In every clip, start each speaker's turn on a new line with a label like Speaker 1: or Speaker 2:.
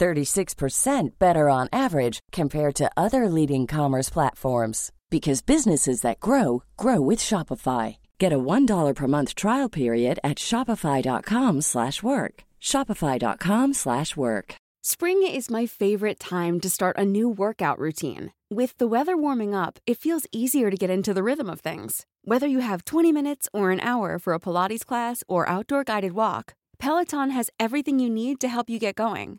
Speaker 1: 36% better on average compared to other leading commerce platforms because businesses that grow grow with Shopify. Get a $1 per month trial period at shopify.com/work. shopify.com/work.
Speaker 2: Spring is my favorite time to start a new workout routine. With the weather warming up, it feels easier to get into the rhythm of things. Whether you have 20 minutes or an hour for a Pilates class or outdoor guided walk, Peloton has everything you need to help you get going.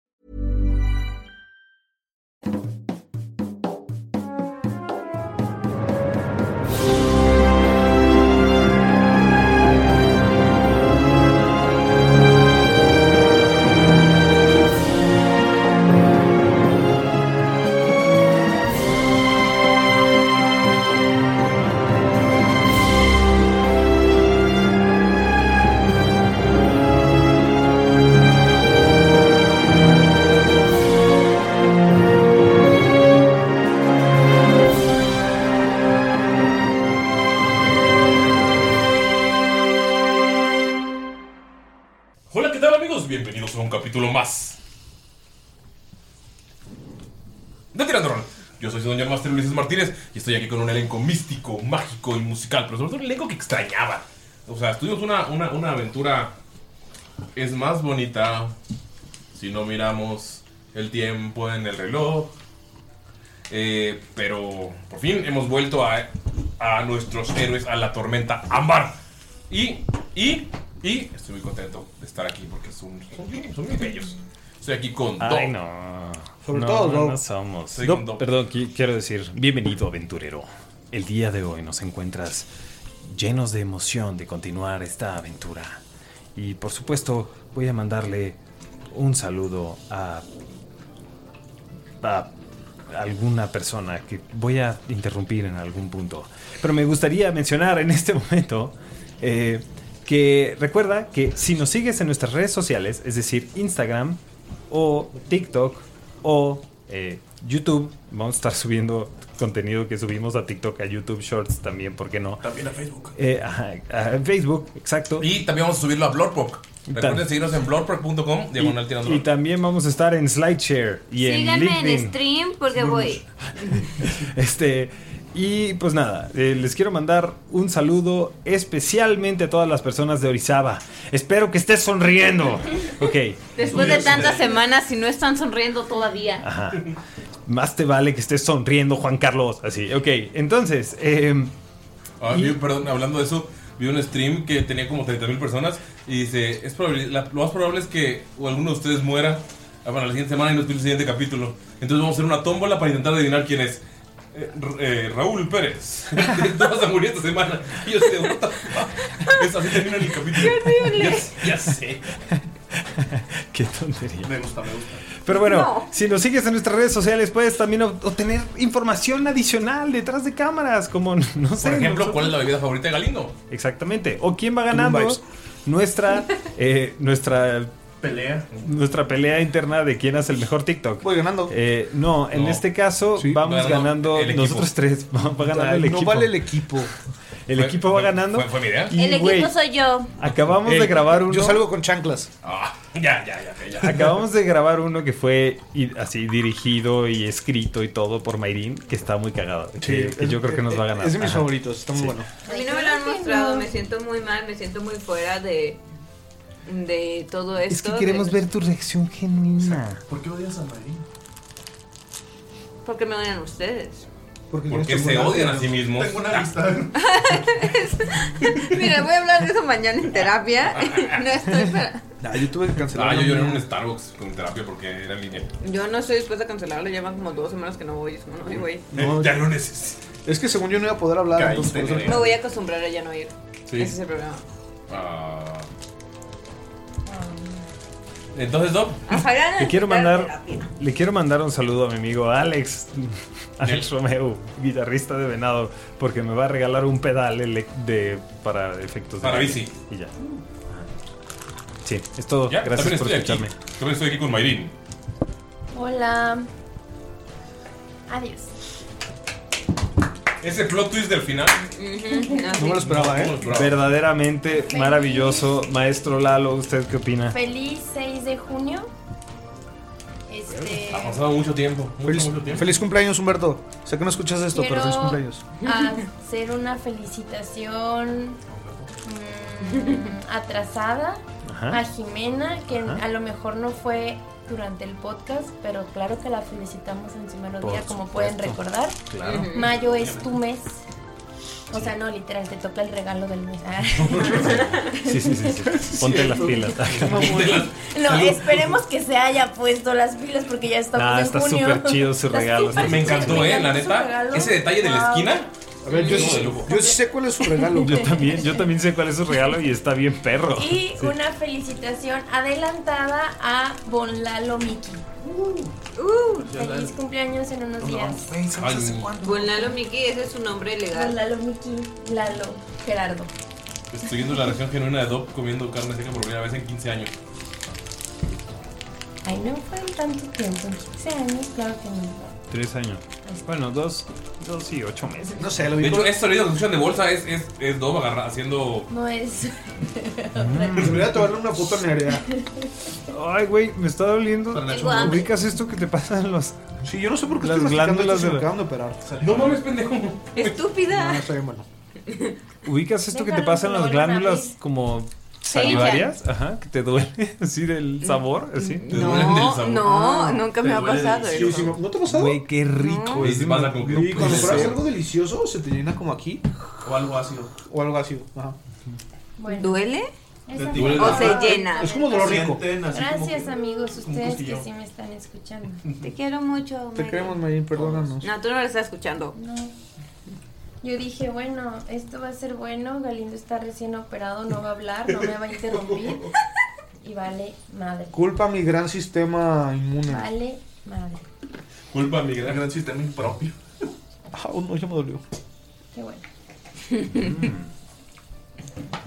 Speaker 3: Hola, ¿qué tal amigos? Bienvenidos a un capítulo más de Tirando Rol. Yo soy su Doña Master Ulises Martínez y estoy aquí con un elenco místico, mágico y musical, pero sobre todo un elenco que extrañaba. O sea, estuvimos una, una, una aventura. Es más bonita si no miramos el tiempo en el reloj. Eh, pero por fin hemos vuelto a, a nuestros héroes a la tormenta ámbar. Y, y, y estoy muy contento de estar aquí porque son, son, son muy bellos. Estoy aquí con Doc.
Speaker 4: Ay, no.
Speaker 3: Sobre
Speaker 4: No,
Speaker 3: todo
Speaker 4: no,
Speaker 3: Doc.
Speaker 4: no somos.
Speaker 3: Estoy
Speaker 4: Doc,
Speaker 3: con Doc.
Speaker 4: perdón, qui- quiero decir, bienvenido aventurero. El día de hoy nos encuentras llenos de emoción de continuar esta aventura. Y por supuesto, voy a mandarle un saludo a, a alguna persona que voy a interrumpir en algún punto. Pero me gustaría mencionar en este momento eh, que recuerda que si nos sigues en nuestras redes sociales, es decir, Instagram o TikTok o eh, YouTube, vamos a estar subiendo contenido que subimos a TikTok, a YouTube Shorts también, ¿por qué no?
Speaker 3: También a Facebook.
Speaker 4: Eh, ajá, a Facebook, exacto.
Speaker 3: Y también vamos a subirlo a Blurpop. Recuerden seguirnos en blurpop.com, diagonal tirando.
Speaker 4: Y también vamos a estar en SlideShare y en
Speaker 5: Síganme en,
Speaker 4: LinkedIn.
Speaker 5: stream porque voy.
Speaker 4: Este, y pues nada, eh, les quiero mandar un saludo especialmente a todas las personas de Orizaba. Espero que estés sonriendo. Ok.
Speaker 5: Después de tantas semanas, si no están sonriendo todavía.
Speaker 4: Ajá. Más te vale que estés sonriendo, Juan Carlos. Así, ok. Entonces, em,
Speaker 3: Ah, vi- perdón, hablando de eso, vi un stream que tenía como 30.000 personas y dice, es probable, la- lo más probable es que o alguno de ustedes muera ah, para la siguiente semana y nos pide el siguiente capítulo. Entonces vamos a hacer una tómbola para intentar adivinar quién es. Eh, R- eh, Raúl Pérez, tú vas a morir esta semana. Y yo sé, what the fuck? Es así termina el capítulo. Ya, ya sé.
Speaker 4: qué tontería.
Speaker 3: Me gusta, me gusta.
Speaker 4: Pero bueno,
Speaker 3: No.
Speaker 4: si nos sigues en nuestras redes sociales, puedes también ob- obtener información adicional detrás de cámaras, como no sé.
Speaker 3: Por ejemplo,
Speaker 4: nosotros.
Speaker 3: ¿cuál es la bebida favorita de Galindo?
Speaker 4: Exactamente. ¿O quién va ganando?
Speaker 3: vibes.
Speaker 4: Nuestra, eh, nuestra
Speaker 3: Pelea.
Speaker 4: Nuestra pelea interna de quién hace el mejor TikTok. Voy ganando. no, en
Speaker 3: No.
Speaker 4: este caso
Speaker 3: Sí,
Speaker 4: vamos
Speaker 3: va ganando
Speaker 4: ganando,
Speaker 3: el equipo.
Speaker 4: nosotros tres. Va va ganando
Speaker 6: Ay,
Speaker 4: el
Speaker 6: no
Speaker 4: equipo.
Speaker 6: vale el
Speaker 4: equipo. El equipo va ganando.
Speaker 3: fue- fue mi idea.
Speaker 4: Y,
Speaker 5: El equipo
Speaker 4: güey,
Speaker 5: soy yo.
Speaker 4: acabamos
Speaker 6: Eh,
Speaker 4: de grabar uno.
Speaker 6: Yo salgo con chanclas.
Speaker 3: Ah, Ya, ya, ya. ya.
Speaker 4: Acabamos de grabar uno que fue y- así dirigido y escrito y todo por Mayrin, que está muy cagado. que-
Speaker 6: Sí,
Speaker 4: que yo creo que nos va a ganar.
Speaker 6: Es de mis
Speaker 4: Ajá.
Speaker 6: favoritos, está muy bueno.
Speaker 7: A mí no me lo han mostrado, me siento muy mal, me siento muy fuera de,
Speaker 5: de todo esto.
Speaker 4: Es que queremos
Speaker 5: de-
Speaker 4: ver tu reacción genuina.
Speaker 8: ¿Por qué odias a Marín?
Speaker 5: Porque me odian ustedes.
Speaker 3: Porque se odian a sí mismos.
Speaker 8: Tengo una amistad.
Speaker 5: Mira, voy a hablar de eso mañana en terapia. No estoy para-
Speaker 6: Ah, yo tuve que cancelar.
Speaker 3: Ah, yo
Speaker 6: una-
Speaker 3: lloré en un Starbucks con terapia porque era en línea.
Speaker 5: Yo no estoy dispuesta a cancelarlo. Llevan como dos semanas que no voy. es como, no, y voy.
Speaker 6: No,
Speaker 3: eh, ya no necesito.
Speaker 6: Es que según yo no iba a poder hablar.
Speaker 3: Caíste
Speaker 6: entonces, por
Speaker 3: en
Speaker 6: eso-
Speaker 5: Me voy a acostumbrar a ya no ir.
Speaker 3: Sí.
Speaker 5: Ese es el problema.
Speaker 3: Ah. Entonces, Dob,
Speaker 5: A Fabiana
Speaker 4: Le quiero
Speaker 5: necesitar
Speaker 4: mandar,
Speaker 5: terapia.
Speaker 4: le quiero mandar un saludo a mi amigo Alex, Alex Romeo, guitarrista de Venado, porque me va a regalar un pedal ele- de, para efectos de
Speaker 3: Para
Speaker 4: baile.
Speaker 3: bici.
Speaker 4: Y ya. Sí, es todo.
Speaker 3: ya,
Speaker 4: Gracias
Speaker 3: también
Speaker 4: por
Speaker 3: estoy
Speaker 4: escucharme.
Speaker 3: aquí. También estoy aquí con Mayrin.
Speaker 9: Hola. Adiós.
Speaker 3: Ese plot twist del final.
Speaker 6: No me lo esperaba,
Speaker 3: No,
Speaker 6: ¿eh?
Speaker 3: no, no.
Speaker 4: Verdaderamente maravilloso. Maestro Lalo, ¿usted qué opina?
Speaker 9: Feliz 6 de junio. Este.
Speaker 3: Ha pasado mucho tiempo. Mucho,
Speaker 6: Feliz,
Speaker 3: mucho tiempo.
Speaker 6: feliz cumpleaños, Humberto. Sé que no escuchas esto, pero feliz cumpleaños.
Speaker 9: hacer una felicitación mm, atrasada
Speaker 4: Ajá.
Speaker 9: a Jimena, que
Speaker 4: Ajá.
Speaker 9: a lo mejor no fue durante el podcast, pero claro que la felicitamos en su
Speaker 4: Por
Speaker 9: melodía, como
Speaker 4: supuesto.
Speaker 9: pueden recordar.
Speaker 4: Claro.
Speaker 9: Mayo es tu mes. O sea, no, literal, te toca el regalo del mes. Ah.
Speaker 4: Sí, sí, sí. sí. Ponte las pilas.
Speaker 9: No, esperemos que se haya puesto las pilas porque ya estamos
Speaker 4: Nah,
Speaker 9: en
Speaker 4: está
Speaker 9: junio.
Speaker 4: súper chido su
Speaker 9: Está
Speaker 4: regalo.
Speaker 9: súper
Speaker 3: Me encantó,
Speaker 9: chido,
Speaker 3: eh, la
Speaker 9: me encantó su
Speaker 3: neta.
Speaker 9: regalo.
Speaker 3: Ese detalle de la
Speaker 9: Wow.
Speaker 3: esquina.
Speaker 6: A ver, yo,
Speaker 3: Sí,
Speaker 6: sí-
Speaker 3: de lujo.
Speaker 6: yo sí sé cuál es su regalo.
Speaker 4: Yo también, yo también sé cuál es su regalo y está bien perro.
Speaker 9: Y
Speaker 4: Sí.
Speaker 9: una felicitación adelantada a Bon Lalo Miki. Uh, feliz cumpleaños en unos días.
Speaker 8: Güey, ¿sabes
Speaker 3: Ay,
Speaker 8: hace
Speaker 3: mi-
Speaker 8: cuánto?
Speaker 5: Buen Lalo Miki, ese es su nombre
Speaker 9: Bon
Speaker 5: legal.
Speaker 9: Lalo Miki, Lalo, Gerardo.
Speaker 3: Estoy viendo la reacción genuina de Dob comiendo carne seca por primera vez en 15 años.
Speaker 9: Ay, no fue en tanto tiempo, en 15 años, claro que no.
Speaker 4: Tres años. Bueno, dos, dos y ocho meses.
Speaker 6: No sé, lo
Speaker 3: De
Speaker 6: vi
Speaker 3: hecho,
Speaker 6: por...
Speaker 3: ese sonido que escuchan de bolsa es, es, es Dob agarra- haciendo.
Speaker 9: No es.
Speaker 6: Mm. Debería tomarle una foto en área.
Speaker 4: Ay, güey, me está doliendo.
Speaker 3: Para Nacho.
Speaker 5: Tengo hambre.
Speaker 4: ¿Ubicas esto que te pasa en los...?
Speaker 6: Sí, yo no sé por qué
Speaker 4: Las
Speaker 6: estoy masticando
Speaker 4: glándulas
Speaker 6: esto si
Speaker 4: de
Speaker 6: me
Speaker 4: la-
Speaker 6: acaban de operar.
Speaker 3: No mames, pendejo.
Speaker 6: No,
Speaker 5: Estúpida.
Speaker 6: está bien bueno.
Speaker 4: ¿Ubicas esto que te
Speaker 9: Déjalo,
Speaker 4: pasa en
Speaker 9: que lo
Speaker 4: las
Speaker 9: vuelvan a
Speaker 4: glándulas
Speaker 9: abrir.
Speaker 4: como
Speaker 5: Sí,
Speaker 4: salivarias? Ajá, que te duele así del sabor, así.
Speaker 6: Mm,
Speaker 3: Te duelen del
Speaker 5: No,
Speaker 3: sabor.
Speaker 5: no, nunca me
Speaker 8: Te
Speaker 5: ha
Speaker 8: duele
Speaker 5: pasado
Speaker 8: delicioso.
Speaker 6: Sí,
Speaker 5: eso.
Speaker 6: sí, ¿No te ha pasado?
Speaker 4: Güey, qué rico.
Speaker 3: Y
Speaker 4: es
Speaker 3: si pasa como que no
Speaker 6: Y cuando
Speaker 3: puede
Speaker 6: pruebas
Speaker 3: ser.
Speaker 6: algo delicioso, se te llena como aquí
Speaker 8: O algo ácido.
Speaker 6: o algo ácido. Ajá.
Speaker 9: Bueno,
Speaker 5: ¿Duele?
Speaker 9: esa
Speaker 3: Duele.
Speaker 9: fue-
Speaker 3: O
Speaker 5: se llena.
Speaker 6: Es como dolor rico.
Speaker 8: Sienten así como
Speaker 9: Gracias
Speaker 8: que-
Speaker 9: amigos,
Speaker 8: como un
Speaker 9: ustedes que
Speaker 8: cosquilleo.
Speaker 9: sí me están escuchando.
Speaker 5: Te quiero mucho.
Speaker 6: Te
Speaker 5: Mayra.
Speaker 6: queremos, Marín, perdónanos.
Speaker 5: No, tú no lo estás escuchando.
Speaker 9: No. Yo dije, bueno, esto va a ser bueno, Galindo está recién operado, no va a hablar, no me va a interrumpir. Y vale, madre.
Speaker 6: Culpa a mi gran sistema inmune.
Speaker 9: Vale, madre.
Speaker 3: Culpa a mi
Speaker 8: El
Speaker 3: gran.
Speaker 8: gran sistema impropio.
Speaker 6: Ah, no, ya me dolió.
Speaker 9: Qué bueno.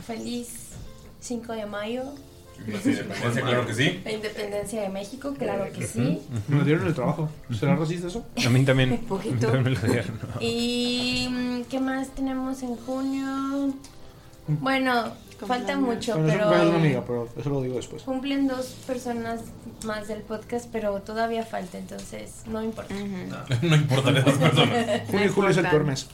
Speaker 9: Feliz 5 de mayo,
Speaker 3: Independencia, claro que sí.
Speaker 9: la independencia de México, claro que sí.
Speaker 6: Me dieron el trabajo. ¿Será racista eso?
Speaker 4: A mí también.
Speaker 5: Poquito.
Speaker 4: me lo dieron.
Speaker 9: ¿Y mm, qué más tenemos en junio? Bueno, falta mucho,
Speaker 6: Bueno, eso
Speaker 9: pero...
Speaker 6: es una amiga, pero eso lo digo después.
Speaker 9: Cumplen dos personas más del podcast, pero todavía falta, entonces no importa.
Speaker 3: No importa de esas personas.
Speaker 6: Junio y julio es el peor mes.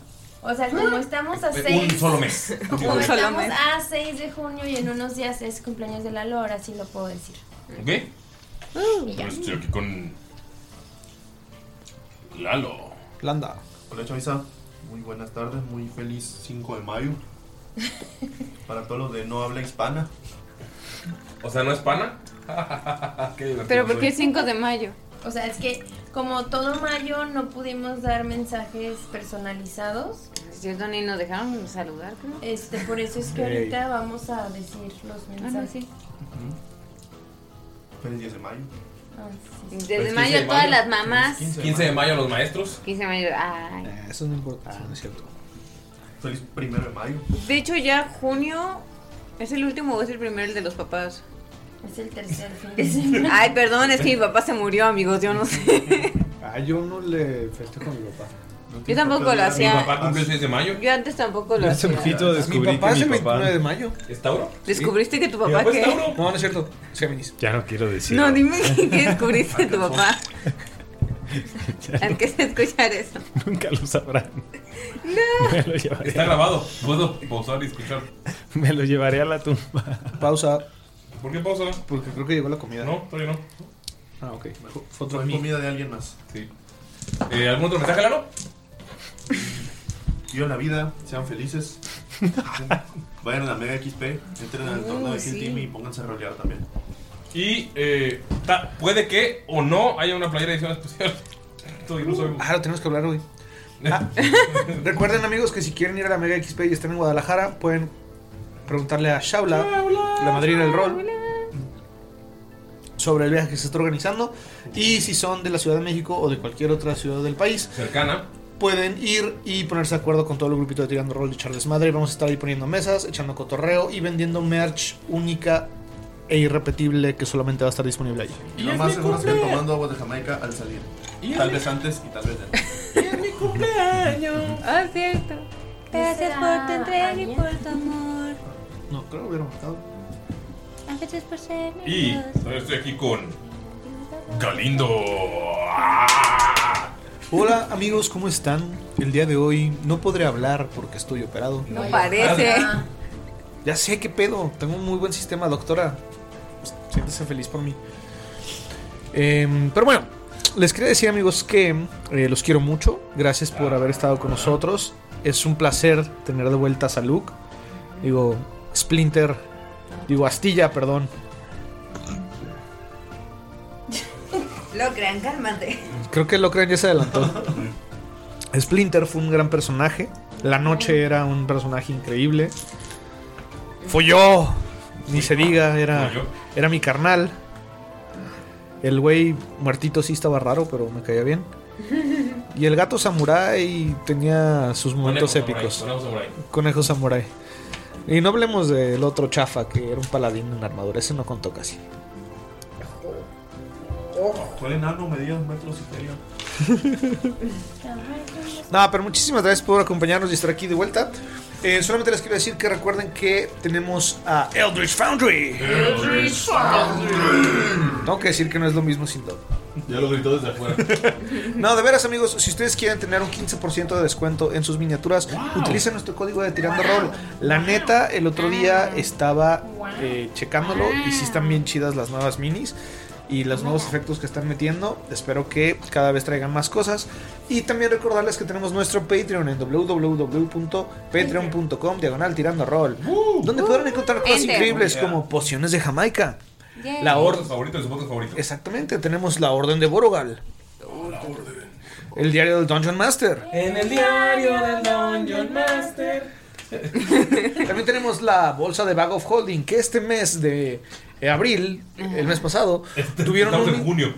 Speaker 9: O sea, como estamos a
Speaker 3: Un
Speaker 9: 6
Speaker 3: solo mes.
Speaker 9: como
Speaker 5: Un solo
Speaker 9: estamos
Speaker 5: mes.
Speaker 9: a 6 de junio y en unos días es cumpleaños de Lalo, ahora sí lo puedo decir.
Speaker 3: ¿Ok?
Speaker 5: Uh.
Speaker 9: Y ya.
Speaker 3: Pues estoy aquí con. Lalo.
Speaker 6: Landa.
Speaker 8: Hola Chavisa, muy buenas tardes, muy feliz 5 de mayo. Para todos los de no habla hispana.
Speaker 3: O sea, ¿no es pana? Qué divertido
Speaker 5: Pero ¿por
Speaker 3: soy.
Speaker 5: qué 5 de mayo?
Speaker 9: O sea, es que como todo mayo no pudimos dar mensajes personalizados,
Speaker 5: Es cierto, ni nos dejaron saludar, creo.
Speaker 9: este por eso es que
Speaker 6: Ey.
Speaker 9: ahorita vamos a decir los
Speaker 5: Ah, no,
Speaker 9: mensajes.
Speaker 5: sí.
Speaker 8: Feliz 10 de mayo.
Speaker 9: Ah, sí.
Speaker 3: Pues,
Speaker 5: Desde
Speaker 3: 15
Speaker 5: mayo
Speaker 3: de
Speaker 5: todas
Speaker 3: mayo.
Speaker 5: las mamás.
Speaker 3: 15 de mayo a los maestros.
Speaker 5: 15 de mayo. Ay.
Speaker 6: Eh, eso no importa. Ah, no es cierto.
Speaker 8: Feliz 1 de mayo.
Speaker 5: De hecho, ya junio es el último o es el primero el de los papás.
Speaker 9: Es el tercer fin de semana.
Speaker 5: Ay, perdón, es que mi papá se murió, amigos, yo no sé.
Speaker 6: Ah, yo no le festejo a mi papá.
Speaker 8: No
Speaker 5: Yo
Speaker 8: tiene
Speaker 5: tampoco
Speaker 8: por qué
Speaker 5: lo
Speaker 8: olvidar.
Speaker 3: Mi
Speaker 5: hacía.
Speaker 3: papá cumple el 6 de mayo.
Speaker 5: Yo antes tampoco lo
Speaker 4: Hace
Speaker 5: hacía.
Speaker 4: poquito descubrí
Speaker 6: mi papá
Speaker 4: que
Speaker 6: es
Speaker 4: mi
Speaker 6: el 29
Speaker 4: papá...
Speaker 6: de mayo.
Speaker 3: ¿Es Tauro?
Speaker 5: ¿Descubriste que tu
Speaker 3: Mi es
Speaker 5: papá qué?
Speaker 3: Tauro.
Speaker 6: No, no es cierto. Es Géminis.
Speaker 4: Ya no quiero decir.
Speaker 5: No, dime qué qué descubriste de tu papá. Al que se escuchar eso.
Speaker 4: Nunca lo sabrán. No. Me lo llevaré,
Speaker 3: Está grabado. Puedo pausar y escuchar.
Speaker 4: me lo llevaré a la tumba.
Speaker 6: Pausa.
Speaker 3: ¿Por qué pausa?
Speaker 6: Porque creo que llegó la comida.
Speaker 3: No, todavía no.
Speaker 6: Ah, ok. Fue- Fue
Speaker 8: Otra
Speaker 6: otra mí.
Speaker 8: comida de alguien más.
Speaker 3: Sí. Eh, ¿Algún otro mensaje, Lalo?
Speaker 8: Vivan la vida, sean felices. Vayan a la Mega XP, entren al torneo de Kill Team y pónganse a rolear también.
Speaker 3: Y eh, ta- puede que o no haya una playera edición especial. Todavía no sabemos.
Speaker 6: Ah, lo tenemos que hablar hoy. Ah, recuerden, amigos, que si quieren ir a la Mega XP y están en Guadalajara, pueden preguntarle a Shaula, la madrina del rol, sobre el viaje que se está organizando. Y si son de la Ciudad de México o de cualquier otra ciudad del país,
Speaker 3: Cercana.
Speaker 6: pueden ir y ponerse de acuerdo con todo el grupito de Tirando Rol de Charles Madre. Vamos a estar ahí poniendo mesas, echando cotorreo y vendiendo merch única e irrepetible que solamente va a estar disponible allí.
Speaker 8: Y lo más seguro es que tomando agua de Jamaica al salir. Tal vez antes y tal vez después.
Speaker 10: Ah, cierto. Gracias por tu entrega y por tu amor.
Speaker 6: No, creo que hubiera marcado.
Speaker 10: Gracias por ser mi
Speaker 3: Y
Speaker 10: Dios.
Speaker 3: ahora estoy aquí con Galindo. ¡Ah!
Speaker 6: Hola amigos, ¿cómo están? El día de hoy no podré hablar porque estoy operado. Ah,
Speaker 10: No parece. Ah.
Speaker 6: Ya sé qué pedo, tengo un muy buen sistema, doctora. Pues, Siéntese feliz por mí. Em, pero bueno, les quería decir amigos que eh, los quiero mucho. Gracias por haber estado con nosotros. Es un placer tener de vuelta a Luke. Digo, Splinter.
Speaker 10: Ah.
Speaker 6: Digo, Astilla, perdón.
Speaker 10: Lo crean, cálmate.
Speaker 6: Creo que Locran ya se adelantó. Splinter fue un gran personaje. La noche era un personaje increíble. Fue yo. Ni se diga, era,
Speaker 3: Folló.
Speaker 6: era mi carnal. El güey muertito sí estaba raro, pero me caía bien. Y el gato samurai tenía sus momentos
Speaker 3: Conejo
Speaker 6: épicos.
Speaker 3: samurái, conejo samurái.
Speaker 6: Conejo samurai. Y no hablemos del otro chafa, que era un paladín en armadura. Ese no contó casi.
Speaker 8: Tú eres enano, medía dos metros y medio.
Speaker 6: No, pero muchísimas gracias por acompañarnos y estar aquí de vuelta. Eh, solamente les quiero decir que recuerden que tenemos a Eldritch Foundry. Tengo que decir que no es lo mismo sin Dob.
Speaker 8: Ya lo gritó desde afuera.
Speaker 6: No, de veras, amigos, si ustedes quieren tener un 15% de descuento en sus miniaturas, utilicen nuestro código de Tirando Rol. La neta, el otro día estaba eh, checándolo y sí están bien chidas las nuevas minis y los nuevos efectos que están metiendo. Espero que cada vez traigan más cosas. Y también recordarles que tenemos nuestro Patreon en www.patreon.com diagonal tirando rol, donde podrán encontrar cosas
Speaker 10: Enter.
Speaker 6: increíbles
Speaker 3: Yeah.
Speaker 6: como pociones de Jamaica.
Speaker 10: Yay.
Speaker 6: La
Speaker 3: Su
Speaker 6: orden
Speaker 3: podcast favorito y su podcast favorito.
Speaker 6: Exactamente, tenemos la Orden de Borogal. El diario del Dungeon Master.
Speaker 3: En el diario del Dungeon Master.
Speaker 6: También tenemos la bolsa de Bag of Holding, que este mes de eh, abril, el mes pasado, tuvieron
Speaker 3: Estamos
Speaker 6: un...
Speaker 3: en junio.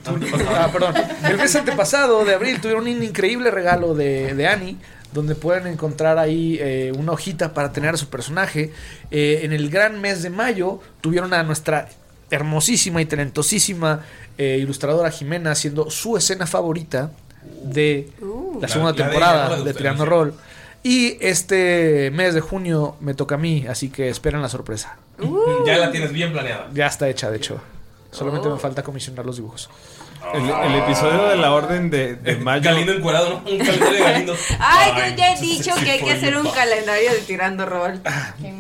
Speaker 6: Ah, perdón. El mes antepasado de abril tuvieron un increíble regalo de, de Annie, donde pueden encontrar ahí eh, una hojita para tener a su personaje. Eh, en el gran mes de mayo tuvieron a nuestra hermosísima y talentosísima eh, ilustradora Jimena haciendo su escena favorita de la segunda
Speaker 3: La- la de
Speaker 6: temporada
Speaker 3: ella, no la de
Speaker 6: de,
Speaker 3: ustedes,
Speaker 6: Tirando
Speaker 3: sí.
Speaker 6: Rol. Y este mes de junio me toca a mí, así que esperen la sorpresa.
Speaker 10: Uh.
Speaker 3: Ya la tienes bien planeada.
Speaker 6: Ya está hecha, de hecho. Solamente
Speaker 10: Oh.
Speaker 6: me falta comisionar los dibujos. Eh,
Speaker 4: El, el episodio de la orden de, de mayo.
Speaker 3: Galindo encuadrado, ¿no? Un calendario de Galindo.
Speaker 10: Ay, yo ya he dicho
Speaker 3: sí
Speaker 10: que hay
Speaker 3: fue
Speaker 10: que hacer un
Speaker 3: pa-
Speaker 10: calendario de tirando rol.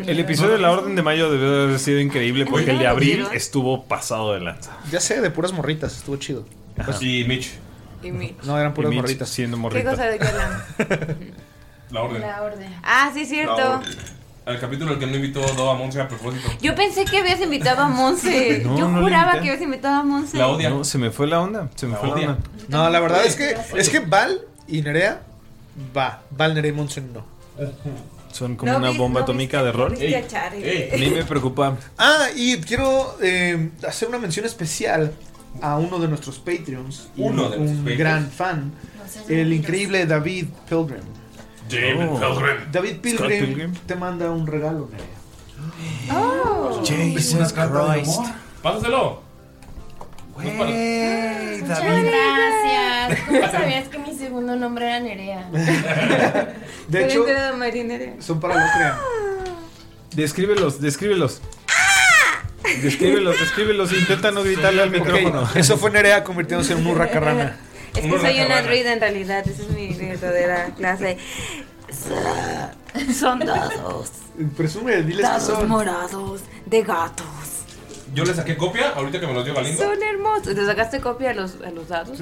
Speaker 4: El episodio de la orden de mayo debió de haber sido increíble porque el de abril
Speaker 10: ¿Vieron?
Speaker 4: estuvo pasado de lanza.
Speaker 6: Ya sé, de puras morritas, estuvo chido.
Speaker 3: Pues sí, Mitch.
Speaker 10: Y mi.
Speaker 6: No, eran puras
Speaker 4: Y Mitch
Speaker 6: morritas.
Speaker 4: siendo
Speaker 10: ¿Qué cosa
Speaker 4: morrita.
Speaker 10: de qué hablamos?
Speaker 3: La orden.
Speaker 9: La orden.
Speaker 10: Ah, sí, es cierto.
Speaker 3: El capítulo al que no invitó Doa Monse a propósito.
Speaker 10: Yo pensé que habías invitado a Monse.
Speaker 4: No,
Speaker 10: Yo
Speaker 4: no la
Speaker 10: juraba
Speaker 4: invité.
Speaker 10: que habías invitado a Monse.
Speaker 3: La odia.
Speaker 4: No, se me fue la onda. Se me
Speaker 3: La
Speaker 4: fue
Speaker 3: odia.
Speaker 4: la onda.
Speaker 6: No, la verdad es que es que Val y Nerea va, Val Nerea y Monsen no.
Speaker 4: Son como
Speaker 10: No
Speaker 4: una
Speaker 10: vi-
Speaker 4: bomba
Speaker 10: no
Speaker 4: atómica
Speaker 10: viste-
Speaker 4: de rol.
Speaker 10: no viste a Charlie.
Speaker 6: eh.
Speaker 4: A mí me preocupa.
Speaker 6: Ah, y quiero eh, hacer una mención especial a uno de nuestros Patreons, y
Speaker 3: Uno de nuestros
Speaker 6: un
Speaker 3: Patreons.
Speaker 6: gran fan, el increíble David Pilgrim.
Speaker 3: David
Speaker 4: Oh.
Speaker 3: Pelgrim.
Speaker 6: David Pilgrim,
Speaker 4: Pilgrim.
Speaker 6: te manda un regalo, Nerea.
Speaker 3: Oh.
Speaker 6: Oh.
Speaker 4: Jesus Christ.
Speaker 3: Pásaselo. No es para-
Speaker 9: Muchas gracias. ¿Cómo sabías que mi segundo nombre era Nerea?
Speaker 6: De hecho,
Speaker 10: de marinera.
Speaker 6: son para los crean.
Speaker 4: Descríbelos, descríbelos. Descríbelos, descríbelos. Intenta no gritarle al micrófono.
Speaker 6: Ok, eso fue Nerea convirtiéndose en un hurracarrana.
Speaker 10: Es que
Speaker 3: Una
Speaker 10: soy una
Speaker 3: cabana.
Speaker 10: druida en realidad. Esa es mi verdadera clase. Son dados.
Speaker 6: Presume, diles que
Speaker 10: Dados
Speaker 6: son.
Speaker 10: morados de gatos.
Speaker 3: Yo le saqué copia, ahorita que me los dio Galindo.
Speaker 10: Son hermosos. ¿Te sacaste copia a los, a los dados?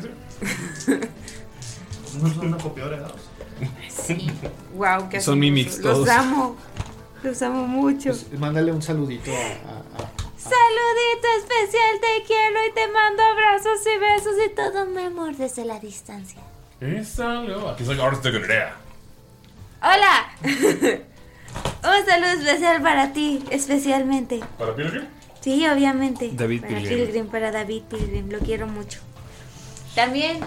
Speaker 8: No son una copiadora de dados.
Speaker 10: Sí. Wow, qué
Speaker 8: Son
Speaker 10: hermoso.
Speaker 8: mimics
Speaker 10: Los
Speaker 8: todos.
Speaker 10: amo. Los amo mucho.
Speaker 6: Mándale un saludito a- a- a-
Speaker 5: Saludito especial, te quiero y te mando abrazos y besos y todo mi amor desde la distancia.
Speaker 3: Esa, luego, Aquí soy, ahora estoy con Nerea.
Speaker 5: ¡Hola! Un saludo especial para ti, especialmente.
Speaker 3: ¿Para Pilgrim?
Speaker 5: Sí, obviamente.
Speaker 3: David
Speaker 5: para
Speaker 3: Pilgrim.
Speaker 5: para David Pilgrim, lo quiero mucho. También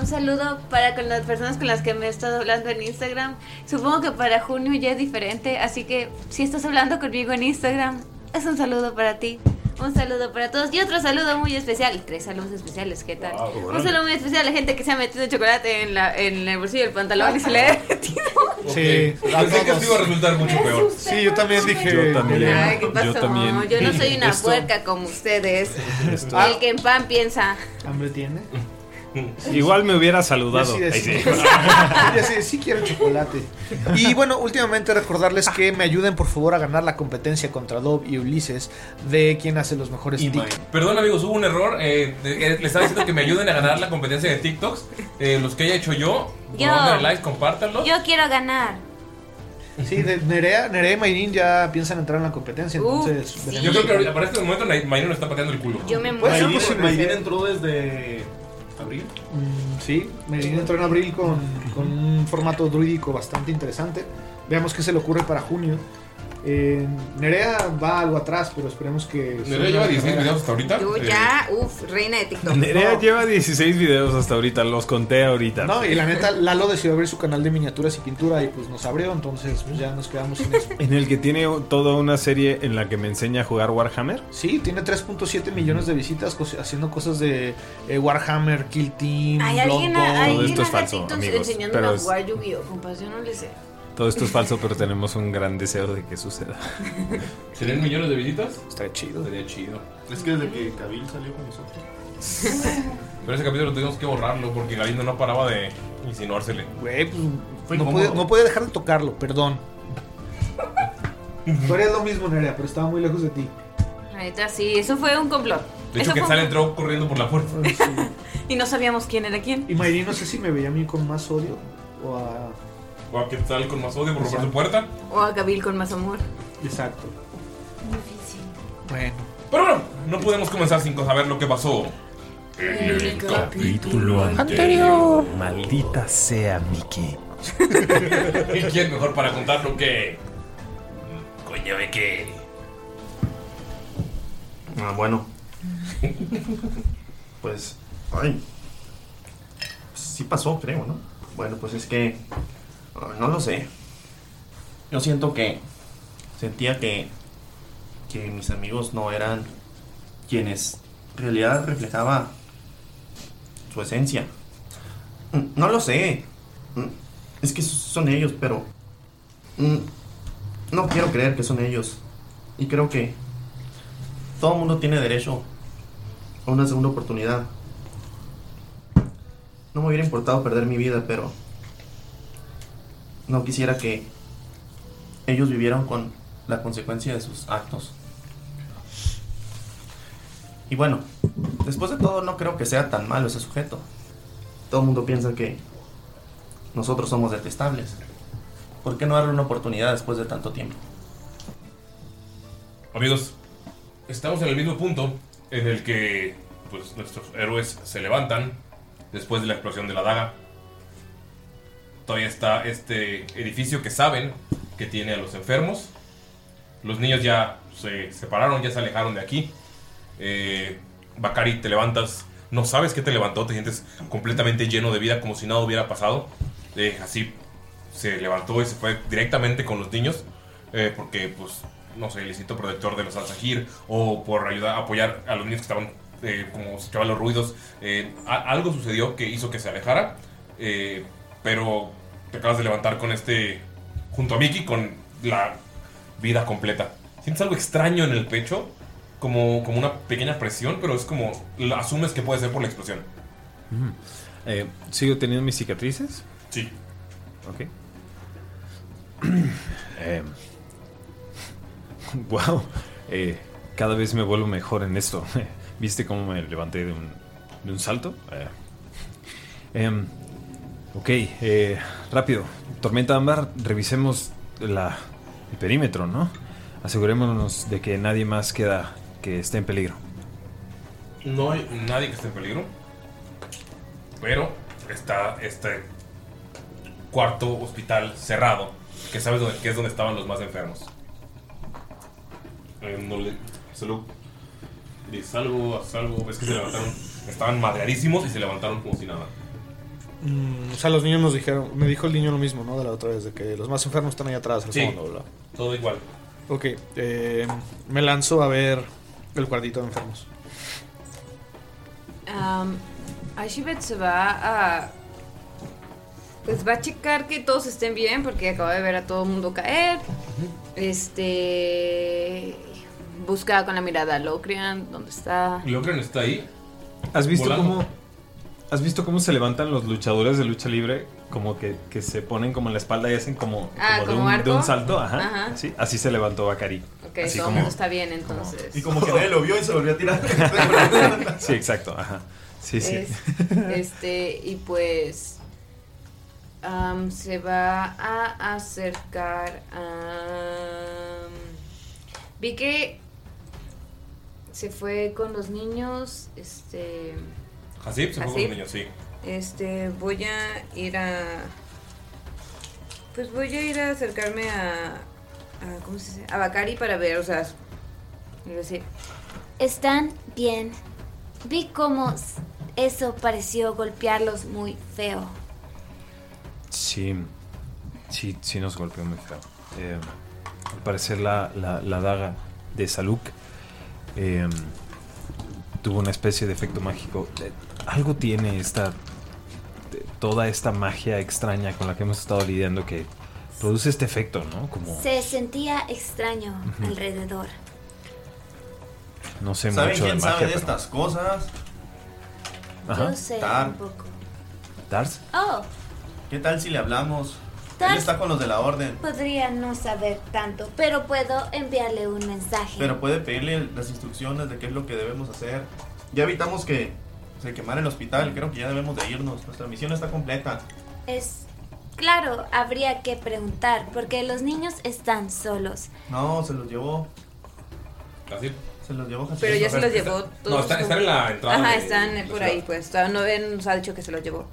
Speaker 5: un saludo para con las personas con las que me he estado hablando en Instagram.
Speaker 10: Supongo que para junio ya es diferente, así que si estás hablando conmigo en Instagram, es un saludo para ti.
Speaker 5: Un saludo para todos y otro saludo muy especial. Tres saludos especiales, ¿qué tal?
Speaker 10: Wow,
Speaker 5: un
Speaker 10: órale.
Speaker 5: saludo muy especial a la gente que se ha metido chocolate en, la, en el bolsillo del pantalón y se le ha derretido.
Speaker 6: Sí,
Speaker 3: Pensé que esto iba a resultar mucho peor.
Speaker 6: Sí, yo también dije.
Speaker 4: Yo también.
Speaker 10: Ay, ¿qué pasó? Yo, no soy una
Speaker 6: Esto-
Speaker 10: puerca como ustedes.
Speaker 4: Esto-
Speaker 10: El que en pan piensa.
Speaker 6: ¿Hambre tiene?
Speaker 4: Igual me hubiera saludado.
Speaker 6: Yo sí, de-
Speaker 4: Ahí sí.
Speaker 6: Yo sí, sí quiero chocolate. Y bueno, últimamente recordarles que me ayuden por favor a ganar la competencia contra Dob y Ulises de quién hace los mejores TikToks.
Speaker 3: Perdón amigos, hubo un error. eh, de- eh, le estaba diciendo que me ayuden a ganar la competencia de TikToks. Eh, los que haya hecho yo,
Speaker 5: Yo.
Speaker 3: pongan likes, compártanlo.
Speaker 5: Yo quiero ganar.
Speaker 6: Sí, de Nerea, Nerea y Mayrin ya piensan entrar en la competencia,
Speaker 5: Uh,
Speaker 6: entonces. pues, veremos.
Speaker 3: Yo creo que ahorita- para este momento Mayrin nos está pateando el culo.
Speaker 5: Yo me
Speaker 6: Puede ser
Speaker 8: Mayrin-
Speaker 6: posible.
Speaker 8: Mayrin entró desde abril.
Speaker 6: Mm, sí, Medellín entró en abril con, con un formato druídico bastante interesante. Veamos qué se le ocurre para junio. Eh, Nerea va algo atrás, pero esperemos que.
Speaker 3: Nerea lleva 16 videos hasta ahorita.
Speaker 10: Yo ya, uff, reina de TikTok.
Speaker 4: Nerea lleva 16 videos hasta ahorita, los conté ahorita.
Speaker 6: No, y la neta, Lalo decidió abrir su canal de miniaturas y pintura y pues nos abrió, entonces pues, ya nos quedamos sin eso.
Speaker 4: En el que tiene toda una serie en la que me enseña a jugar Warhammer.
Speaker 6: Sí, tiene 3.7 millones de visitas cos- haciendo cosas de eh, Warhammer, Kill Team,
Speaker 10: Hay
Speaker 6: Blood
Speaker 10: alguien,
Speaker 6: Bowl.
Speaker 10: alguien
Speaker 4: Mm, Todo esto es
Speaker 10: haga
Speaker 4: falso,
Speaker 10: TikToks
Speaker 4: amigos,
Speaker 10: enseñándome
Speaker 4: pero
Speaker 10: a
Speaker 4: es-
Speaker 10: jugar Yu-Gi-Oh, compas, yo no le sé.
Speaker 4: Todo esto es falso, pero tenemos un gran deseo de que suceda.
Speaker 3: ¿Serían millones de visitas?
Speaker 6: Estaría chido.
Speaker 3: Sería chido.
Speaker 8: Es que desde que Kabil salió con nosotros.
Speaker 3: Pero ese capítulo tuvimos que borrarlo porque Galindo no paraba de insinuársele.
Speaker 6: Güey, pues,
Speaker 3: Fue
Speaker 6: no,
Speaker 3: incómodo.
Speaker 6: podía, no podía dejar de tocarlo, perdón. Tú harías lo mismo, Nerea, pero estaba muy lejos de ti.
Speaker 10: Ahorita sí, eso fue un complot.
Speaker 3: De hecho,
Speaker 10: Eso fue un-
Speaker 3: Quetzal entró corriendo por la puerta.
Speaker 10: Y no sabíamos quién era quién.
Speaker 6: Y Mayrin no sé si me veía a mí con más odio o a...
Speaker 3: O a Quetzal con más odio por romper su puerta.
Speaker 10: O a Gabil con más amor.
Speaker 6: Exacto. Bueno.
Speaker 3: Pero bueno, no podemos comenzar sin saber lo que pasó. En el capítulo
Speaker 11: anterior. Maldita sea, Mickey.
Speaker 3: ¿Y quién mejor para contarlo que. Coño de qué?
Speaker 8: Ah, bueno. pues, ay. Sí pasó, creo, ¿no? Bueno, pues es que. ah, No lo sé. Yo siento que. Sentía que. Que mis amigos no eran. Quienes. En realidad reflejaba. Su esencia. Mm, No lo sé. Mm, Es que son ellos, pero. mm, No quiero creer que son ellos. Y creo que. Todo mundo tiene derecho a una segunda oportunidad. No me hubiera importado perder mi vida, pero no quisiera que ellos vivieran con la consecuencia de sus actos. Y bueno, después de todo no creo que sea tan malo ese sujeto. Todo el mundo piensa que nosotros somos detestables. ¿Por qué no darle una oportunidad después de tanto tiempo?
Speaker 3: Amigos, estamos en el mismo punto en el que pues, nuestros héroes se levantan después de la explosión de la daga. Todavía está este edificio que saben que tiene a los enfermos. Los niños ya se separaron, ya se alejaron de aquí. Eh, Bakari, te levantas, no sabes qué te levantó, te sientes completamente lleno de vida como si nada hubiera pasado. Eh, así se levantó y se fue directamente con los niños eh, porque, pues, no sé, le siento protector de los Alzahir o por ayudar, apoyar a los niños que estaban eh, como se escuchaban los ruidos. Eh, a- algo sucedió que hizo que se alejara, eh, pero te acabas de levantar con este, junto a Mickey, con la vida completa. Sientes algo extraño en el pecho, como, como una pequeña presión, pero es como, la- asumes que puede ser por la explosión.
Speaker 4: Mm. Eh, ¿Sigo teniendo mis cicatrices?
Speaker 3: Sí.
Speaker 4: Ok. Em, wow. eh, Cada vez me vuelvo mejor en esto. ¿Viste cómo me levanté de un, de un salto? Eh. Em, ok, eh, rápido. Tormenta Ámbar, revisemos la, el perímetro, ¿no? Asegurémonos de que nadie más queda que esté en peligro.
Speaker 3: No hay nadie que esté en peligro. Pero está este cuarto hospital cerrado. Que sabes dónde- que es donde estaban los más enfermos. Eh, no le- Salud. Dice, salvo, a salvo. Ves que se levantaron. Estaban madreadísimos y se levantaron como si nada.
Speaker 6: Mm, o sea, los niños nos dijeron, me dijo el niño lo mismo, ¿no? De la otra vez, de que los más enfermos están ahí atrás, al
Speaker 3: Sí,
Speaker 6: fondo, bla.
Speaker 3: todo igual.
Speaker 6: Ok, eh, me lanzo a ver el cuartito de enfermos.
Speaker 5: Am, Ashibet se va a. Pues va a checar que todos estén bien, porque acaba de ver a todo el mundo caer. Este. Busca con la mirada a Locrian, ¿dónde está?
Speaker 3: Locran está ahí.
Speaker 4: ¿Has visto
Speaker 3: Volando.
Speaker 4: cómo has visto cómo se levantan los luchadores de lucha libre? Como que, que se ponen como en la espalda y hacen como,
Speaker 5: Ah,
Speaker 4: como de,
Speaker 5: como
Speaker 4: un,
Speaker 5: arco.
Speaker 4: de un salto. Ajá.
Speaker 5: Ajá.
Speaker 4: Así, así se levantó Bakari.
Speaker 5: Ok,
Speaker 4: así
Speaker 5: todo el
Speaker 4: como-
Speaker 5: mundo está bien entonces.
Speaker 8: Y como que nadie lo vio y se volvió a tirar.
Speaker 4: sí, exacto. Ajá. Sí, sí.
Speaker 5: Es- este, y pues. am, se va a acercar a. Vi que se fue con los niños. Este.
Speaker 3: Hasib se fue con
Speaker 5: Hasib.
Speaker 3: los niños, sí.
Speaker 5: Este, voy a ir a. Pues voy a ir a acercarme a. a- ¿Cómo se dice? A Bakari para ver, o sea. es decir,
Speaker 10: Están bien. Vi cómo s- eso pareció golpearlos muy feo.
Speaker 4: Sí, sí, sí nos golpeó muy feo. Eh, al parecer la, la- la daga de Saluk eh, tuvo una especie de efecto mágico. Eh, algo tiene esta, eh, toda esta magia extraña con la que hemos estado lidiando que produce este efecto, ¿no? Como
Speaker 10: Se sentía extraño
Speaker 4: Ujú.
Speaker 10: alrededor.
Speaker 4: no sé
Speaker 8: ¿Saben
Speaker 4: mucho de
Speaker 8: quién
Speaker 4: magia.
Speaker 8: sabe de
Speaker 4: pero-
Speaker 8: estas cosas?
Speaker 4: Ajá.
Speaker 10: Yo sé
Speaker 8: Tar.
Speaker 10: un poco.
Speaker 4: ¿Dars?
Speaker 10: Oh,
Speaker 8: ¿Qué tal si le hablamos?
Speaker 10: Tal-
Speaker 8: Él está con los de la orden.
Speaker 5: Pues,
Speaker 10: podría no saber tanto, pero puedo enviarle un mensaje.
Speaker 8: Pero puede pedirle las instrucciones de qué es lo que debemos hacer. Ya evitamos que se quemara el hospital. Creo que ya debemos de irnos. Nuestra misión está completa.
Speaker 10: Es claro, habría que preguntar porque los niños están solos.
Speaker 8: No, se los llevó.
Speaker 3: Hasib.
Speaker 8: Se los llevó Hasib.
Speaker 5: Pero ya se los llevó todos.
Speaker 3: No, están, están Ah, en la entrada.
Speaker 5: Ajá,
Speaker 3: de-
Speaker 5: están
Speaker 3: de
Speaker 5: por
Speaker 3: la
Speaker 5: ahí, pues. todavía No ven, nos ha dicho que se los llevó.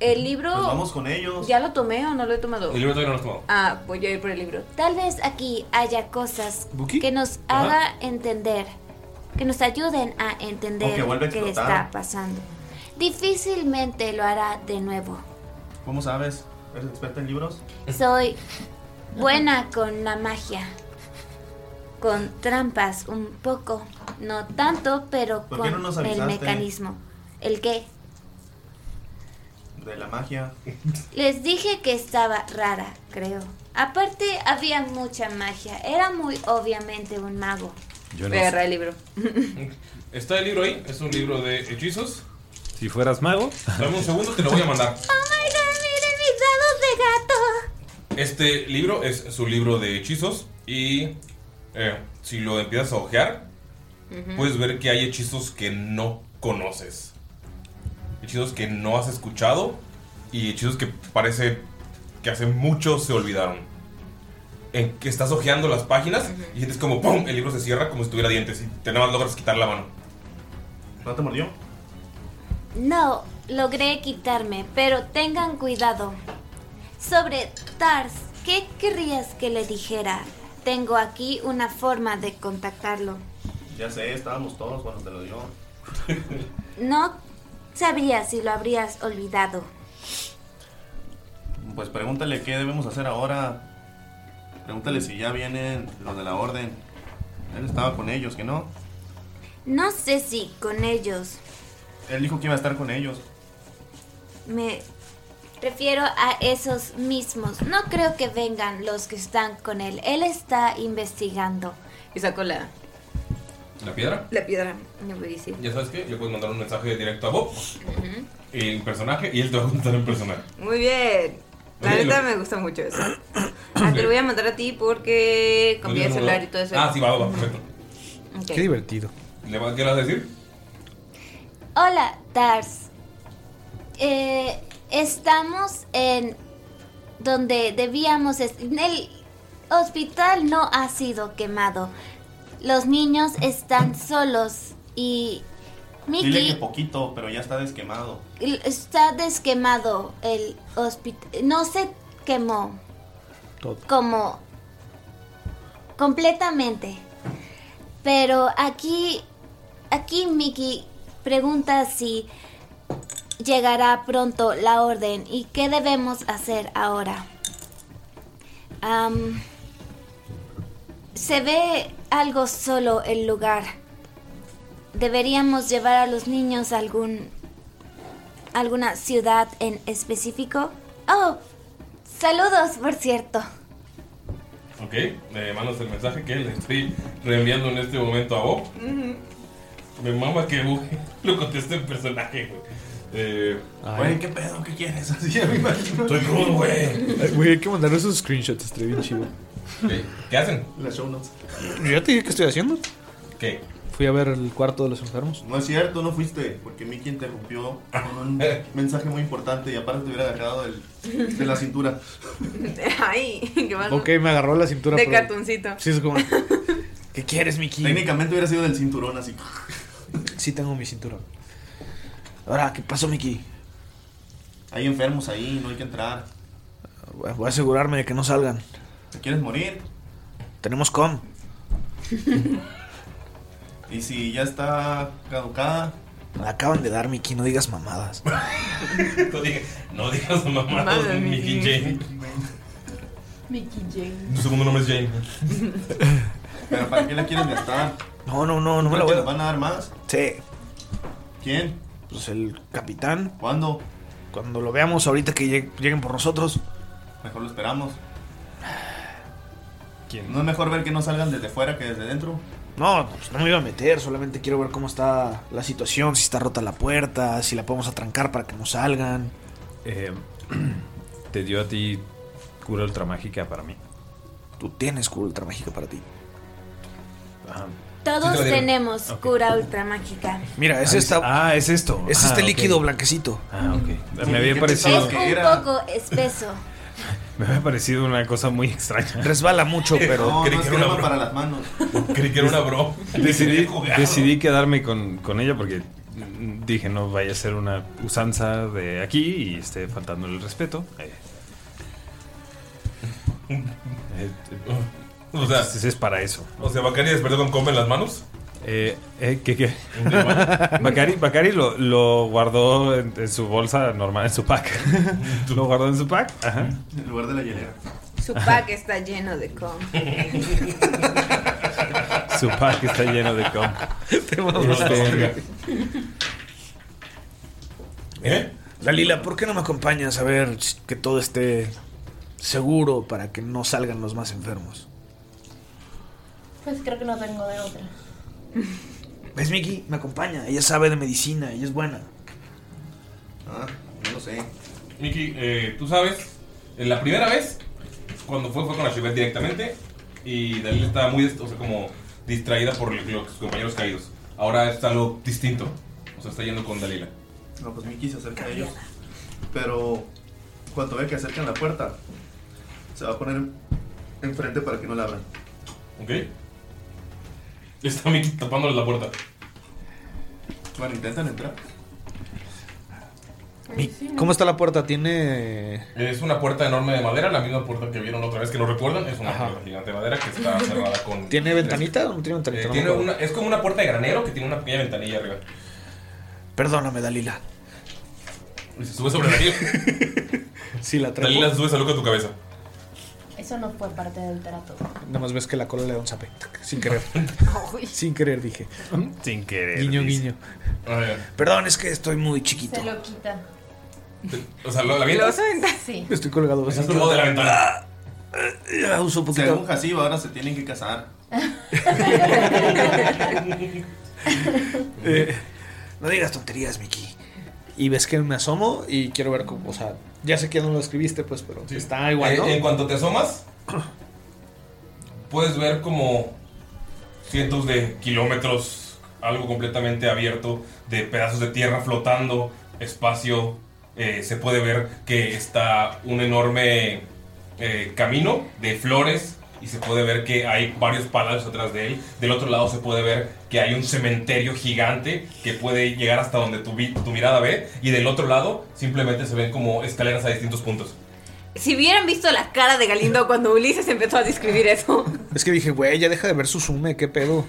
Speaker 5: El libro.
Speaker 3: Pues vamos con ellos.
Speaker 5: ¿Ya lo tomé o no lo he tomado?
Speaker 3: ciudad. El libro todavía no lo has tomado.
Speaker 5: Ah, voy a ir por el libro.
Speaker 10: Tal vez aquí haya cosas
Speaker 3: ¿Buki?
Speaker 10: que nos
Speaker 3: Ajá.
Speaker 10: haga entender, que nos ayuden a
Speaker 8: O
Speaker 10: entender
Speaker 8: que vuelva a
Speaker 10: qué
Speaker 8: explotar.
Speaker 10: está pasando. Difícilmente lo hará de nuevo.
Speaker 8: ¿Cómo sabes? ¿Eres experta en libros?
Speaker 10: Soy buena con la magia. Con trampas un poco, no tanto, pero
Speaker 8: ¿Por qué
Speaker 10: con
Speaker 8: no nos
Speaker 10: el
Speaker 8: avisaste?
Speaker 10: mecanismo. ¿El qué?
Speaker 8: De la magia.
Speaker 10: Les dije que estaba rara, creo. Aparte, había mucha magia. Era muy obviamente un mago.
Speaker 4: Yo no
Speaker 5: Voy a
Speaker 4: sé.
Speaker 5: agarrar el libro.
Speaker 3: Está el libro ahí, es un libro de hechizos.
Speaker 4: Si fueras mago.
Speaker 3: Dame un segundo, te lo voy a mandar.
Speaker 10: ¡Oh my god! ¡Miren mis dados de gato!
Speaker 3: Este libro es su libro de hechizos y eh, si lo empiezas a ojear,
Speaker 10: Ujú.
Speaker 3: puedes ver que hay hechizos que no conoces. Hechizos que no has escuchado y hechizos que parece que hace mucho se olvidaron. En que estás ojeando las páginas y sientes como ¡pum! El libro se cierra como si tuviera dientes y te nada más logras quitar la mano.
Speaker 8: ¿No te mordió?
Speaker 10: No, logré quitarme, pero tengan cuidado. Sobre Tars, ¿qué querrías que le dijera? Tengo aquí una forma de contactarlo.
Speaker 8: Ya sé, estábamos todos cuando te lo dio.
Speaker 10: No sabría si lo habrías olvidado.
Speaker 8: Pues pregúntale qué debemos hacer ahora. Pregúntale si ya vienen los de la orden. Él estaba con ellos, que no.
Speaker 10: No sé si con ellos
Speaker 8: Él dijo que iba a estar con ellos.
Speaker 10: me refiero a esos mismos. No creo que vengan los que están con él. Él está investigando.
Speaker 5: Y saco la,
Speaker 3: ¿La piedra?
Speaker 5: la piedra. Me voy a decir.
Speaker 3: Ya sabes que le puedes mandar un mensaje directo a Bob, el personaje, y él te va a contestar en personaje.
Speaker 5: Muy bien. La
Speaker 3: Oye,
Speaker 5: neta
Speaker 3: lo-
Speaker 5: me gusta mucho eso. Ah, te lo voy a mandar a ti porque cambié de
Speaker 3: Pues,
Speaker 5: celular y todo eso.
Speaker 3: Ah, sí, va, va, perfecto.
Speaker 10: Ok.
Speaker 6: Qué divertido.
Speaker 3: ¿Le va- ¿Qué le vas a decir?
Speaker 10: Hola, Tars. Eh, estamos en donde debíamos... es- El hospital no ha sido quemado. Los niños están solos y
Speaker 8: Dile que
Speaker 10: Mickey
Speaker 8: poquito, pero ya está desquemado.
Speaker 10: está desquemado. El hospital no se quemó.
Speaker 6: Todo.
Speaker 10: como completamente. Pero aquí aquí Mickey pregunta si llegará pronto la orden y qué debemos hacer ahora. Am, se ve algo solo el lugar. Deberíamos llevar a los niños a algún alguna ciudad en específico. Oh, saludos, por cierto.
Speaker 3: Ok, le mandas el mensaje que le estoy reenviando en este momento a Bob. Me mama que Bob lo conteste en personaje, güey. Eh,
Speaker 8: Güey, ¿qué pedo? ¿Qué quieres? Así ya me imagino.
Speaker 3: Estoy crudo, güey.
Speaker 6: Ay, Güey, hay que mandar esos screenshots, estaría bien chido.
Speaker 3: ¿Qué hacen?
Speaker 8: Las show notes.
Speaker 6: Yo ya te dije qué estoy haciendo.
Speaker 3: ¿Qué?
Speaker 6: Fui a ver el cuarto de los enfermos.
Speaker 8: No es cierto, no fuiste, porque Mickey interrumpió con un mensaje muy importante y aparte te hubiera agarrado del- de la cintura.
Speaker 5: Ay, qué mal.
Speaker 6: Ok, me agarró la cintura.
Speaker 5: De
Speaker 6: pero-
Speaker 5: cartoncito.
Speaker 6: Sí, es como. ¿Qué quieres, Miki?
Speaker 8: Técnicamente hubiera sido del cinturón así.
Speaker 6: Sí, tengo mi cinturón. Ahora, ¿qué pasó, Miki?
Speaker 8: Hay enfermos ahí, no hay que entrar.
Speaker 6: Voy a asegurarme de que no salgan.
Speaker 8: ¿Te quieres morir?
Speaker 6: Tenemos com.
Speaker 8: Y si ya está caducada,
Speaker 6: Me la acaban de dar, Miki, no digas mamadas.
Speaker 3: No digas, no digas mamadas,
Speaker 9: Madre
Speaker 3: Mickey Jane.
Speaker 9: Mickey Jane.
Speaker 3: Tu segundo nombre es Jane.
Speaker 8: ¿pero para qué la quieres gastar?
Speaker 6: No, no, no, no me la
Speaker 8: ¿Crees
Speaker 6: voy
Speaker 8: que
Speaker 6: a
Speaker 8: nos van a dar más?
Speaker 6: Sí,
Speaker 8: ¿Quién?
Speaker 6: pues el capitán.
Speaker 8: ¿Cuándo?
Speaker 6: Cuando lo veamos, ahorita que lleg- lleguen por nosotros.
Speaker 8: Mejor lo esperamos. ¿No es mejor ver que no salgan desde fuera que desde dentro?
Speaker 6: No, pues no me iba a meter, solamente quiero ver cómo está la situación, si está rota la puerta, si la podemos atrancar para que no salgan.
Speaker 4: Eh, te dio a ti cura ultramágica para mí.
Speaker 6: Tú tienes cura ultramágica para ti.
Speaker 4: Sí,
Speaker 10: Todos
Speaker 4: te lo dieron.
Speaker 10: tenemos
Speaker 4: Ok.
Speaker 10: cura ultramágica.
Speaker 6: Mira, es
Speaker 4: Ah,
Speaker 6: esta.
Speaker 4: Ah, es esto.
Speaker 6: Es
Speaker 4: Ah,
Speaker 6: este
Speaker 4: ok.
Speaker 6: líquido blanquecito.
Speaker 4: Ah, ok.
Speaker 6: Sí,
Speaker 4: Me había
Speaker 6: ¿qué
Speaker 4: parecido.
Speaker 6: pensabas
Speaker 10: Un poco espeso.
Speaker 4: Me había parecido una cosa muy extraña.
Speaker 6: Resbala mucho, pero.
Speaker 8: No, no
Speaker 4: Creí
Speaker 8: es
Speaker 4: que era una
Speaker 8: crema
Speaker 4: broma.
Speaker 8: para las manos.
Speaker 3: Creí que era una bro.
Speaker 4: Decidí,
Speaker 3: Jugar.
Speaker 4: decidí quedarme con, con ella porque mm, dije no vaya a ser una usanza de aquí y esté faltando el respeto. Eh, eh,
Speaker 3: O sea,
Speaker 4: entonces es para eso.
Speaker 3: O sea, Bacari despertó con come en las manos.
Speaker 4: Eh, eh, ¿Qué qué? Bacari, Bacari lo, lo guardó en, en su bolsa normal, en su pack. lo guardó en su pack. Ajá.
Speaker 8: En lugar de la hielera.
Speaker 5: Su pack está lleno de com.
Speaker 4: Su pack está lleno de com. Este,
Speaker 3: ¿Eh?
Speaker 6: Dalila, ¿por qué no me acompañas a ver que todo esté seguro para que no salgan los más enfermos?
Speaker 9: Pues creo que no tengo de otra.
Speaker 6: ¿Ves, Miki? Me acompaña. Ella sabe de medicina, ella es buena.
Speaker 8: Ah, no lo sé.
Speaker 3: Miki, eh, tú sabes, en la primera vez, cuando fue, fue con la Shivet directamente. Y Dalila estaba muy, o sea, como distraída por los compañeros caídos. Ahora está algo distinto. O sea, está yendo con Dalila.
Speaker 8: No, pues Mickey se acerca a ellos. Pero cuando ve que acercan la puerta, se va a poner enfrente para que no la abran.
Speaker 3: ¿Ok? Está Miki tapándoles la puerta.
Speaker 8: Bueno, intentan entrar.
Speaker 6: Pues ¿Cómo está la puerta? ¿Tiene
Speaker 3: Es una puerta enorme de madera, la misma puerta que vieron otra vez que no recuerdan. Es una puerta gigante de madera que está cerrada con.
Speaker 6: ¿Tiene ventanita o no tiene ventanita?
Speaker 3: Eh,
Speaker 6: No me
Speaker 3: tiene
Speaker 6: acuerdo.
Speaker 3: una, es como una puerta de granero que tiene una pequeña ventanilla arriba.
Speaker 6: Perdóname, Dalila.
Speaker 3: Eh. Y se sube sobre Dalila.
Speaker 6: Sí, la traigo.
Speaker 3: Dalila se sube salud a tu cabeza.
Speaker 9: Eso no fue parte del trato.
Speaker 6: Nada más ves que la cola le da un zape. Sin querer. Sin querer, dije.
Speaker 4: sin querer.
Speaker 6: Guiño,
Speaker 4: dice.
Speaker 6: guiño.
Speaker 3: A ver,
Speaker 6: Perdón, es que estoy muy chiquito.
Speaker 9: Se lo quita.
Speaker 3: O sea, ¿lo- ¿la
Speaker 5: Lo
Speaker 3: avientas?
Speaker 9: Sí.
Speaker 6: Me estoy colgado.
Speaker 3: Se tumbó de la ventana.
Speaker 6: Ya uso un
Speaker 8: Según
Speaker 6: poquito.
Speaker 8: Jaciba, ahora se tienen que casar.
Speaker 4: Este,
Speaker 6: Eh, No digas tonterías, Miki. Y ves que me asomo y quiero ver cómo. O sea, ya sé que ya no lo escribiste, pues, pero
Speaker 3: Sí.
Speaker 6: está igual,
Speaker 3: Eh,
Speaker 6: ¿no?
Speaker 3: En cuanto te asomas, puedes ver como cientos de kilómetros, algo completamente abierto, de pedazos de tierra flotando, espacio, eh, se puede ver que está un enorme eh, camino de flores y se puede ver que hay varios palacios atrás de él. Del otro lado se puede ver que hay un cementerio gigante que puede llegar hasta donde tu, vi- tu mirada ve y del otro lado simplemente se ven como escaleras a distintos puntos.
Speaker 5: Si hubieran visto la cara de Galindo cuando Ulises empezó a describir eso.
Speaker 6: Es que dije, güey, ya deja de ver su sume, qué pedo.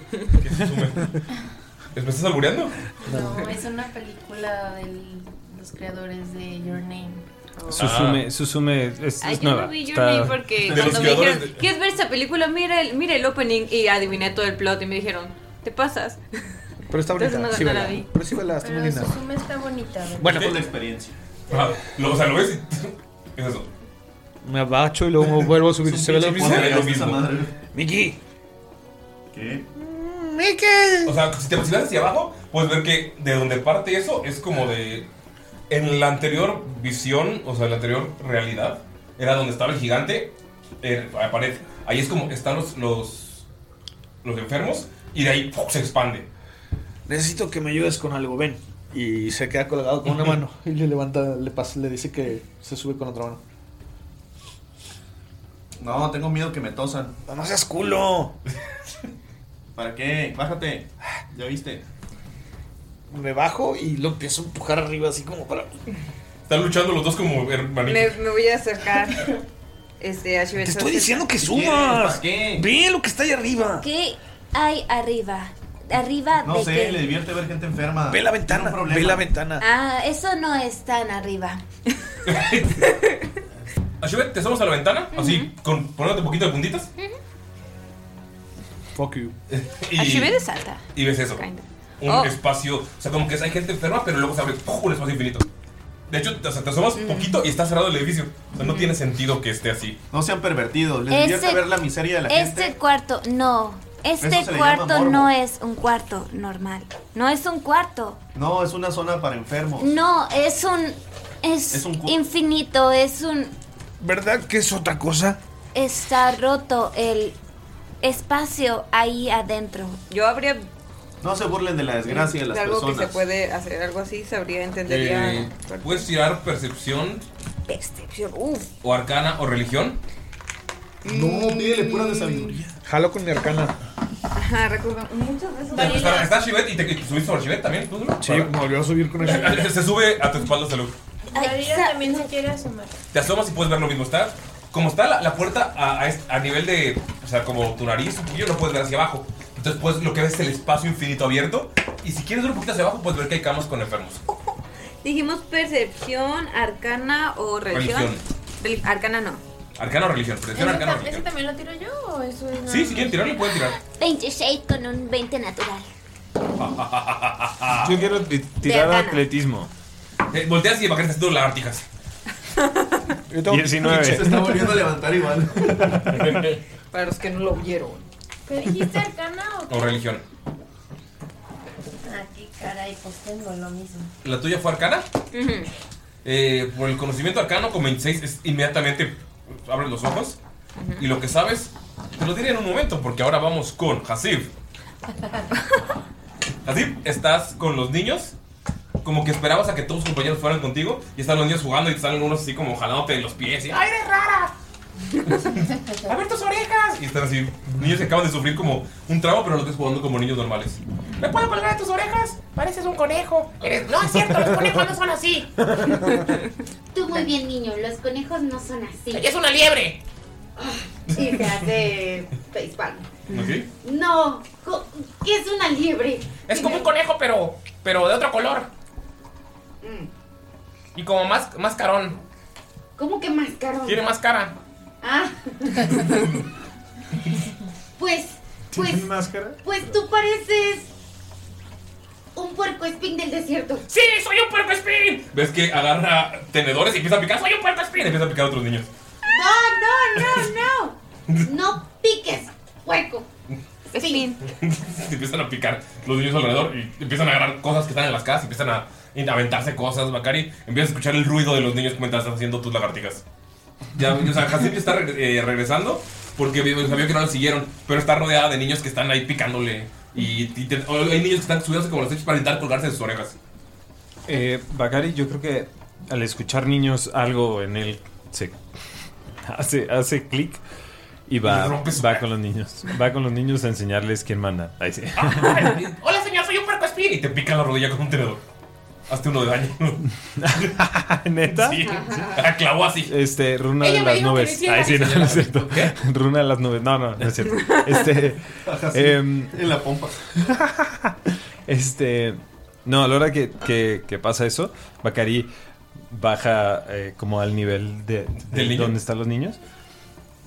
Speaker 3: ¿Me estás albureando?
Speaker 9: No, es una película de los creadores de Your Name.
Speaker 11: Susume, Susume es, es
Speaker 5: Ay, yo
Speaker 11: nueva.
Speaker 5: no vi Your
Speaker 11: está-
Speaker 5: Name porque cuando me dijeron, ¿quieres ver esta película? Mira el, mira el opening y adiviné todo el plot y me dijeron, ¿te pasas?
Speaker 6: Pero está bonita.
Speaker 5: Entonces no-
Speaker 6: sí,
Speaker 5: no
Speaker 6: vela.
Speaker 5: la vi.
Speaker 6: Pero sí, vela, está muy
Speaker 9: Pero
Speaker 6: linda.
Speaker 9: su suma Ah, está bonita. ¿verdad?
Speaker 6: Bueno,
Speaker 8: Fue la experiencia.
Speaker 3: Ajá, lo- o sea, lo ves y- es eso.
Speaker 6: Me abacho y luego vuelvo a subir.
Speaker 3: Es un
Speaker 6: Se ve lo
Speaker 3: pinche
Speaker 6: mismo.
Speaker 3: podcast, esa madre.
Speaker 6: Miki.
Speaker 8: ¿Qué?
Speaker 6: Mm,
Speaker 3: O sea, si te posicionas hacia abajo, puedes ver que de donde parte eso es como de. En la anterior visión, o sea, en la anterior realidad, era donde estaba el gigante, eh, la pared. Ahí es como están los, los, los enfermos y de ahí ¡puf! se expande.
Speaker 6: Necesito que me ayudes con algo, ven. Y se queda colgado con una mano. Y le levanta, le pasa, le dice que se sube con otra mano.
Speaker 8: No, tengo miedo que me tosan.
Speaker 6: No seas culo.
Speaker 8: ¿Para qué? Bájate. ¿Ya viste?
Speaker 6: Me bajo y lo empiezo a empujar arriba así como para.
Speaker 3: Están luchando los dos como
Speaker 5: Me,
Speaker 3: hermanitos.
Speaker 5: me voy a acercar. Este, a Te
Speaker 6: Estoy diciendo que subas. Ve lo que está ahí arriba.
Speaker 10: ¿Qué hay arriba? ¿Arriba
Speaker 8: No
Speaker 10: de
Speaker 8: sé,
Speaker 10: qué?
Speaker 8: le divierte ver gente enferma.
Speaker 6: Ve la ventana, ve la ventana.
Speaker 10: Ah, eso no es tan arriba.
Speaker 3: Ashibet, te somos a la ventana, así, con, poniéndote un poquito de puntitas. Eh,
Speaker 6: Fuck you.
Speaker 3: Y,
Speaker 5: Ashibet es alta.
Speaker 3: y ves eso. Un
Speaker 5: Oh.
Speaker 3: espacio, o sea, como que hay gente enferma, pero luego se abre ¡puf! un espacio infinito. De hecho, o sea, te asomas poquito y está cerrado el edificio. O sea, no tiene sentido que esté así.
Speaker 8: No sean pervertidos,
Speaker 10: les divierte Ese- ver la
Speaker 8: miseria
Speaker 10: Este cuarto, no. Este
Speaker 8: Eso se le llama
Speaker 10: cuarto
Speaker 8: morbo.
Speaker 10: no es un cuarto normal. No es un cuarto.
Speaker 8: No, es una zona para enfermos.
Speaker 6: Mm.
Speaker 10: No, es un. Es,
Speaker 8: Es un cu-
Speaker 10: infinito. Es un.
Speaker 6: ¿Verdad que es otra cosa?
Speaker 10: Está roto el espacio ahí adentro.
Speaker 5: Yo habría
Speaker 8: No se burlen de la desgracia de las
Speaker 5: algo que
Speaker 8: personas.
Speaker 5: se puede hacer, algo así, sabría, entendería.
Speaker 3: Eh, puedes tirar percepción
Speaker 5: Percepción, uf.
Speaker 3: o arcana o religión.
Speaker 8: No,
Speaker 5: Mm.
Speaker 8: pídele pura de sabiduría.
Speaker 6: Jalo con mi arcana.
Speaker 5: Ajá, recuerdo. Muchas veces.
Speaker 3: Está, Pues, está Shivet y te y subiste sobre Shivet también. ¿tú, no?
Speaker 6: Sí, me volvió a subir con el.
Speaker 3: Se sube a tu espalda salud.
Speaker 9: Galina también se quiere asomar.
Speaker 3: Te asomas y puedes ver lo mismo. Está, como está la, la puerta a, a est- a nivel de. O sea, como tu nariz, un poquillo, no puedes ver hacia abajo. Entonces, pues lo que ves es el espacio infinito abierto. Y si quieres ver un poquito hacia abajo, puedes ver que hay camas con enfermos.
Speaker 5: Dijimos percepción, arcana o religión.
Speaker 3: Religión.
Speaker 5: Reli- Arcana no.
Speaker 3: Arcana o religión. Percepción,
Speaker 9: ¿Ese,
Speaker 3: arcana o
Speaker 9: tam- ese
Speaker 3: religión.
Speaker 9: también lo tiro yo o eso es.? nada
Speaker 3: Sí, si quieren
Speaker 9: más?
Speaker 3: tirarlo, pueden tirar.
Speaker 10: 26 con un 20 natural.
Speaker 4: Yo quiero ti- tirar
Speaker 10: De arcana.
Speaker 4: atletismo.
Speaker 3: Eh, volteas y Bacán está haciendo lagartijas.
Speaker 6: Yo
Speaker 4: tengo 19.
Speaker 8: Se está volviendo a levantar igual.
Speaker 5: Para los que no lo vieron.
Speaker 9: ¿Qué dijiste, arcana o qué?
Speaker 3: O religión.
Speaker 9: Ah, qué caray, pues tengo lo mismo.
Speaker 3: ¿La tuya fue arcana? Eh, por el conocimiento arcano con 26 es inmediatamente pues, abres los ojos y lo que sabes te lo diré en un momento porque ahora vamos con Hasib. Hasib, estás con los niños como que esperabas a que todos tus compañeros fueran contigo y están los niños jugando y te salen unos así como jalándote de los pies y, ¡Ay, eres rara! ¡A ver tus orejas! Y están así, niños que acaban de sufrir como un trauma pero los ves jugando como niños normales. ¿Me puedo colgar de tus orejas? Pareces un conejo. Eres- No, es cierto, los conejos no son así.
Speaker 10: Tú muy bien, niño. Los conejos no son así.
Speaker 3: ¡Es una liebre!
Speaker 12: Y se hace facepalm.
Speaker 3: Ok.
Speaker 12: No, co- ¿qué es una liebre?
Speaker 3: Es como un conejo, pero, pero de otro color.
Speaker 12: Mm,
Speaker 3: Y como más, más carón.
Speaker 12: ¿Cómo que mascarón?
Speaker 3: Tiene más cara.
Speaker 12: Ah. pues, pues,
Speaker 6: máscara?
Speaker 12: pues tú pareces un puerco espín del desierto.
Speaker 3: ¡Sí, soy un puerco espín! ¿Ves que agarra tenedores y empieza a picar? ¡Soy un puerco espín! Empieza a picar a otros niños.
Speaker 12: No, no, no, no. No piques, puerco.
Speaker 5: Espín.
Speaker 3: Y empiezan a picar los niños alrededor y empiezan a agarrar cosas que están en las casas y empiezan a a aventarse cosas, Bacari. Empiezas a escuchar el ruido de los niños mientras estás haciendo tus lagartijas. Ya, o sea, Hasib está reg- eh, regresando Porque vio vio que no lo siguieron. Pero está rodeada de niños que están ahí picándole. Y, y te- o hay niños que están subiéndose como los hechos para intentar colgarse de sus orejas.
Speaker 4: Eh, Bakari, yo creo que al escuchar niños algo en él se hace, hace clic y va, va con los niños. Va con los niños a enseñarles quién manda. Ahí sí.
Speaker 3: Hola señor, soy un puerco espín. Y te pica la rodilla con un tenedor. Hazte uno de daño.
Speaker 4: ¿Neta?
Speaker 3: Sí,
Speaker 8: Ah,
Speaker 3: la clavó así.
Speaker 4: Este, runa
Speaker 3: Ella
Speaker 4: de
Speaker 3: me
Speaker 4: las
Speaker 3: dijo que
Speaker 4: nubes.
Speaker 3: lo hiciera.
Speaker 4: Ay, sí, no,
Speaker 3: Sí,
Speaker 4: no es cierto. Runa de las nubes. No, no, no es cierto. Este.
Speaker 8: Ajá, sí.
Speaker 4: em,
Speaker 8: en la pompa.
Speaker 4: Este. No, a la hora que, que- que pasa eso, Bakari baja eh, como al nivel de, de donde están los niños.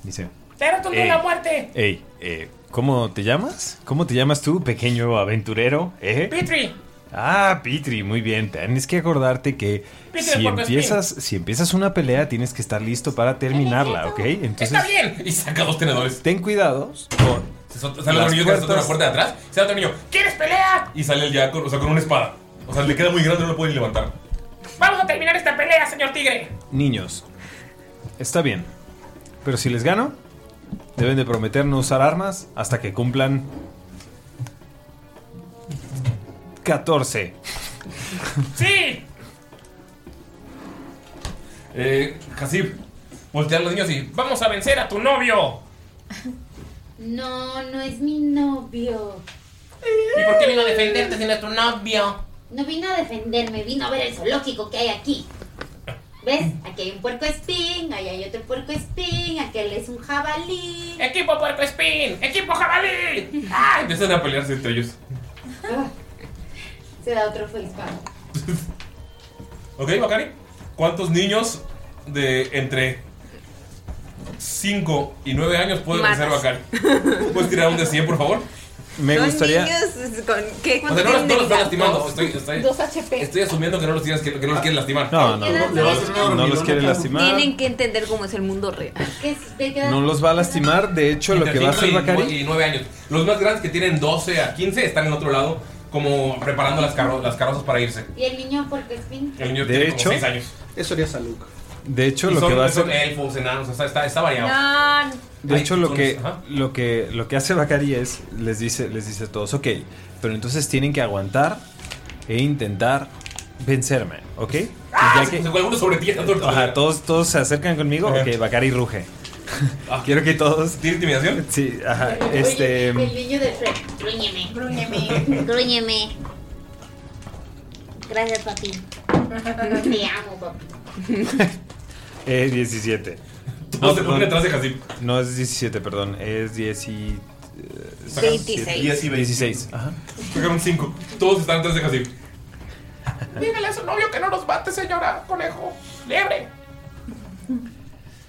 Speaker 4: Dice.
Speaker 3: Pero tú no
Speaker 4: "Ey,
Speaker 3: la muerte.
Speaker 4: ey, eh, ¿cómo te llamas? ¿Cómo te llamas tú, pequeño aventurero? ¿Eh?
Speaker 3: Petri.
Speaker 4: Ah, Pitri, muy bien. Tienes que acordarte que
Speaker 3: Pitri
Speaker 4: si
Speaker 3: de Puerco
Speaker 4: empiezas, si empiezas una pelea, tienes que estar listo para terminarla, ¿ok? Entonces,
Speaker 3: Está bien. Y saca dos tenedores.
Speaker 4: Ten cuidado con.
Speaker 3: Se sol- Sale
Speaker 4: Las
Speaker 3: otro niño que se
Speaker 4: puertas-
Speaker 3: salta la puerta de atrás. Sale otro niño. ¿Quieres pelea? Y sale el ya con, o sea, con una espada. O sea, le queda muy grande, no lo puede ni levantar. Vamos a terminar esta pelea, señor tigre.
Speaker 4: Niños, está bien. Pero si les gano, deben de prometer no usar armas hasta que cumplan 14.
Speaker 3: ¡Sí! Eh, Hasib, voltear a los niños y ¡Vamos a vencer a tu novio!
Speaker 12: No, no es mi novio.
Speaker 3: ¿Y por qué vino a defenderte si no es tu novio?
Speaker 12: No vino a defenderme, vino a ver el zoológico que hay aquí. ¿Ves? Aquí hay un puerco espín, ahí hay otro puerco espín, aquel es un jabalí.
Speaker 3: ¡Equipo puerco espín! ¡Equipo jabalí! ¡Ah! Empiezan a pelearse entre ellos.
Speaker 12: Se da otro facepalm.
Speaker 3: ¿Ok, Bakari? ¿Cuántos niños de entre 5 y 9 años pueden
Speaker 5: Matas.
Speaker 3: vencer a Bakari? ¿Puedes tirar un de 100, por favor?
Speaker 4: Me
Speaker 5: Son niños con qué
Speaker 3: O sea, no los, no los estoy lastimando. Estoy, estoy,
Speaker 5: Dos HP.
Speaker 3: estoy asumiendo que no los, tienes, que, que no los quieres lastimar.
Speaker 4: No, no, no, no, no los quiere lastimar.
Speaker 5: Tienen que entender cómo es el mundo real.
Speaker 4: No los va a lastimar. De hecho, lo que va a hacer Bakari.
Speaker 3: Y 9 años. Los más grandes que tienen 12 a 15 están en otro lado, como preparando las, carro- las carrozas para irse.
Speaker 12: ¿Y el niño puerco espín?
Speaker 3: El niño
Speaker 4: De
Speaker 3: tiene
Speaker 4: hecho-
Speaker 3: como 6 años.
Speaker 6: Eso haría Saluk.
Speaker 4: De hecho,
Speaker 3: Y
Speaker 4: lo
Speaker 3: son,
Speaker 4: que va a
Speaker 3: son
Speaker 4: hacer.
Speaker 3: elfos, enanos, o sea, está, está variado.
Speaker 4: De hecho, lo
Speaker 3: son-
Speaker 4: que, lo que lo que hace Bakari es les dice les dice a todos, ok, pero entonces tienen que aguantar e intentar vencerme, ¿ok? Y
Speaker 3: Ah,
Speaker 4: ya que-
Speaker 3: Algunos sobre ti están todo-
Speaker 4: Ajá, todos, todos se acercan conmigo, ok, Bakari ruge. Quiero que todos.
Speaker 3: Ah. ¿Tiene intimidación?
Speaker 4: Sí, ajá. Este.
Speaker 12: El niño de Fred. Grúñeme. Grúñeme.
Speaker 10: Grúñeme. Gracias, papi.
Speaker 12: Te amo, papi.
Speaker 4: Es 17.
Speaker 3: Todos se ponen atrás de Hasib.
Speaker 4: No, es 17, perdón. Es 10 y. eh,
Speaker 5: 26.
Speaker 4: 10 y 26. Ajá.
Speaker 3: Sacaron 5. Todos están atrás de Hasib.
Speaker 13: Dígale a su novio que no nos mate, señora conejo. Liebre.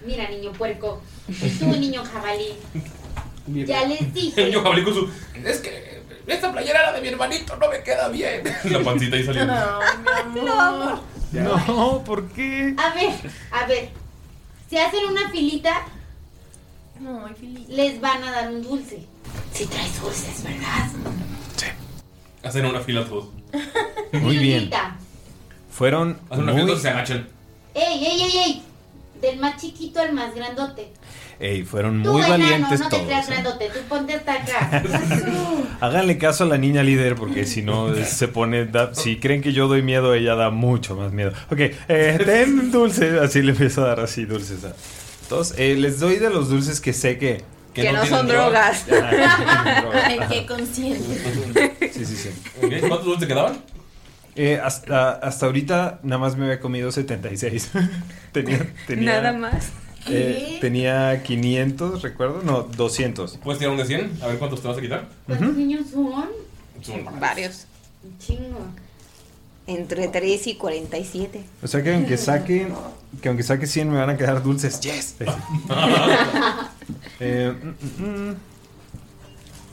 Speaker 12: Mira, niño puerco. Y tú, niño jabalí. Ya les
Speaker 3: El
Speaker 12: dije.
Speaker 3: niño jabalí con su.
Speaker 13: Es que esta playera era de mi hermanito, no me queda bien.
Speaker 3: La pancita ahí saliendo.
Speaker 12: Lo amo.
Speaker 4: No, ¿por qué?
Speaker 12: A ver, a ver. Si hacen una filita. No, hay filita. Les van a dar un dulce. Si traes dulces, ¿verdad?
Speaker 3: Hacen una fila todos.
Speaker 4: Muy bien.
Speaker 12: Filita.
Speaker 4: Fueron.
Speaker 3: Hacen una fila
Speaker 4: muy-
Speaker 3: todos y se agachan.
Speaker 12: Ey, ey, ey, ey. Del más chiquito al más grandote.
Speaker 4: Ey, fueron
Speaker 12: Tú,
Speaker 4: muy
Speaker 12: enano,
Speaker 4: valientes
Speaker 12: no te
Speaker 4: todos.
Speaker 13: ¿eh?
Speaker 12: creas grandote. Tú ponte hasta acá.
Speaker 4: Háganle caso a la niña líder porque si no se pone... da- si creen que yo doy miedo, ella da mucho más miedo. Ok, eh, ten dulces. Así le empiezo a dar así dulces. a- Entonces, eh, les doy de los dulces que sé que...
Speaker 5: Que no son
Speaker 4: tienen droga.
Speaker 5: drogas.
Speaker 4: Ay,
Speaker 9: qué consciente.
Speaker 4: Sí, sí, sí.
Speaker 3: ¿Cuántos dulces quedaban?
Speaker 4: Eh, hasta, hasta ahorita nada más me había comido 76. tenía, tenía,
Speaker 5: Nada más.
Speaker 4: eh, tenía 500, recuerdo. No, 200.
Speaker 3: ¿Puedes tirar un Pues, de 100? A ver cuántos te vas a quitar.
Speaker 12: ¿Cuántos niños son?
Speaker 3: Son-
Speaker 5: Varios.
Speaker 12: Un chingo.
Speaker 5: Entre 3 y 47.
Speaker 4: O sea que aunque saque, que aunque saque 100 me van a quedar dulces. Yes. Eh, mm, mm, mm.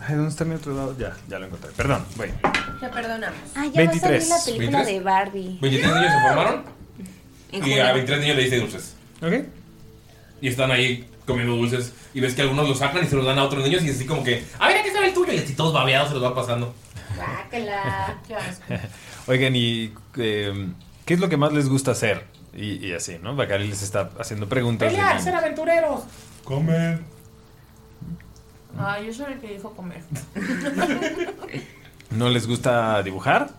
Speaker 4: Ay, ¿dónde está mi otro lado? Ya, ya lo encontré. Perdón, bueno.
Speaker 9: Te perdonamos.
Speaker 5: Ah,
Speaker 4: ya va a salir la 23.
Speaker 5: película
Speaker 4: película de
Speaker 5: de Barbie.
Speaker 3: 23 niños se formaron.
Speaker 5: En
Speaker 3: Y
Speaker 5: junio.
Speaker 3: a 23 niños le diste dulces.
Speaker 4: Ok.
Speaker 3: Y están ahí comiendo dulces. Y ves que algunos los sacan y se los dan a otros niños. Y así como que, a ver, aquí está el tuyo. Y así todos babeados se los va pasando.
Speaker 12: Guácala. Qué asco.
Speaker 4: Oigan, ¿y eh, qué es lo que más les gusta hacer? Y, y así, ¿no? Bacari les está haciendo preguntas. de
Speaker 13: Pelear,
Speaker 4: niño.
Speaker 13: ser aventureros.
Speaker 3: Comer.
Speaker 14: Ah, yo soy el que dijo comer.
Speaker 4: ¿No les gusta dibujar?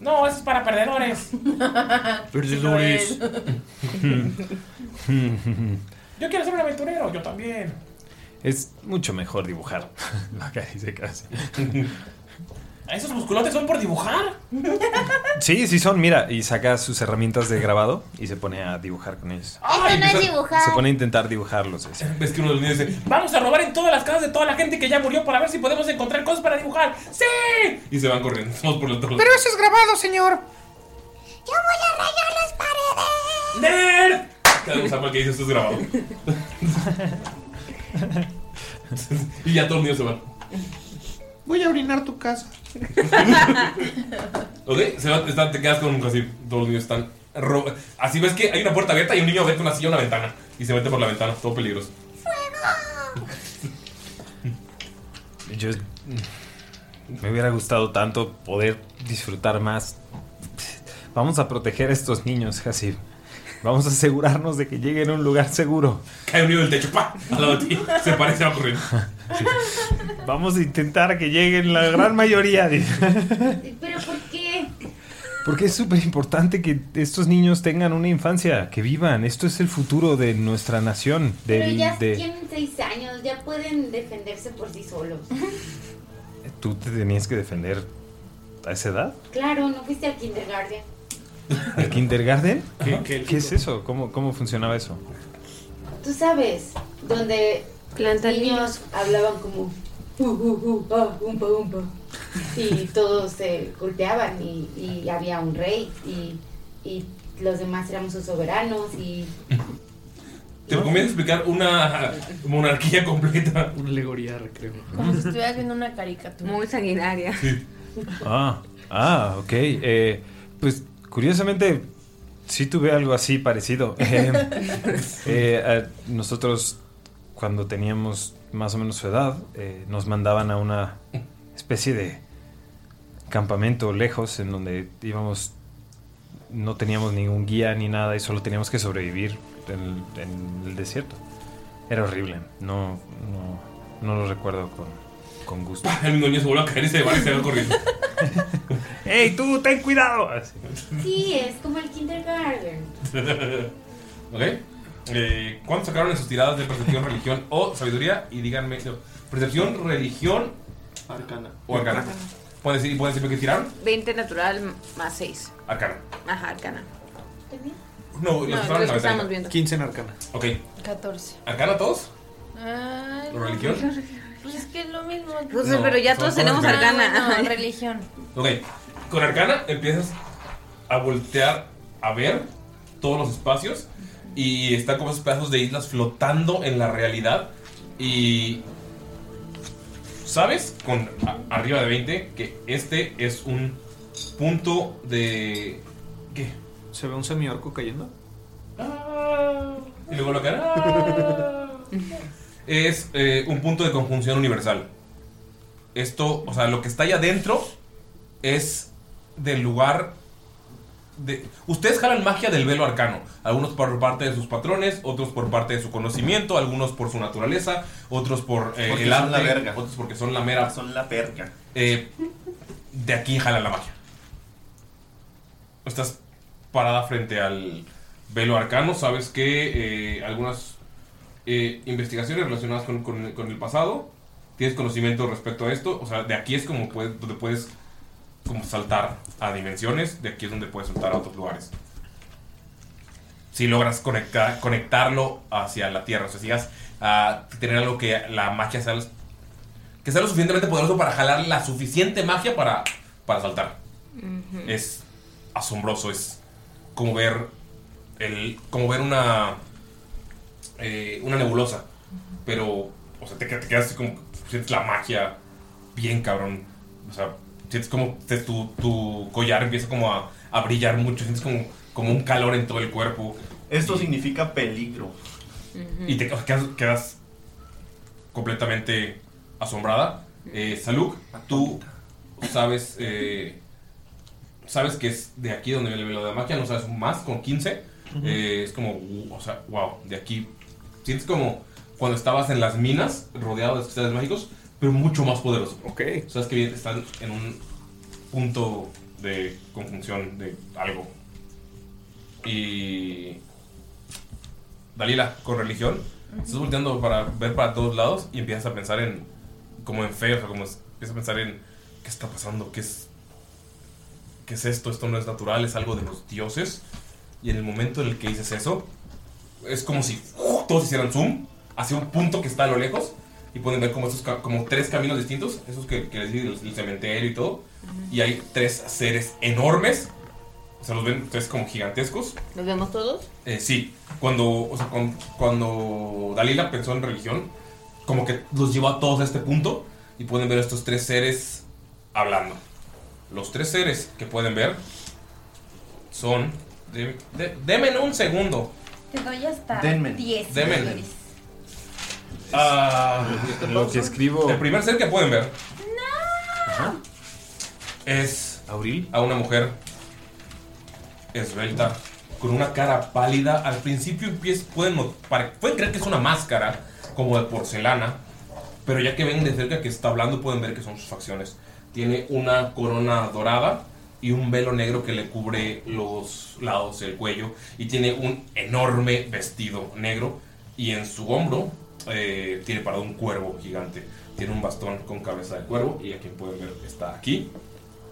Speaker 14: No, eso es para perdedores.
Speaker 4: Perdedores.
Speaker 13: Yo quiero ser un aventurero, yo también.
Speaker 4: es mucho mejor dibujar. Lo que dice casi.
Speaker 13: ¿Esos musculotes son por dibujar?
Speaker 4: Sí, sí son, mira, y saca sus herramientas de grabado y se pone a dibujar con ellos.
Speaker 13: Ay,
Speaker 10: no es dibujar.
Speaker 4: Se pone a intentar dibujarlos. así.
Speaker 3: Ves que uno de los niños dice,
Speaker 13: Vamos a robar en todas las casas de toda la gente que ya murió para ver si podemos encontrar cosas para dibujar. ¡Sí!
Speaker 3: y se van corriendo. Vamos por los dos.
Speaker 13: Pero eso es grabado, señor.
Speaker 12: Yo voy a rayar las paredes.
Speaker 3: ¡Nerd! Cada uno sabe lo que dice, esto es grabado. y ya todos los niños se van.
Speaker 6: Voy a orinar tu casa.
Speaker 3: ¿Ok? Se van, están- te quedas con casi todos los niños están. ro- Así ves que hay una puerta abierta y un niño mete una silla a una ventana. Y se mete por la ventana, todo peligroso.
Speaker 4: Yo me hubiera gustado tanto poder disfrutar más. Vamos a proteger a estos niños, Hasib. Vamos a asegurarnos de que lleguen a un lugar seguro.
Speaker 3: Cae un niño del techo, ¡pa! Al lado de ti. Se parece a ocurrir.
Speaker 4: Vamos a intentar que lleguen la gran mayoría.
Speaker 12: ¿Pero por qué?
Speaker 4: Porque es súper importante que estos niños tengan una infancia, que vivan. Esto es el futuro de nuestra nación.
Speaker 12: Pero
Speaker 4: del-
Speaker 12: ya
Speaker 4: de-
Speaker 12: tienen seis años, ya pueden defenderse por sí solos.
Speaker 4: Tú te tenías que defender a esa edad.
Speaker 12: Claro, no fuiste al kindergarten.
Speaker 4: ¿El kindergarten? ¿Qué,
Speaker 12: Ajá.
Speaker 4: qué- qué es eso? ¿Cómo, ¿Cómo funcionaba eso?
Speaker 12: Tú sabes, donde los niños hablaban como "Uh, uh, uh,
Speaker 4: Oh,
Speaker 12: ah, umpa, umpa", y todos se golpeaban y, y había un rey y, y los demás éramos sus soberanos y
Speaker 3: Te recomiendo explicar una monarquía completa.
Speaker 15: Una alegoría, creo.
Speaker 9: Como si estuvieras viendo una caricatura.
Speaker 5: Muy sanguinaria.
Speaker 4: Ah, ah, ok. Eh, pues curiosamente, sí tuve algo así parecido. Eh, eh, a- nosotros, cuando teníamos más o menos su edad, eh, nos mandaban a una especie de campamento lejos en donde íbamos, no teníamos ningún guía ni nada y solo teníamos que sobrevivir en el, en el desierto. Era horrible, no, no, no lo recuerdo con, con gusto.
Speaker 3: El mismo niño se vuelve a caer y se va y se va corriendo.
Speaker 4: ¡Ey, tú, ten cuidado!
Speaker 3: Ah,
Speaker 4: Así.
Speaker 12: sí, es como el kindergarten.
Speaker 3: ¿Ok? Eh, ¿Cuántos sacaron en sus tiradas de percepción, religión o sabiduría? Y díganme, no, percepción, religión
Speaker 8: Arcana.
Speaker 3: o arcana. ¿Pueden decir, pueden decirme qué tiraron?
Speaker 5: 20 natural más 6.
Speaker 3: Arcana.
Speaker 5: Ajá, arcana.
Speaker 3: No,
Speaker 5: No,
Speaker 3: los que estaban en
Speaker 5: los
Speaker 3: la
Speaker 5: que estábamos
Speaker 3: ventana.
Speaker 5: viendo.
Speaker 3: 15 en arcana. Ok.
Speaker 9: 14.
Speaker 3: ¿Arcana todos?
Speaker 9: Ay,
Speaker 3: ¿O religión?
Speaker 9: Pues es que es lo mismo.
Speaker 5: No sé, No, Pues, pero ya son todos tenemos
Speaker 9: Ah,
Speaker 5: arcana.
Speaker 9: bueno, religión.
Speaker 3: Ok. Con arcana empiezas a voltear a ver todos los espacios y están como esos pedazos de islas flotando en la realidad y sabes con a- arriba de 20 que este es un punto de ¿Qué?
Speaker 6: ¿Se ve un semiorco cayendo?
Speaker 3: Ah. y luego lo cara es eh, un punto de conjunción universal. Esto, o sea, lo que está allá adentro es del lugar de... Ustedes jalan magia del velo arcano, algunos por parte de sus patrones, otros por parte de su conocimiento, algunos por su naturaleza, otros por eh,
Speaker 8: Porque
Speaker 3: el
Speaker 8: son
Speaker 3: arte,
Speaker 8: la verga.
Speaker 3: otros porque son la mera...
Speaker 8: Son la perca.
Speaker 3: Eh, de aquí jala la magia. Estás parada frente al velo arcano. Sabes que eh, algunas eh, investigaciones relacionadas con, con- con el pasado. Tienes conocimiento respecto a esto. O sea, de aquí es como puedes, donde puedes como saltar a dimensiones. De aquí es donde puedes saltar a otros lugares. Si logras conectar, conectarlo hacia la tierra. O sea, si llegas a tener algo que la magia sea que sea lo suficientemente poderoso para jalar la suficiente magia para, para saltar.
Speaker 13: Ujú.
Speaker 3: Es asombroso, es como ver el, como ver una eh, una nebulosa, pero o sea, te, que- te quedas así como sientes la magia bien cabrón. O sea, sientes como te- tu, tu collar empieza como a, a brillar mucho, sientes como, como un calor en todo el cuerpo.
Speaker 8: Esto significa peligro.
Speaker 3: Y te quedas, quedas completamente asombrada. Eh, Saluk, tú sabes eh, sabes que es de aquí donde viene el velo de magia, no sabes más con 15.
Speaker 13: Ujú.
Speaker 3: Eh, es como, uh, o sea, wow, de aquí. Sientes como, cuando estabas en las minas, rodeado de cristales mágicos, pero mucho más poderoso.
Speaker 6: Ok.
Speaker 3: Sabes que bien, están en un punto de conjunción de algo. Y. Dalila, con religión,
Speaker 13: Ujú.
Speaker 3: estás volteando para ver para todos lados y empiezas a pensar en. como en fe, o sea, como es- empiezas a pensar en. ¿Qué está pasando? ¿Qué es ¿qué es esto? Esto no es natural, es algo de los dioses. Y en el momento en el que dices eso, es como si ¡uh! todos hicieran zoom hacia un punto que está a lo lejos y pueden ver como, esos, ca- como tres caminos distintos, esos que, que les digo, el, el cementerio y todo.
Speaker 15: Ujú.
Speaker 3: Y hay tres seres enormes, o sea, los ven ustedes como gigantescos.
Speaker 15: ¿Nos vemos todos?
Speaker 3: Eh, sí, cuando, o sea, cuan- cuando Dalila pensó en religión, como que los llevó a todos a este punto y pueden ver a estos tres seres hablando. Los tres seres que pueden ver son... de- de- Denme un segundo.
Speaker 9: Te doy hasta
Speaker 3: Denme.
Speaker 9: 10.
Speaker 3: Denme.
Speaker 9: si quieres.
Speaker 3: Ah, lo que escribo... El primer ser que pueden ver Ajá. es a una mujer esbelta con una cara pálida. Al principio empiez- pueden, not- pare- pueden creer que es una máscara como de porcelana, pero ya que ven de cerca que está hablando pueden ver que son sus facciones. Tiene una corona dorada y un velo negro que le cubre los lados del cuello y tiene un enorme vestido negro y en su hombro eh, tiene parado un cuervo gigante. Tiene un bastón con cabeza de cuervo y a quien pueden ver está aquí.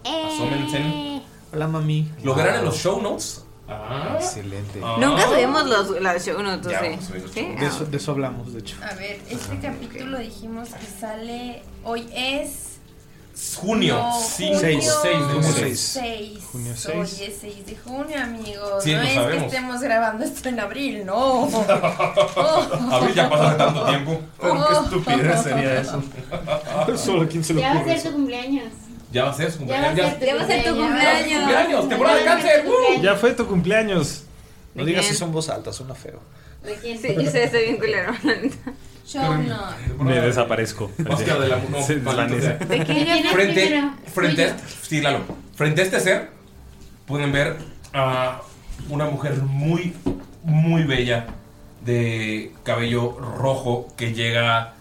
Speaker 12: Eh.
Speaker 3: Asómense.
Speaker 6: Hola, mami.
Speaker 3: Lo verán en
Speaker 6: Wow.
Speaker 3: los show notes.
Speaker 8: Ah.
Speaker 6: Excelente.
Speaker 5: Nunca subimos los, la show notes,
Speaker 6: Ya
Speaker 5: ¿eh?
Speaker 6: vamos a subir los
Speaker 5: ¿Sí?
Speaker 6: De eso, de eso hablamos, de hecho.
Speaker 9: A ver, este capítulo dijimos que sale. Hoy es.
Speaker 3: Junio, cinco,
Speaker 9: junio
Speaker 3: seis, ¿no?
Speaker 9: junio
Speaker 3: Seis.
Speaker 9: seis.
Speaker 3: Junio
Speaker 9: Hoy
Speaker 3: seis.
Speaker 9: es 6 de junio, amigos.
Speaker 3: Sí,
Speaker 9: no
Speaker 3: lo
Speaker 9: es
Speaker 3: sabemos.
Speaker 9: que estemos grabando esto en abril, no.
Speaker 3: Abril ya pasó hace tanto tiempo.
Speaker 9: Pero qué estupidez
Speaker 6: sería
Speaker 3: eso.
Speaker 6: Solo a quien se lo
Speaker 12: Ya va a
Speaker 6: ocurre.
Speaker 12: ser tu cumpleaños.
Speaker 3: Ya va a ser su
Speaker 12: Ya va a
Speaker 3: cumpleaños.
Speaker 12: ser tu
Speaker 3: Ya-
Speaker 12: cumpleaños.
Speaker 3: Ya va a ser tu cumpleaños, temporada de
Speaker 12: Ya va a ser
Speaker 3: cáncer.
Speaker 12: tu
Speaker 3: ¡uh!
Speaker 12: cumpleaños.
Speaker 11: Ya fue tu cumpleaños.
Speaker 6: No digas eso en voz alta, suena feo.
Speaker 12: ¿De quién?
Speaker 5: Sí, yo sé, estoy bien culero. la neta.
Speaker 12: Show no.
Speaker 11: Me desaparezco.
Speaker 3: Hostia, de la no,
Speaker 11: Se
Speaker 3: maldito
Speaker 11: desvanece.
Speaker 3: sea.
Speaker 12: ¿De quién es
Speaker 3: Frente,
Speaker 12: primero?
Speaker 3: frente, a,
Speaker 12: Tuyo.
Speaker 3: sí, Lalo. frente a este ser, pueden ver a una mujer muy, muy bella, de cabello rojo, que llega.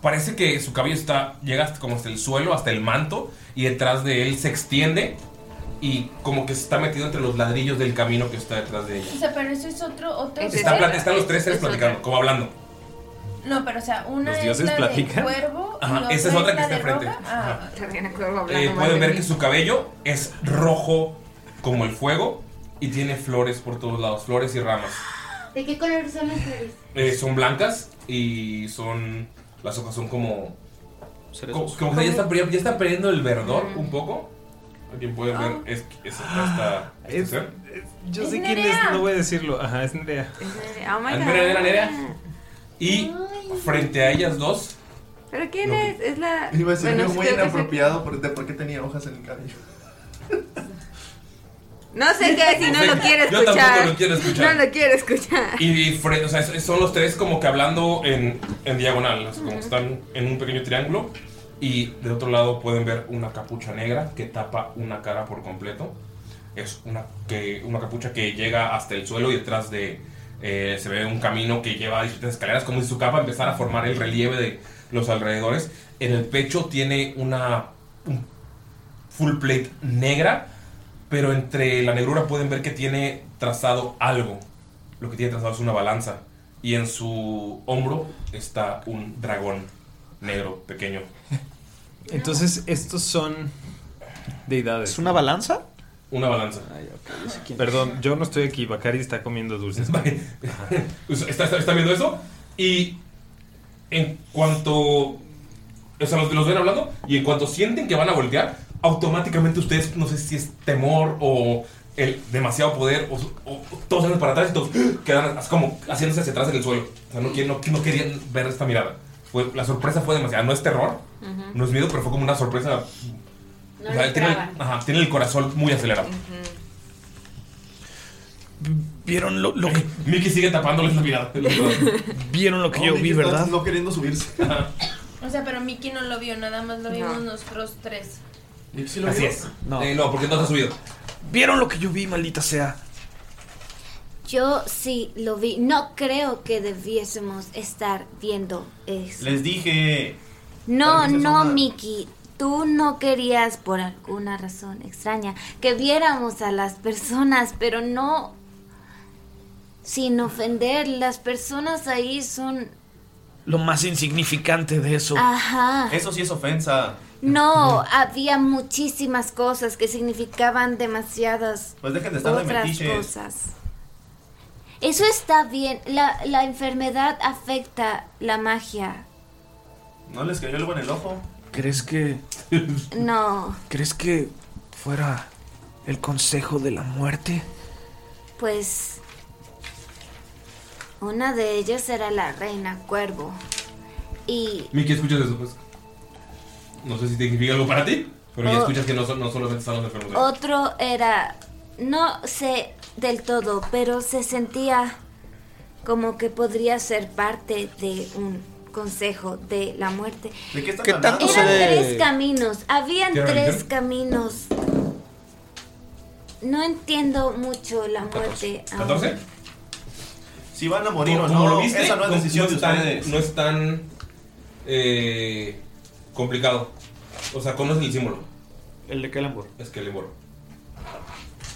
Speaker 3: Parece que su cabello está. llega hasta como hasta el suelo, hasta el manto, y detrás de él se extiende. Y como que se está metido entre los ladrillos del camino que está detrás de ella.
Speaker 9: O sea, pero eso es otro. otro
Speaker 3: Está
Speaker 9: ser.
Speaker 3: pla- están los tres seres platicando, como hablando.
Speaker 9: No, pero o sea, una
Speaker 3: ¿Los
Speaker 9: es
Speaker 3: dioses
Speaker 9: la
Speaker 3: platican?
Speaker 9: de cuervo. y
Speaker 3: Ajá, esa es otra que
Speaker 9: la
Speaker 3: está
Speaker 9: de
Speaker 3: enfrente.
Speaker 9: roja. Ah,
Speaker 5: También el cuervo hablando
Speaker 3: Eh,
Speaker 5: mal
Speaker 3: pueden
Speaker 5: de
Speaker 3: ver
Speaker 5: mí.
Speaker 3: que su cabello es rojo como el fuego y tiene flores por todos lados, flores y ramas.
Speaker 12: ¿De qué color son las flores?
Speaker 3: Eh, son blancas y son. Las hojas son como. Como, como que ya están, perdi- ya están perdiendo el verdor
Speaker 5: Mm.
Speaker 3: un poco. Alguien puede ver.
Speaker 5: Ah.
Speaker 3: Es, es- esta- este ser.
Speaker 11: Yo
Speaker 5: Es
Speaker 11: sé quién es,
Speaker 5: Nerea.
Speaker 11: no voy a decirlo. Ajá, es Nerea.
Speaker 5: Oh my
Speaker 3: Al
Speaker 5: god.
Speaker 3: mero de la Nerea. Y frente a ellas dos.
Speaker 5: ¿Pero quién
Speaker 3: No.
Speaker 5: es? Es la.
Speaker 8: Iba a decir
Speaker 5: bueno,
Speaker 8: algo muy
Speaker 5: creo que
Speaker 8: inapropiado por- de por qué tenía hojas en el cabello.
Speaker 5: se- No sé qué, si no lo quiere
Speaker 3: Yo tampoco
Speaker 5: escuchar.
Speaker 3: lo quiero escuchar.
Speaker 5: No lo quiero escuchar.
Speaker 3: Y Fred, o sea, es- son los tres como que hablando en, en diagonal, o sea, como
Speaker 5: Ujú.
Speaker 3: están en un pequeño triángulo. Y del otro lado pueden ver una capucha negra que tapa una cara por completo. Es una, que, una capucha que llega hasta el suelo y detrás de eh, se ve un camino que lleva a distintas escaleras, como si su capa empezara a formar el relieve de los alrededores. En el pecho tiene una un full plate negra, pero entre la negrura pueden ver que tiene trazado algo lo que tiene trazado es una balanza. Y en su hombro está un dragón negro, pequeño.
Speaker 11: Entonces, estos son deidades. ¿Es
Speaker 6: una balanza?
Speaker 3: Una balanza.
Speaker 11: Perdón, yo no estoy aquí. Bakari está comiendo dulces. Ajá.
Speaker 3: ¿Está, está- está viendo eso? Y en cuanto. O sea, los, los ven hablando. Y en cuanto sienten que van a voltear, automáticamente ustedes, no sé si es temor o el demasiado poder, o, o todos salen para atrás y todos quedan así como haciéndose hacia atrás en el suelo. O sea, no, quieren- no, no querían ver esta mirada. Fue, la sorpresa fue demasiada. No es terror,
Speaker 5: Ujú.
Speaker 3: no es miedo, pero fue como una sorpresa.
Speaker 5: No
Speaker 3: O
Speaker 5: lo
Speaker 3: sea, tiene, el-
Speaker 5: esperaban.
Speaker 3: ajá, tiene el corazón muy acelerado.
Speaker 5: Ujú.
Speaker 6: Vieron lo, lo que.
Speaker 3: Mickey sigue tapándoles la mirada.
Speaker 6: Vieron lo que
Speaker 8: No,
Speaker 6: yo
Speaker 8: Mickey
Speaker 6: vi,
Speaker 8: está
Speaker 6: ¿verdad?
Speaker 8: No queriendo subirse.
Speaker 9: O sea, pero Mickey no lo vio, nada más lo vimos nosotros tres.
Speaker 3: Así es. Eh, no, porque no se ha subido.
Speaker 6: Vieron lo que yo vi, maldita sea.
Speaker 10: Yo sí lo vi. No creo que debiésemos estar viendo eso.
Speaker 8: Les dije.
Speaker 10: No,
Speaker 8: Tal vez eso
Speaker 10: no,
Speaker 8: no-
Speaker 10: Miki. Tú no querías, por alguna razón extraña, que viéramos a las personas, pero no. Sin ofender, las personas ahí son.
Speaker 6: Lo más insignificante de eso.
Speaker 10: Ajá.
Speaker 8: Eso sí es ofensa.
Speaker 10: No, había muchísimas cosas que significaban demasiadas
Speaker 8: Pues dejen de estar de
Speaker 10: otras
Speaker 8: metiches.
Speaker 10: cosas. Eso está bien. La, la enfermedad afecta la magia.
Speaker 8: No les cayó algo en el ojo.
Speaker 6: ¿Crees que.
Speaker 10: No,
Speaker 6: ¿Crees que fuera el consejo de la muerte?
Speaker 10: pues... Una de ellas era la reina cuervo. Y...
Speaker 3: Miki, escuchas eso, pues. No sé si significa algo para ti, pero ya
Speaker 10: Oh.
Speaker 3: escuchas que no, son- no solamente están los enfermos. ahí.
Speaker 10: Otro era, no sé del todo, pero se sentía como que podría ser parte de un consejo de la muerte.
Speaker 8: ¿De qué están
Speaker 6: ¿Qué
Speaker 8: hablando?
Speaker 6: tanto se
Speaker 10: Eran tres
Speaker 6: ve?
Speaker 10: caminos, habían
Speaker 6: ¿Tierra
Speaker 10: tres
Speaker 6: Lindner?
Speaker 10: caminos. No entiendo mucho la muerte. aún.
Speaker 3: ¿14?
Speaker 8: Si van a morir o no, esa no es decisión de
Speaker 3: es tan,
Speaker 8: ustedes.
Speaker 3: No es tan eh, complicado. O sea, conoces el símbolo.
Speaker 6: ¿El de Kellenborg?
Speaker 3: Es Kellenborg.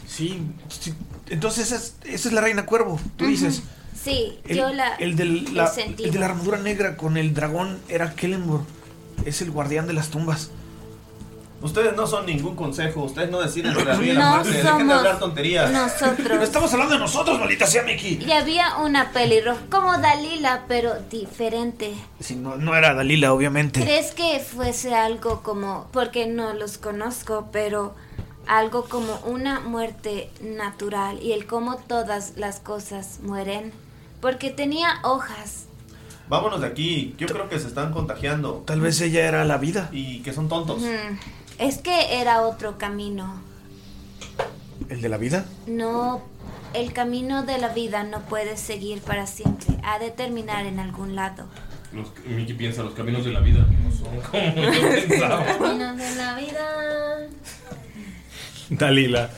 Speaker 6: Sí, sí. Entonces esa es, esa es la reina cuervo, tú dices.
Speaker 10: Sí,
Speaker 6: El,
Speaker 10: yo la...
Speaker 6: el del-
Speaker 10: lo
Speaker 6: la-
Speaker 10: sentí.
Speaker 6: el de la armadura negra con el dragón era Kellenborg. Es el guardián de las tumbas.
Speaker 8: Ustedes no son ningún consejo, ustedes no deciden sobre la vida y la
Speaker 10: No
Speaker 8: muerte, dejen de
Speaker 10: somos
Speaker 8: hablar tonterías.
Speaker 10: nosotros.
Speaker 6: No estamos hablando de nosotros, maldita sea Mickey.
Speaker 10: Y había una pelirroja, como Dalila, pero diferente.
Speaker 6: Sí, no, no era Dalila, obviamente.
Speaker 10: ¿Crees que fuese algo como, porque no los conozco, pero algo como una muerte natural y el cómo todas las cosas mueren? Porque tenía hojas.
Speaker 8: Vámonos de aquí, yo creo que se están contagiando.
Speaker 6: Tal vez ella era la vida.
Speaker 8: Y que son tontos.
Speaker 10: Mm, Es que era otro camino.
Speaker 6: ¿El de la vida?
Speaker 10: No, el camino de la vida no puede seguir para siempre. Ha de terminar en algún lado.
Speaker 3: Los- Miki piensa, los caminos de la vida no son como yo pensaba.
Speaker 10: Camino de la vida.
Speaker 4: Dalila.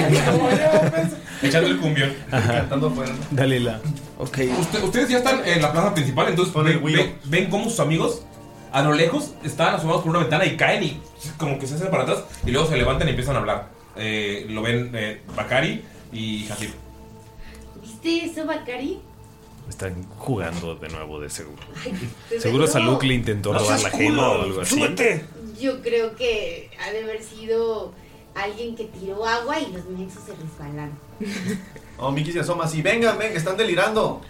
Speaker 3: Echando el cumbión.
Speaker 8: Cantando afuera.
Speaker 4: Dalila.
Speaker 6: Ok.
Speaker 3: ustedes ya están en la plaza principal, entonces ven, ven- ven cómo sus amigos a lo lejos están asomados por una ventana y caen y como que se hacen para atrás y luego se levantan y empiezan a hablar. Eh, lo ven eh, Bakari y Hasib.
Speaker 12: ¿Viste eso, Bacari?
Speaker 4: Están jugando de nuevo de seguro.
Speaker 12: Ay, pues, de
Speaker 4: Seguro
Speaker 12: verdad.
Speaker 4: Saluk le intentó
Speaker 12: No
Speaker 4: robar
Speaker 12: seas
Speaker 4: la
Speaker 12: culo,
Speaker 4: gema o algo así.
Speaker 12: súbete. Yo creo que ha de haber sido alguien que tiró agua y los mensos se resbalaron.
Speaker 8: Oh, Miki se asoma así, vengan, vengan, están delirando.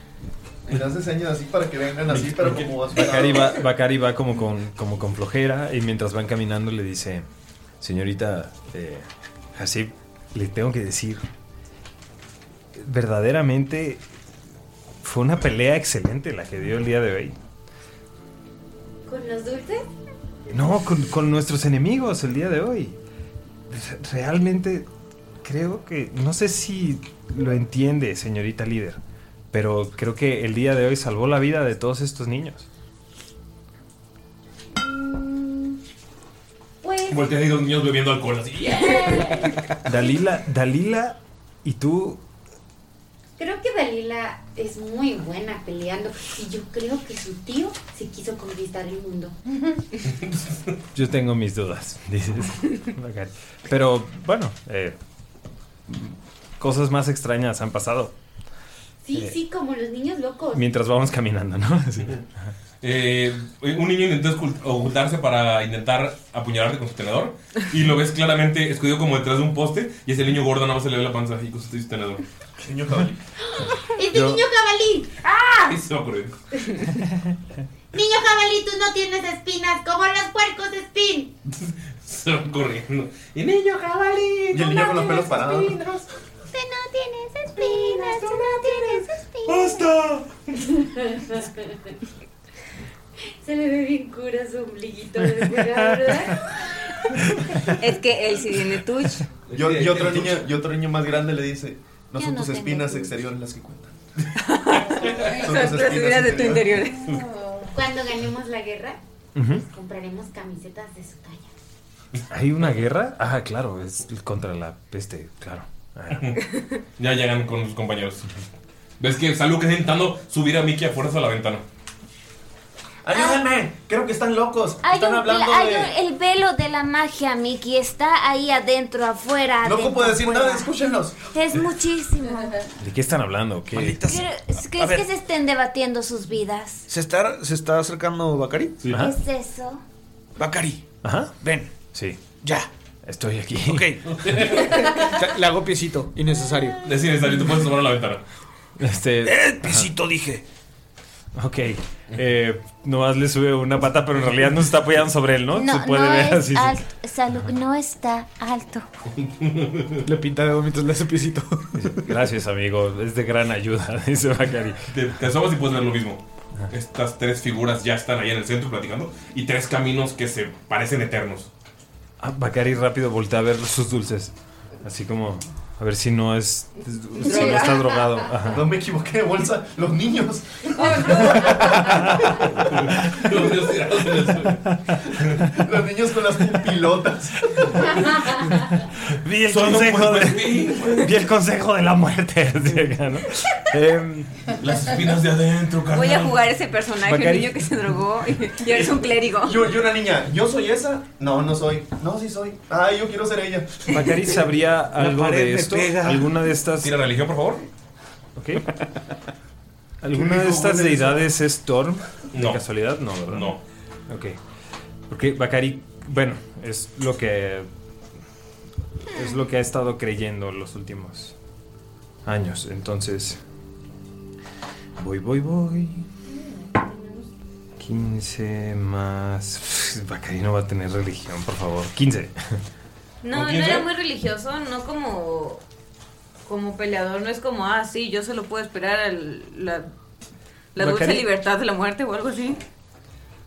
Speaker 8: Y le hace señas así para que vengan así, pero como asustado.
Speaker 4: Bacari va, Bacari va como, con, como con flojera y mientras van caminando le dice, señorita eh, Hasib, le tengo que decir, verdaderamente fue una pelea excelente la que dio el día de hoy.
Speaker 12: ¿Con los dulces?
Speaker 4: No, con, con nuestros enemigos el día de hoy. Re- Realmente creo que, no sé si lo entiende, señorita líder, pero creo que el día de hoy salvó la vida de todos estos niños.
Speaker 12: Pues
Speaker 3: Voltean y dos niños bebiendo alcohol así.
Speaker 4: Dalila, Dalila y tú
Speaker 12: creo que Dalila es muy buena peleando y yo creo que su tío se quiso conquistar el mundo.
Speaker 4: Yo tengo mis dudas, dices. Bacari. Pero bueno, eh, cosas más extrañas han pasado
Speaker 12: Sí,
Speaker 4: Eh,
Speaker 12: sí, como los niños locos.
Speaker 4: mientras vamos caminando, ¿no? Sí.
Speaker 3: Eh, un niño intentó escul- ocultarse para intentar apuñalarte con su tenedor y lo ves claramente escondido como detrás de un poste y ese niño gordo nada más se le ve la panza y con su su tenedor.
Speaker 8: Niño cabalí.
Speaker 12: ¡Este
Speaker 3: Yo-
Speaker 12: niño jabalí! ¡Ah!
Speaker 3: Ahí se va a ocurrir.
Speaker 12: Niño jabalí, tú no tienes espinas como los puercos de spin.
Speaker 3: Se va corriendo.
Speaker 12: Y niño jabalí.
Speaker 3: Y el niño con los pelos parados.
Speaker 12: Tú no tienes espinas, tú
Speaker 3: ¡Basta!
Speaker 12: no tienes espinas. Se le ve bien cura su ombliguito de pegado, ¿verdad?
Speaker 5: Es que él sí tiene touch.
Speaker 8: Y, o- y otro niño, y otro niño más grande le dice, no
Speaker 5: Yo
Speaker 8: son
Speaker 5: no
Speaker 8: tus
Speaker 5: tengo
Speaker 8: espinas
Speaker 5: pulso".
Speaker 8: exteriores las que cuentan.
Speaker 5: Son las espinas de tu interior.
Speaker 12: Cuando ganemos la guerra, pues,
Speaker 4: Ujú.
Speaker 12: compraremos camisetas de su talla.
Speaker 4: ¿Hay una guerra? Ah, claro, es contra la peste, claro.
Speaker 3: Ya llegan con sus compañeros. ¿Ves que Saluk está intentando subir a Mickey a fuerza a la ventana?
Speaker 8: ¡Ayúdenme! Creo que están locos.
Speaker 10: Hay
Speaker 8: están
Speaker 10: un-
Speaker 8: hablando
Speaker 10: hay
Speaker 8: de.
Speaker 10: un- el velo de la magia, Mickey, está ahí adentro, afuera.
Speaker 8: No
Speaker 10: adentro,
Speaker 8: ocupo decir
Speaker 10: afuera.
Speaker 8: nada, escúchenlos.
Speaker 10: Es muchísimo.
Speaker 4: ¿De qué están hablando? ¿Qué?
Speaker 10: Pero, ¿Crees
Speaker 6: A ver.
Speaker 10: que se estén debatiendo sus vidas?
Speaker 6: ¿Se está, se está acercando Bakari? Sí.
Speaker 10: ¿Qué es eso?
Speaker 6: Bakari.
Speaker 4: Ajá.
Speaker 6: Ven.
Speaker 4: Sí.
Speaker 6: Ya.
Speaker 4: Estoy aquí.
Speaker 6: Ok. Le hago piecito. Innecesario.
Speaker 3: Es innecesario, te puedes tomar a la ventana.
Speaker 4: Este.
Speaker 3: Eh,
Speaker 6: El piecito dije.
Speaker 4: Ok. Eh, nomás le sube una pata, pero en realidad no se está apoyando sobre él, ¿no?
Speaker 10: No,
Speaker 4: se puede
Speaker 10: no
Speaker 4: ver
Speaker 10: es
Speaker 4: así.
Speaker 10: alto. Saluk no está alto.
Speaker 6: Le pinta de vómitos, le hace piecito.
Speaker 4: Gracias, amigo. Es de gran ayuda, dice Bacari.
Speaker 3: Te, te asomas y puedes ver lo mismo. Estas tres figuras ya están ahí en el centro platicando y tres caminos que se parecen eternos.
Speaker 4: Ah, Bacari rápido voltea a ver sus dulces. Así como, a ver si no es. Si no está drogado. Ajá.
Speaker 8: No me equivoqué de bolsa. Los niños.
Speaker 3: Los niños tirados en el suelo.
Speaker 8: Los niños con las pilotas.
Speaker 4: Vi el,
Speaker 8: Solo
Speaker 4: consejo
Speaker 8: puedes
Speaker 4: de, vi el consejo de la muerte. así acá, ¿no? Em,
Speaker 3: Las espinas de adentro,
Speaker 5: Voy a jugar ese personaje,
Speaker 4: Bacari.
Speaker 5: el niño que se drogó y, y eres un clérigo.
Speaker 8: Yo, yo una niña. ¿Yo soy esa? No, no soy. No, sí soy. Ay, yo quiero ser ella.
Speaker 4: Bacari, ¿sabría algo de esto? ¿Alguna de estas.
Speaker 3: Tira religión, por favor.
Speaker 4: Ok. ¿Alguna de estas deidades es Storm? ¿De
Speaker 3: No.
Speaker 4: casualidad? No, ¿verdad?
Speaker 3: No.
Speaker 4: Ok. Porque Bakari, bueno, es lo que. Es lo que ha estado creyendo los últimos años. Entonces. Voy, voy, voy. 15 más. Bakari no va a tener religión, por favor. 15.
Speaker 5: No, no era muy religioso, no como como peleador, no es como, ah, sí, yo solo puedo esperar al- la, la dulce
Speaker 3: Bacari.
Speaker 5: libertad de la muerte o algo así.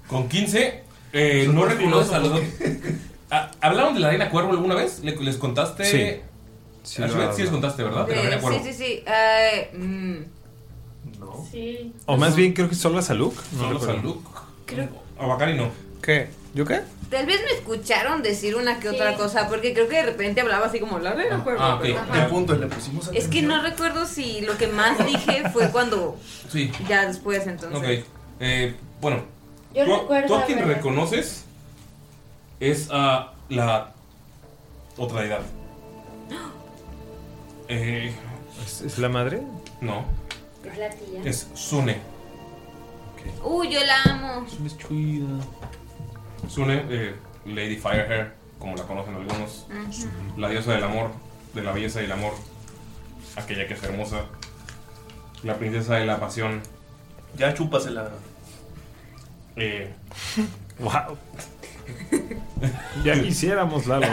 Speaker 3: Con 15, eh, no reconoces a los dos. Ah, ¿Hablaron de la Reina Cuervo alguna vez? ¿Le- ¿Les contaste?
Speaker 4: Sí. Sí,
Speaker 3: A
Speaker 4: lo
Speaker 3: Shred sí les
Speaker 4: hablo.
Speaker 3: contaste, ¿verdad? De la
Speaker 5: Eh,
Speaker 3: Reina Cuervo.
Speaker 5: sí, sí, sí. ay, mm.
Speaker 16: Sí.
Speaker 4: O más bien, creo que solo a Saluk. no
Speaker 3: Solo
Speaker 4: recuerdo.
Speaker 3: Saluk.
Speaker 5: Creo-
Speaker 3: A Bakari no.
Speaker 6: ¿Qué? ¿Yo qué?
Speaker 5: Tal vez me escucharon decir una que otra cosa, porque creo que de repente hablaba así como la reina cuervo",
Speaker 3: Ah, ok.
Speaker 5: pero-
Speaker 3: Ya.
Speaker 8: Puntos le pusimos a.
Speaker 5: Es que no recuerdo si lo que más dije fue cuando
Speaker 3: Sí.
Speaker 5: ya después entonces.
Speaker 3: Ok. Eh, bueno.
Speaker 5: Yo
Speaker 3: tú,
Speaker 5: recuerdo
Speaker 3: tú a quien
Speaker 5: haber-
Speaker 3: reconoces es a la otra edad. Eh,
Speaker 4: ¿Es, es la madre?
Speaker 3: No.
Speaker 10: Es la tía.
Speaker 3: Es Sune.
Speaker 5: Uy, yo la amo.
Speaker 3: Es chida. Sune, eh, Lady Firehair, como la conocen algunos.
Speaker 5: Ujú.
Speaker 3: La diosa del amor, de la belleza y el amor. Aquella que es hermosa. La princesa de la pasión.
Speaker 8: Ya chúpasela.
Speaker 3: Eh,
Speaker 4: ¡Wow! Ya quisiéramos, Lalo.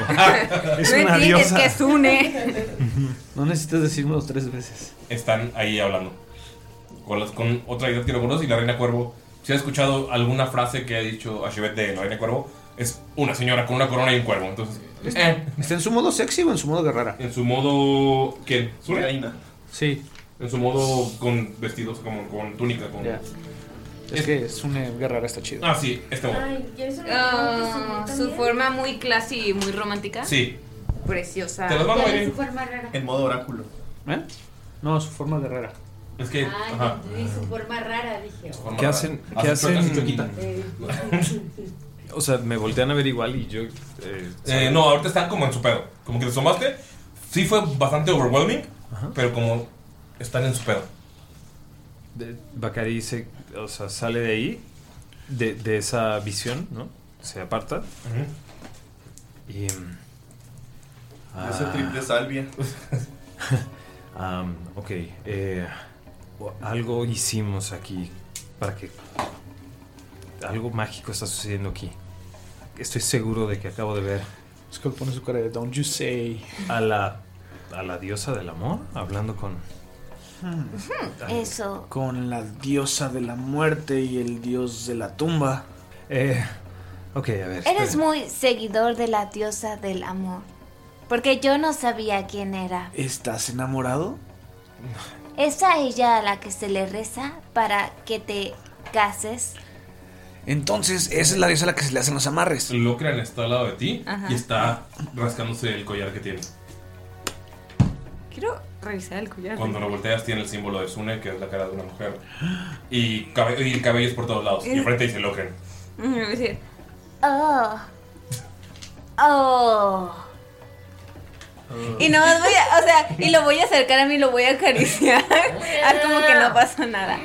Speaker 5: Es No una entiendes diosa. que es
Speaker 3: une.
Speaker 5: une.
Speaker 3: No necesitas decirlo tres veces. Están ahí hablando. Con, las- con otra idea que no conoces y la Reina Cuervo. Si has escuchado alguna frase que ha dicho Ashibet de la Reina Cuervo, es una señora con una corona y un cuervo. Entonces,
Speaker 8: Este
Speaker 3: eh,
Speaker 6: ¿Está en su modo sexy o en su modo guerrera?
Speaker 3: en su modo. ¿Quién? ¿Sune?
Speaker 8: Reina.
Speaker 6: Sí.
Speaker 3: En su modo con vestidos, como con túnica. Con...
Speaker 6: Ya. Es que es una guerrera, está chido.
Speaker 3: Ah, sí, este modo.
Speaker 5: Ah, su forma muy classy y muy romántica.
Speaker 3: Sí.
Speaker 5: Preciosa.
Speaker 3: Te las mando,
Speaker 5: ¿Cuál es
Speaker 3: Irene.
Speaker 5: su forma rara?
Speaker 8: En modo oráculo.
Speaker 6: ¿Eh? No, su forma guerrera.
Speaker 3: Es que.
Speaker 17: Ay,
Speaker 3: ajá.
Speaker 17: y su forma rara, dije. oh.
Speaker 4: ¿Qué hacen? ¿Qué
Speaker 3: Así chueca,
Speaker 4: hacen?
Speaker 3: así chuequita.
Speaker 17: Eh,
Speaker 4: O sea, me voltean a ver igual y yo. eh,
Speaker 3: Eh, no, ahorita están como en su pedo. Como que te asomaste. Sí fue bastante overwhelming, pero como están en su pedo.
Speaker 4: de- Bacari se. O sea, sale de ahí, de, de esa visión, ¿no? Se aparta. Y. mm, ah,
Speaker 8: Ese trip de salvia.
Speaker 4: am, ok. eh, o- algo hicimos aquí para que. Algo mágico está sucediendo aquí. Estoy seguro de que acabo de ver.
Speaker 6: Es que pone su cara de Don't You Say.
Speaker 4: a la, a la diosa del amor hablando con.
Speaker 10: Eso.
Speaker 6: Con la diosa de la muerte y el dios de la tumba.
Speaker 4: Eh, ok, a ver.
Speaker 10: Eres muy seguidor de la diosa del amor. Porque yo no sabía quién era.
Speaker 6: ¿Estás enamorado?
Speaker 10: ¿Es a ella a la que se le reza para que te cases?
Speaker 6: Entonces, esa es la diosa a la que se le hacen los amarres.
Speaker 3: Locran está al lado de ti
Speaker 10: Ajá.
Speaker 3: y está rascándose el collar que tiene.
Speaker 5: Quiero revisar el collar.
Speaker 3: Cuando lo volteas tiene el símbolo de Sune, que es la cara de una mujer. Y, cabe- y cabellos por todos lados. Y enfrente dice Locren.
Speaker 5: Mm, es decir,
Speaker 10: Oh. Oh.
Speaker 5: Y no voy a, o sea, y lo voy a acercar a mí, lo voy a acariciar. Haz como que no pasó nada.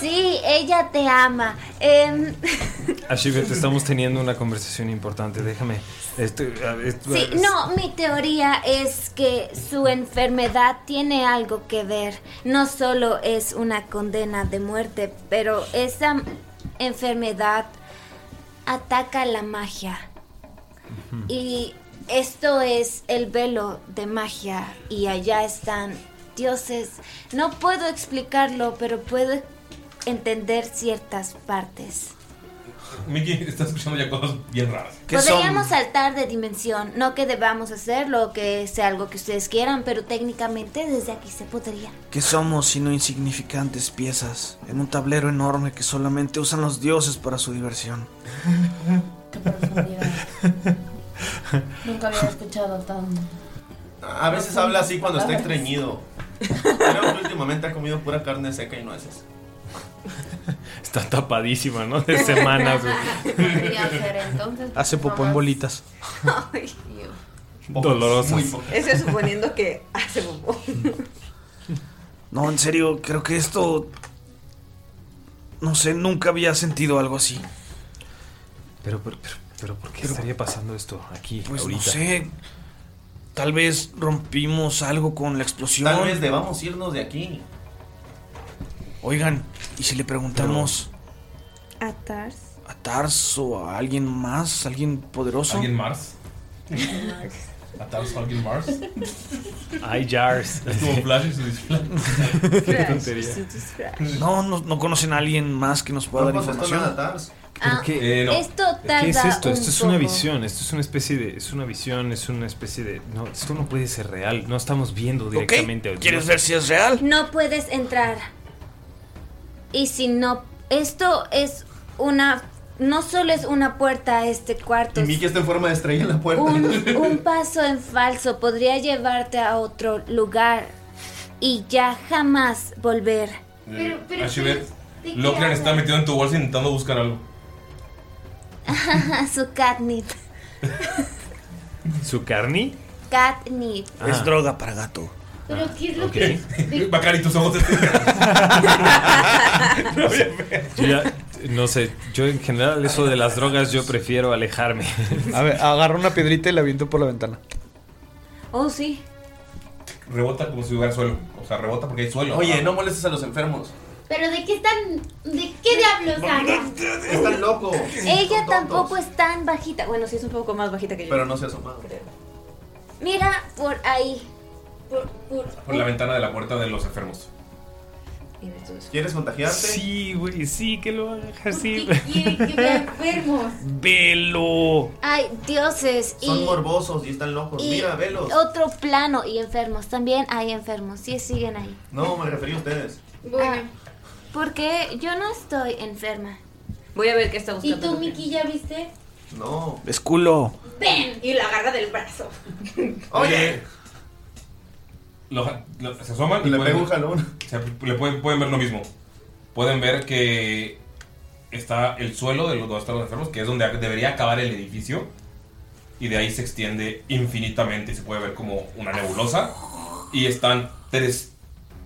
Speaker 10: Sí, ella te ama. Em,
Speaker 4: Ashibet, Ah, estamos teniendo una conversación importante. Déjame. Estoy, a- est-
Speaker 10: sí,
Speaker 4: es-
Speaker 10: no, mi teoría es que su enfermedad tiene algo que ver. No solo es una condena de muerte, pero esa enfermedad ataca la magia. Y esto es el velo de magia y allá están dioses. No puedo explicarlo, pero puedo entender ciertas partes.
Speaker 3: Mickey, estás escuchando ya cosas bien raras.
Speaker 10: Podríamos saltar de dimensión, no que debamos hacerlo o que sea algo que ustedes quieran, pero técnicamente desde aquí se podría.
Speaker 6: ¿Qué somos sino insignificantes piezas en un tablero enorme que solamente usan los dioses para su diversión?
Speaker 18: Nunca había escuchado tan.
Speaker 8: A veces habla así cuando está estreñido. Creo que últimamente ha comido pura carne seca y nueces.
Speaker 4: Está tapadísima, ¿no? De semanas. güey.
Speaker 18: Podría ser entonces.
Speaker 4: Hace popó en bolitas.
Speaker 5: Ay,
Speaker 4: Dolorosas.
Speaker 5: Ese suponiendo que hace popó.
Speaker 6: No, en serio, creo que esto... No sé, nunca había sentido algo así.
Speaker 4: Pero, pero, pero, pero ¿por qué estaría pasando esto aquí?
Speaker 6: Pues
Speaker 4: ahorita?
Speaker 6: no sé. Tal vez rompimos algo con la explosión.
Speaker 8: Tal vez debamos irnos de aquí.
Speaker 6: Oigan, ¿y si le preguntamos
Speaker 5: A Tars.
Speaker 6: a Tars o a alguien más? ¿Alguien poderoso?
Speaker 3: ¿Alguien más? ¿A Tars o alguien más?
Speaker 4: Ay, Jars.
Speaker 3: Es como Flash y su disfraz.
Speaker 4: Qué tontería.
Speaker 6: No, no, no conocen a alguien más que nos pueda dar
Speaker 8: contestó
Speaker 6: información.
Speaker 8: nada
Speaker 10: Ah,
Speaker 4: ¿Qué?
Speaker 10: Esto tarda
Speaker 4: ¿Qué es esto?
Speaker 10: un
Speaker 4: Esto es una
Speaker 10: poco.
Speaker 4: visión, esto es una especie de, es una visión, es una especie de, no, esto no puede ser real, no estamos viendo directamente. a Dios.
Speaker 6: ¿Quieres ver si es real?
Speaker 10: No puedes entrar. Y si no, esto es una, no solo es una puerta a este cuarto,
Speaker 8: Y Mickey está en forma de estrella en la puerta.
Speaker 10: un, un paso en falso podría llevarte a otro lugar y ya jamás volver.
Speaker 3: Pero- pero- Ashibet, Locren está metido en tu bolsa intentando buscar algo.
Speaker 10: Su catnip.
Speaker 4: ¿Su carni? Ah.
Speaker 10: Catnip.
Speaker 6: Es droga para gato.
Speaker 17: Pero ¿qué es lo
Speaker 4: Ok.
Speaker 17: que...
Speaker 3: Bacari, tus ojos te
Speaker 4: Yo ya- no sé, yo en general eso de las drogas yo prefiero alejarme.
Speaker 19: A ver, agarro una piedrita y la aviento por la ventana.
Speaker 10: Oh, sí.
Speaker 3: Rebota como si hubiera suelo. O sea, rebota porque hay suelo.
Speaker 8: Oye, no molestes a
Speaker 3: em-,
Speaker 8: los enfermos.
Speaker 17: ¿Pero de qué están... de qué diablos hablan?
Speaker 8: Estás loco.
Speaker 10: Ella tampoco es tan bajita. Bueno, sí es un poco más bajita que yo.
Speaker 8: Pero no se ha asomado.
Speaker 10: Mira por ahí. Por, por-
Speaker 3: Por la ventana de la puerta de los enfermos.
Speaker 8: ¿Quieres contagiarte?
Speaker 4: Sí, güey, sí, que lo haga, sí.
Speaker 10: que me enfermos.
Speaker 6: Velo.
Speaker 10: Ay, dioses.
Speaker 8: Son
Speaker 10: y,
Speaker 8: morbosos y están locos.
Speaker 10: y
Speaker 8: Mira, velos.
Speaker 10: Otro plano y enfermos. También hay enfermos. Sí, siguen ahí.
Speaker 8: No, me referí a ustedes.
Speaker 10: Bueno. porque yo no estoy enferma.
Speaker 5: Voy a ver qué está
Speaker 17: ¿Y tú, Miki, ya viste?
Speaker 8: No.
Speaker 6: Es culo.
Speaker 5: ¡Ven! Y la agarra del brazo.
Speaker 8: Oye.
Speaker 3: se asoman y
Speaker 8: Le
Speaker 3: pueden-
Speaker 8: pego un jalón.
Speaker 3: se- le pueden, pueden ver lo mismo. Pueden ver que está el suelo de los donde están los enfermos, que es donde debería acabar el edificio. Y de ahí se extiende infinitamente. y Se puede ver como una nebulosa. Y están tres.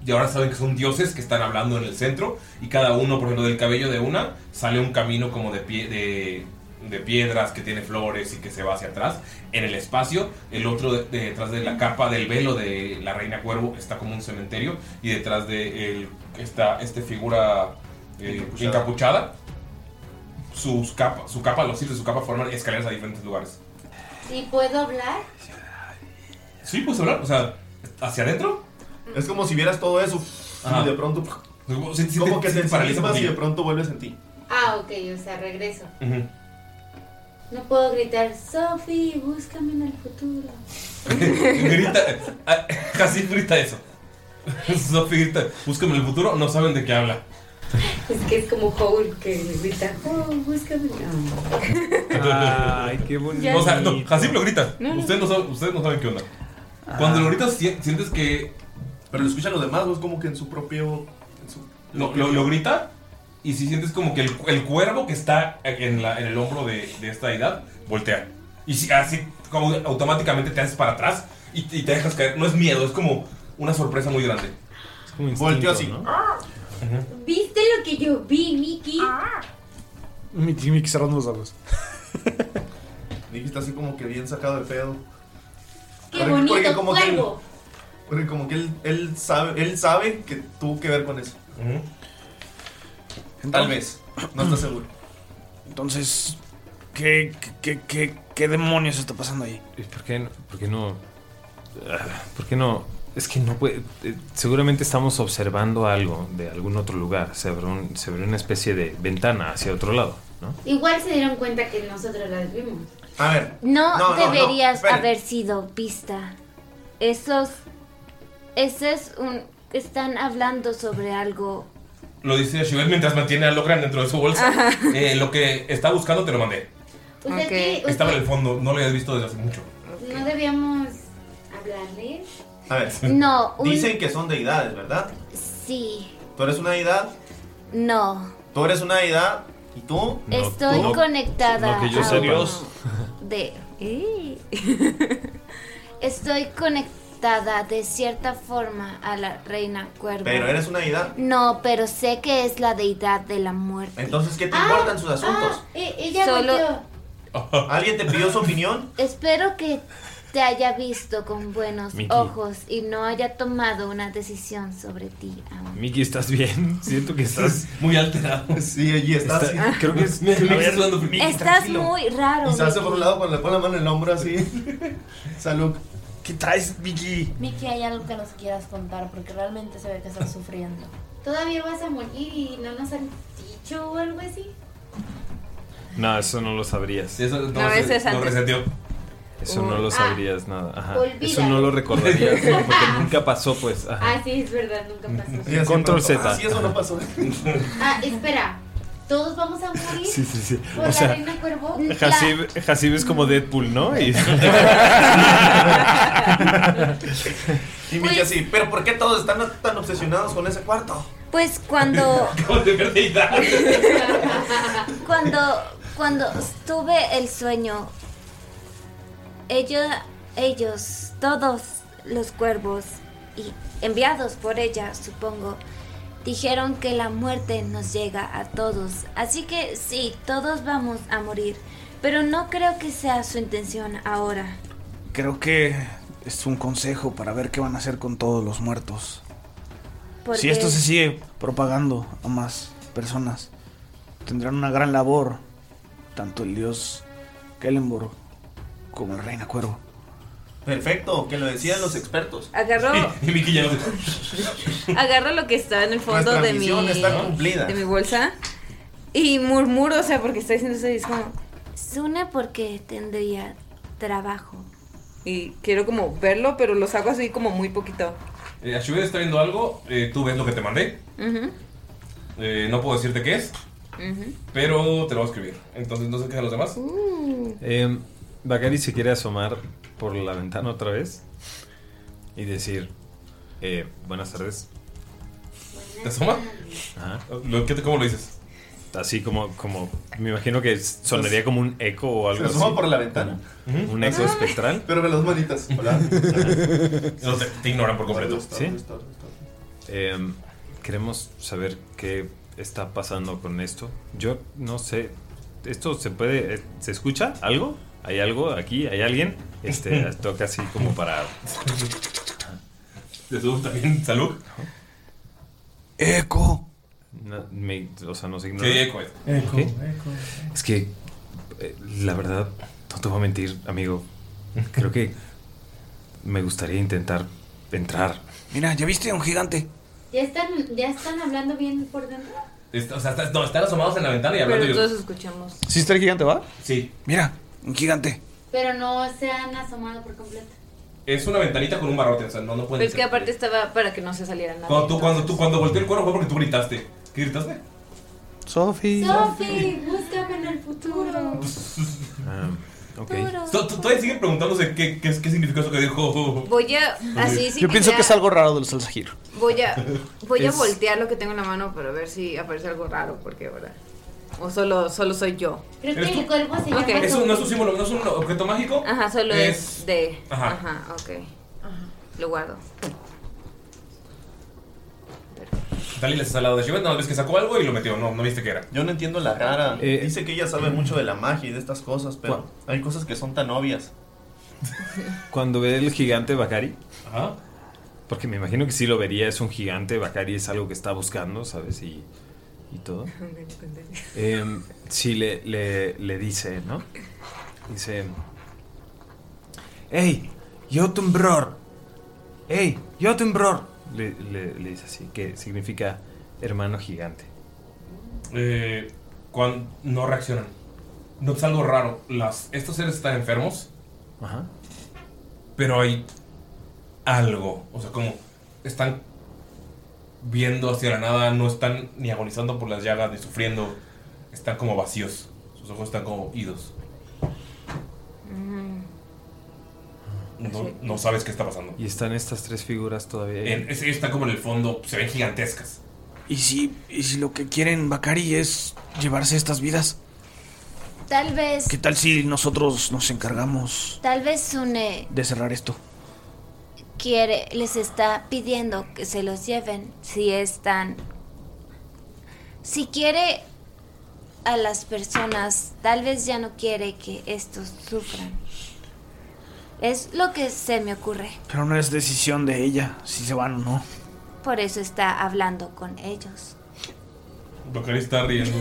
Speaker 3: Y ahora saben que son dioses que están hablando en el centro. Y cada uno, por ejemplo, del cabello de una, sale un camino como de, pie- de, de piedras que tiene flores y que se va hacia atrás. En el espacio, el otro, de- de- detrás de la capa del velo de la reina cuervo, está como un cementerio. Y detrás de él está esta figura eh,
Speaker 8: Encapuchada.
Speaker 3: encapuchada. Sus capas, su capa, los hilos de su capa forman escaleras a diferentes lugares.
Speaker 17: ¿Y puedo hablar?
Speaker 3: Sí, puedes hablar, o sea, hacia adentro.
Speaker 8: Es como si vieras todo eso.
Speaker 3: Ajá.
Speaker 8: Y de pronto.
Speaker 3: Como, si- si
Speaker 8: como
Speaker 3: te-
Speaker 8: que
Speaker 3: si
Speaker 8: te
Speaker 3: te paraliza
Speaker 8: ensimismas y
Speaker 3: poquillo.
Speaker 8: de pronto vuelves en ti.
Speaker 17: Ah, ok, o sea, regreso.
Speaker 3: Ujú.
Speaker 17: No puedo gritar, Sophie, búscame en el futuro.
Speaker 3: grita, ah, casi grita eso. Sophie grita, búscame en el futuro, no saben de qué habla.
Speaker 17: Es que es como Howl que grita, oh, búscame.
Speaker 4: Ay, qué bonito.
Speaker 3: O sea, no, Hasib lo grita. Ustedes, no saben, ustedes no saben qué onda. Cuando lo gritas, si- sientes que. Pero lo escuchan los demás,
Speaker 8: Es como que en su propio. en su-
Speaker 3: Lo, lo- lo grita y si sientes como que el, el cuervo que está en, la- en el hombro de, de esta edad voltea. Y si- así como automáticamente te haces para atrás y, y te dejas caer. No es miedo, es como una sorpresa muy grande. Es
Speaker 11: como
Speaker 3: Volteo así.
Speaker 10: ¿Viste lo que yo vi, Mickey?
Speaker 17: Ah.
Speaker 6: Mi Timmy cerrando los ojos.
Speaker 8: Nicky está así como que bien sacado de pedo.
Speaker 10: ¡Qué bonito
Speaker 8: él,
Speaker 10: cuervo!
Speaker 8: porque como que él, él sabe, él sabe que tuvo que ver con eso. Tal vez. No está seguro.
Speaker 15: Entonces, ¿qué, qué, qué, qué demonios está pasando ahí?
Speaker 4: ¿Y ¿Por qué, no- por qué no? Ah, ¿Por qué no? Es que no puede. eh, seguramente estamos observando algo de algún otro lugar. Se abrió, un- se abrió una especie de ventana hacia otro lado, ¿no?
Speaker 12: Igual se dieron cuenta que nosotros las vimos.
Speaker 8: A ver.
Speaker 10: No,
Speaker 4: No, no, no,
Speaker 10: deberías
Speaker 4: esperen.
Speaker 10: haber sido pista. Esos. Ese es un. Están hablando sobre algo.
Speaker 3: Lo dice Shivet mientras mantiene a Logran dentro de su bolsa.
Speaker 10: Ajá.
Speaker 3: Eh, lo que está buscando te lo mandé.
Speaker 12: Usted que- usted-
Speaker 3: Estaba en el fondo, no lo habías visto desde hace mucho.
Speaker 12: No debíamos hablarles.
Speaker 8: A ver.
Speaker 10: No, un-
Speaker 8: Dicen que son deidades, ¿verdad?
Speaker 10: Sí,
Speaker 8: Tú eres una deidad,
Speaker 10: no.
Speaker 8: tú eres una deidad y tú.
Speaker 10: Estoy
Speaker 8: tú-
Speaker 10: conectada
Speaker 8: no que yo
Speaker 10: a
Speaker 8: sepa.
Speaker 10: un-
Speaker 8: Dios.
Speaker 10: de. ¡Eh! Estoy conectada de cierta forma a la reina cuervo.
Speaker 8: Pero eres una deidad.
Speaker 10: No, pero sé que es la deidad de la muerte.
Speaker 8: Entonces, ¿qué te
Speaker 10: Ah,
Speaker 8: importan
Speaker 12: Ah,
Speaker 8: sus asuntos?
Speaker 12: e-,
Speaker 10: ella Solo
Speaker 8: ¿Alguien te pidió su opinión?
Speaker 10: espero que te haya visto con buenos
Speaker 4: Miki.
Speaker 10: ojos y no haya tomado una decisión sobre ti aún.
Speaker 4: Miki, ¿estás bien? Siento que estás
Speaker 3: muy alterado.
Speaker 4: Sí, allí
Speaker 8: estás.
Speaker 4: Creo que es.
Speaker 8: Me- me
Speaker 4: creo que
Speaker 8: estás
Speaker 4: es-
Speaker 8: dando
Speaker 10: Estás muy raro.
Speaker 8: Y se hace
Speaker 10: Miki.
Speaker 8: por un lado cuando le pone la mano en el hombro así. Salud. ¿Qué traes, Vicky?
Speaker 9: Miki, hay algo que nos quieras contar porque realmente se ve que estás sufriendo.
Speaker 12: Todavía vas a morir y no nos han dicho o algo así.
Speaker 4: No, eso no lo sabrías.
Speaker 3: Eso
Speaker 4: no,
Speaker 12: No, ese es
Speaker 4: lo
Speaker 12: antes.
Speaker 4: resentió. Eso no
Speaker 12: Ah,
Speaker 4: lo sabrías nada. Ajá. Eso
Speaker 12: olvídalo.
Speaker 4: no lo recordarías ¿no? porque nunca pasó, pues. Ajá.
Speaker 12: Ah, sí, es verdad, nunca pasó.
Speaker 4: Control Z.
Speaker 8: Ah, sí, eso no pasó.
Speaker 12: Ah, espera. ¿Todos vamos a morir?
Speaker 4: Sí, sí, sí.
Speaker 12: ¿Por
Speaker 4: O
Speaker 12: la
Speaker 4: sea,
Speaker 12: reina cuervo?
Speaker 4: Hasib, Hasib es como Deadpool, ¿no? Y-
Speaker 8: Y Miki así, ¿pero por qué todos están tan obsesionados con ese cuarto?
Speaker 10: Pues cuando
Speaker 3: Acabo de ver deidad.
Speaker 10: cuando cuando tuve el sueño ellos ellos todos los cuervos y enviados por ella supongo dijeron que la muerte nos llega a todos así que sí todos vamos a morir pero no creo que sea su intención ahora
Speaker 15: Creo que es un consejo para ver qué van a hacer con todos los muertos.
Speaker 10: porque
Speaker 15: Si esto se sigue propagando a más personas, tendrán una gran labor, tanto el dios Kellenborg como el reina cuervo.
Speaker 8: Perfecto, que lo decían los expertos.
Speaker 5: Agarró,
Speaker 3: Y Miki ya no
Speaker 5: agarro lo que está en el fondo
Speaker 8: Nuestra
Speaker 5: de mi,
Speaker 8: misión está cumplida.
Speaker 5: de mi bolsa y murmuro, o sea, porque está diciendo eso y es como...
Speaker 10: Sune porque tendría trabajo.
Speaker 5: Y quiero como verlo, pero lo saco así como muy poquito.
Speaker 3: Eh, Ashibet está viendo algo, eh, tú ves lo que te mandé.
Speaker 5: Ujú,
Speaker 3: Eh, no puedo decirte qué es,
Speaker 5: ujú.
Speaker 3: pero te lo voy a escribir. Entonces no sé qué hacen los demás.
Speaker 5: Uh.
Speaker 3: Eh,
Speaker 4: Em, Bacari se quiere asomar por la ventana otra vez y decir, eh, buenas tardes.
Speaker 3: ¿Te asoma?
Speaker 4: Ajá.
Speaker 3: ¿Lo- qué te- ¿Cómo lo dices?
Speaker 4: Así como, como, me imagino que sonaría como un eco o algo
Speaker 8: Se asoma
Speaker 4: así.
Speaker 8: por la ventana.
Speaker 4: Ujú. Un eco espectral.
Speaker 8: Pero con las manitas. Hola.
Speaker 3: No, te, te ignoran por completo.
Speaker 4: ¿Sí? Em, queremos saber qué está pasando con esto. Yo no sé. ¿Esto se puede. eh, ¿Se escucha algo? ¿Hay algo aquí? ¿Hay alguien? Este, toca así como para.
Speaker 3: ¿De tú también? ¿Salud?
Speaker 4: ¡Eco! o sea, no se ignora.
Speaker 3: Sí, eco, eco.
Speaker 4: Ok. Es que. eh, la verdad, no te voy a mentir, amigo. Creo que. Me gustaría intentar entrar.
Speaker 15: Mira, ¿ya viste a un gigante?
Speaker 12: ¿Ya están, ¿Ya están hablando bien por dentro?
Speaker 3: Está- o sea, está- no, están asomados en la ventana y
Speaker 5: Pero
Speaker 3: hablando.
Speaker 5: todos escuchamos.
Speaker 6: ¿Sí está el gigante, va?
Speaker 3: Sí.
Speaker 15: Mira, un gigante.
Speaker 12: Pero no se han asomado por completo.
Speaker 3: Es una ventanita con un barrote, o sea, no, no
Speaker 5: Pero
Speaker 3: pueden
Speaker 5: es Pues que
Speaker 3: ser.
Speaker 5: aparte estaba para que no se salieran nada.
Speaker 3: Cuando tú, cuando tú, cuando volteó el cuero fue porque tú gritaste. ¿Qué gritaste?
Speaker 6: Sofi.
Speaker 12: Sofi, búscame en el futuro.
Speaker 4: Ah,
Speaker 20: Ok.
Speaker 3: To- to- Todavía siguen preguntándose qué, qué, qué significó eso que dijo.
Speaker 5: Voy a. Así sí
Speaker 21: Yo pienso
Speaker 5: quisiera-
Speaker 21: que es algo raro del salsajir.
Speaker 5: Voy a, voy a
Speaker 21: Es-
Speaker 5: voltear lo que tengo en la mano para ver si aparece algo raro, porque ahora. O solo, solo soy yo.
Speaker 22: Creo
Speaker 3: ¿Eres
Speaker 22: que el cuerpo se llama.
Speaker 5: Ok.
Speaker 3: Eso no es un símbolo, no es un objeto mágico.
Speaker 5: Ajá, solo es, de.
Speaker 3: Ajá.
Speaker 5: Ajá. ok. Lo guardo.
Speaker 3: Dalila está al lado de Shivet, no, ves que sacó algo y lo metió, no, no viste qué era. Eh, mm.
Speaker 8: Yo no entiendo la cara. Dice que ella sabe mucho de la magia y de estas cosas, pero hay cosas que son tan obvias.
Speaker 4: Cuando ve el gigante Bakari. Porque me imagino que sí lo vería, es un gigante, Bakari es algo que está buscando, ¿sabes? Y, y todo. Em, sí, le, le, le dice, ¿no? Dice... ¡Ey! ¡Yotumbror! ¡Ey! ¡Yotumbror! Le, le, le dice así, que significa hermano gigante.
Speaker 3: Eh, cuan- no reaccionan. No es algo raro. Las, estos seres están enfermos,
Speaker 4: Ajá.
Speaker 3: pero hay algo. O sea, como están viendo hacia la nada, no están ni agonizando por las llagas, ni sufriendo. Están como vacíos. Sus ojos están como idos. No, no sabes qué está pasando.
Speaker 4: Y están estas tres figuras todavía. ahí.
Speaker 3: En- es- está como en el fondo, se ven gigantescas.
Speaker 6: ¿Y si, y si lo que quieren Bakari es llevarse estas vidas?
Speaker 10: Tal vez,
Speaker 6: ¿Qué tal si nosotros nos encargamos
Speaker 10: tal vez Sune
Speaker 6: de cerrar esto?
Speaker 10: quiere, les está pidiendo que se los lleven si están. Si quiere a las personas, tal vez ya no quiere que estos sufran. Es lo que se me ocurre.
Speaker 6: Pero no es decisión de ella si se van o no.
Speaker 10: Por eso está hablando con ellos.
Speaker 3: Bacari está riendo.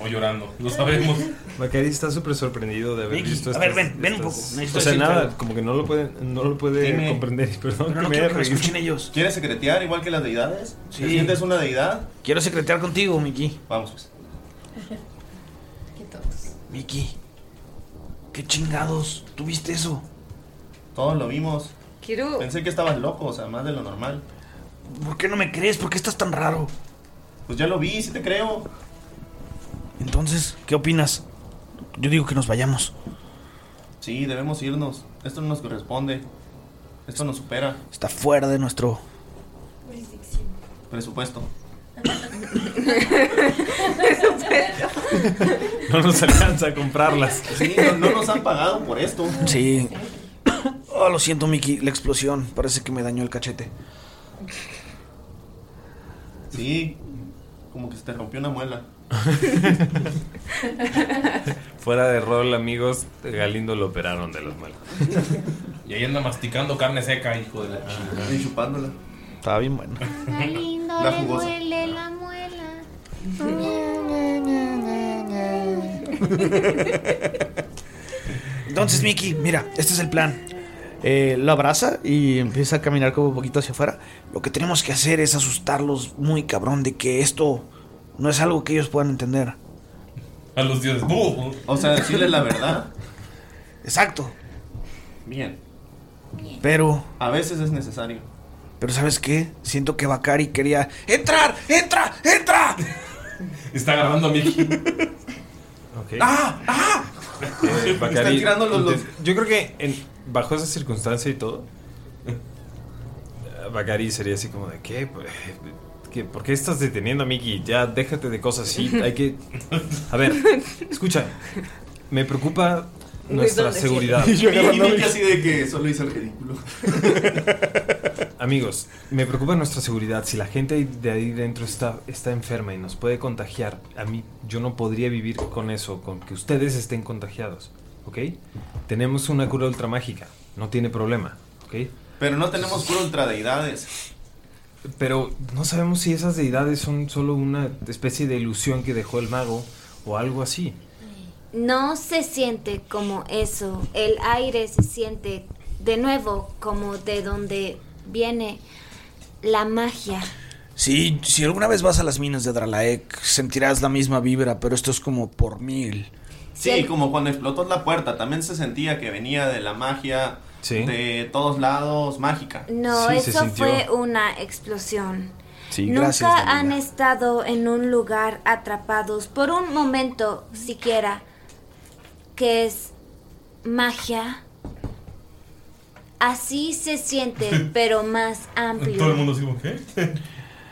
Speaker 3: o llorando, lo sabemos.
Speaker 4: Bakari está súper sorprendido de haber
Speaker 3: Vicky,
Speaker 4: visto
Speaker 3: a ver,
Speaker 4: estas-
Speaker 3: ven, ven un
Speaker 4: estas-
Speaker 3: poco, necesito
Speaker 4: O sea,
Speaker 3: decirte
Speaker 4: nada,
Speaker 3: algo.
Speaker 4: como que no lo puede, no lo puede
Speaker 8: Dime.
Speaker 4: comprender. y Perdón,
Speaker 8: Pero no
Speaker 4: que me
Speaker 8: quiero que me
Speaker 4: reí.
Speaker 8: escuchen ¿Quieres secretear igual que las deidades?
Speaker 4: Sí.
Speaker 8: ¿Te sientes una deidad?
Speaker 6: Quiero secretear contigo, Miki.
Speaker 8: Vamos, pues.
Speaker 9: Qué tontos.
Speaker 6: Miki, qué chingados. ¿Tú viste eso?
Speaker 8: Todos lo vimos.
Speaker 5: Quiero.
Speaker 8: Pensé que estabas loco, o sea, más de lo normal.
Speaker 6: ¿Por qué no me crees? ¿Por qué estás tan raro?
Speaker 8: Pues ya lo vi, sí te creo.
Speaker 6: Entonces, ¿qué opinas? Yo digo que nos vayamos.
Speaker 8: Sí, debemos irnos. Esto no nos corresponde. Esto nos supera.
Speaker 6: Está fuera de nuestro...
Speaker 8: Presupuesto.
Speaker 4: No nos alcanza a comprarlas.
Speaker 8: Sí, no, no nos han pagado por esto.
Speaker 6: Sí. Oh, lo siento, Miki. La explosión. Parece que me dañó el cachete.
Speaker 8: Sí, como que se te rompió una muela.
Speaker 4: Fuera de rol, amigos, Galindo lo operaron de los malos.
Speaker 3: Y ahí anda masticando carne seca, hijo de la chica.
Speaker 8: Y chupándola.
Speaker 6: Estaba bien bueno.
Speaker 10: Lindo,
Speaker 3: La
Speaker 10: le
Speaker 3: jugosa.
Speaker 10: duele la muela.
Speaker 6: Entonces, Miki, mira, este es el plan. Eh, lo abraza y empieza a caminar como un poquito hacia afuera. Lo que tenemos que hacer es asustarlos muy cabrón de que esto no es algo que ellos puedan entender.
Speaker 3: A los dioses. ¡bu!
Speaker 8: Uh, O sea, decirles la verdad.
Speaker 6: Exacto.
Speaker 8: Bien.
Speaker 6: Pero,
Speaker 8: A veces es necesario.
Speaker 6: pero ¿sabes qué? Siento que Bakari quería... ¡Entrar! ¡Entra! ¡Entra!
Speaker 3: Está agarrando a Mickey.
Speaker 4: ¡Ah!
Speaker 8: Eh, Me están tirando los- los-
Speaker 4: Yo creo que en- bajo esa circunstancia y todo, eh, Bacari sería así como de, ¿qué? Pues, ¿Qué? ¿Por qué estás deteniendo a Mickey? Ya déjate de cosas así. Hay que... A ver, escucha. Me preocupa nuestra seguridad.
Speaker 8: Y yo agarrándome así de que solo hice el ridículo.
Speaker 4: Amigos, me preocupa nuestra seguridad. Si la gente de ahí dentro está, está enferma y nos puede contagiar, a mí yo no podría vivir con eso, con que ustedes estén contagiados. ¿Ok? Tenemos una cura ultramágica, no tiene problema. ¿Ok?
Speaker 8: Pero no tenemos cura ultra deidades.
Speaker 4: Pero no sabemos si esas deidades son solo una especie de ilusión que dejó el mago o algo así.
Speaker 10: No se siente como eso. El aire se siente de nuevo como de donde viene la magia.
Speaker 6: Sí, si alguna vez vas a las minas de Adralaek, sentirás la misma vibra, pero esto es como por mil.
Speaker 8: Sí, como cuando explotó la puerta, también se sentía que venía de la magia de todos lados, mágica.
Speaker 10: No, eso fue una explosión.
Speaker 8: Sí,
Speaker 10: Nunca
Speaker 8: gracias, Dalila.
Speaker 10: han estado en un lugar atrapados por un momento siquiera que es magia. Así se siente, pero más amplio.
Speaker 3: Todo el mundo así como, ¿qué?
Speaker 5: Ah.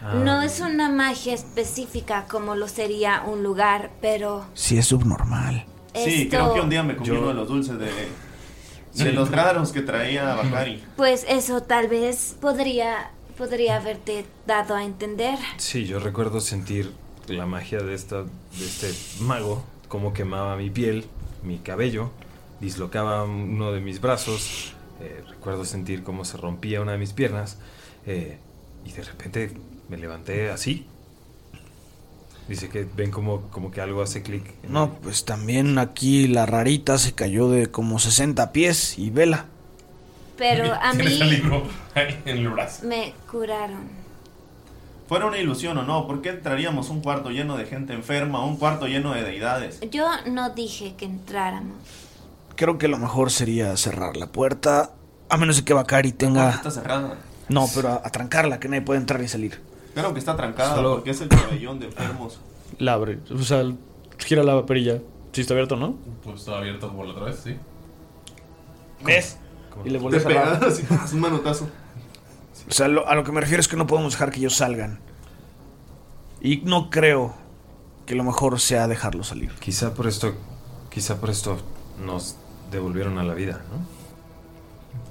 Speaker 8: Ah.
Speaker 10: No es una magia específica como lo sería un lugar, pero
Speaker 15: Sí, es subnormal.
Speaker 8: Sí,
Speaker 10: Esto-
Speaker 8: creo que un día me comí uno de los dulces de, de los raros que traía Bacari.
Speaker 10: pues eso tal vez podría podría haberte dado a entender.
Speaker 4: Sí, yo recuerdo sentir la magia de, esta, de este mago, cómo quemaba mi piel, mi cabello, dislocaba uno de mis brazos, eh, recuerdo sentir cómo se rompía una de mis piernas, eh, y de repente me levanté así. Dice que ven como, como que algo hace clic.
Speaker 15: No, pues también aquí la rarita se cayó de como 60 pies y vela.
Speaker 10: Pero a
Speaker 3: Tienes el
Speaker 10: mí
Speaker 3: libro ahí en el brazo.
Speaker 10: me curaron.
Speaker 8: ¿Fuera una ilusión o no? ¿Por qué entraríamos a un cuarto lleno de gente enferma, un cuarto lleno de deidades?
Speaker 10: Yo no dije que entráramos.
Speaker 15: Creo que lo mejor sería cerrar la puerta. A menos de que Bakari tenga.
Speaker 8: Está cerrada.
Speaker 15: No, pero a, a trancarla, que nadie puede entrar ni salir.
Speaker 8: Claro que está trancada
Speaker 15: Solo-
Speaker 8: porque es el pabellón de enfermos.
Speaker 6: La abre. O sea, gira la perilla. Sí, está abierto, ¿no?
Speaker 3: Pues estaba abierto como la otra vez, sí.
Speaker 15: ¿Ves? Y le
Speaker 8: Te
Speaker 15: volvió a cerrar.
Speaker 8: pegaron así, ¡paz! un manotazo.
Speaker 15: O sea, lo- a lo que me refiero es que no podemos dejar que ellos salgan. Y no creo que lo mejor sea dejarlos salir.
Speaker 4: Quizá por esto, quizá por esto nos devolvieron a la vida, ¿no?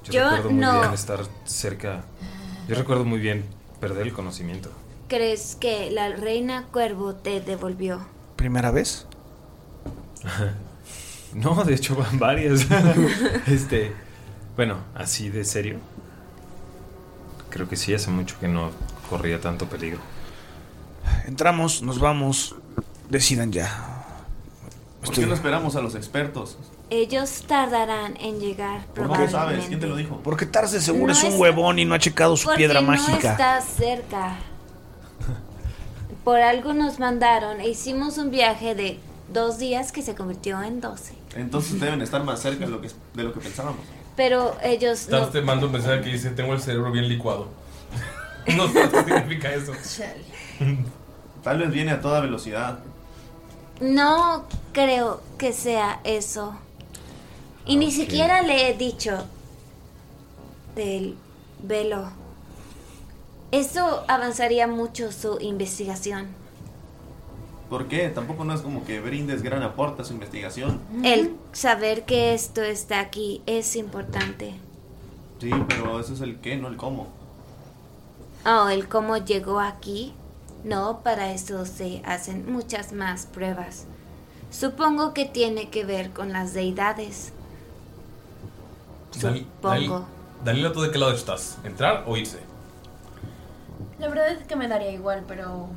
Speaker 4: Yo,
Speaker 10: Yo
Speaker 4: recuerdo muy
Speaker 10: no.
Speaker 4: bien estar cerca. Yo recuerdo muy bien perder el conocimiento.
Speaker 10: ¿Crees que la reina cuervo te devolvió?
Speaker 15: ¿Primera vez?
Speaker 4: No, de hecho van varias. este, bueno, así de serio. Creo que sí, hace mucho que no corría tanto peligro.
Speaker 15: Entramos, nos vamos. Decidan ya.
Speaker 8: ¿Por qué no esperamos a los expertos?
Speaker 10: Ellos tardarán en llegar.
Speaker 8: ¿Por qué sabes? ¿Quién te lo dijo?
Speaker 15: Porque Tars de seguro
Speaker 10: No
Speaker 15: es un
Speaker 10: es-
Speaker 15: huevón y no ha checado su
Speaker 10: Porque
Speaker 15: piedra
Speaker 10: no
Speaker 15: mágica.
Speaker 10: está cerca. Por algo nos mandaron e hicimos un viaje de dos días que se convirtió en doce.
Speaker 8: Entonces deben estar más cerca de lo que, de lo que pensábamos.
Speaker 10: Pero ellos no-
Speaker 3: Estás te mando un mensaje que dice, tengo el cerebro bien licuado. no sé qué significa eso.
Speaker 8: Tal vez viene a toda velocidad.
Speaker 10: no creo que sea eso. Y ni siquiera le he dicho del velo. Eso avanzaría mucho su investigación.
Speaker 8: ¿Por qué? Tampoco no es como que brindes gran aporte a su investigación.
Speaker 10: El saber que esto está aquí es importante.
Speaker 8: Sí, pero eso es el qué, no el cómo.
Speaker 10: Oh, el cómo llegó aquí. No, para eso se hacen muchas más pruebas. Supongo que tiene que ver con las deidades.
Speaker 3: Dal-
Speaker 10: Supongo.
Speaker 3: Dal- Dalila, ¿tú de qué lado estás? ¿Entrar o irse?
Speaker 9: La verdad es que me daría igual, pero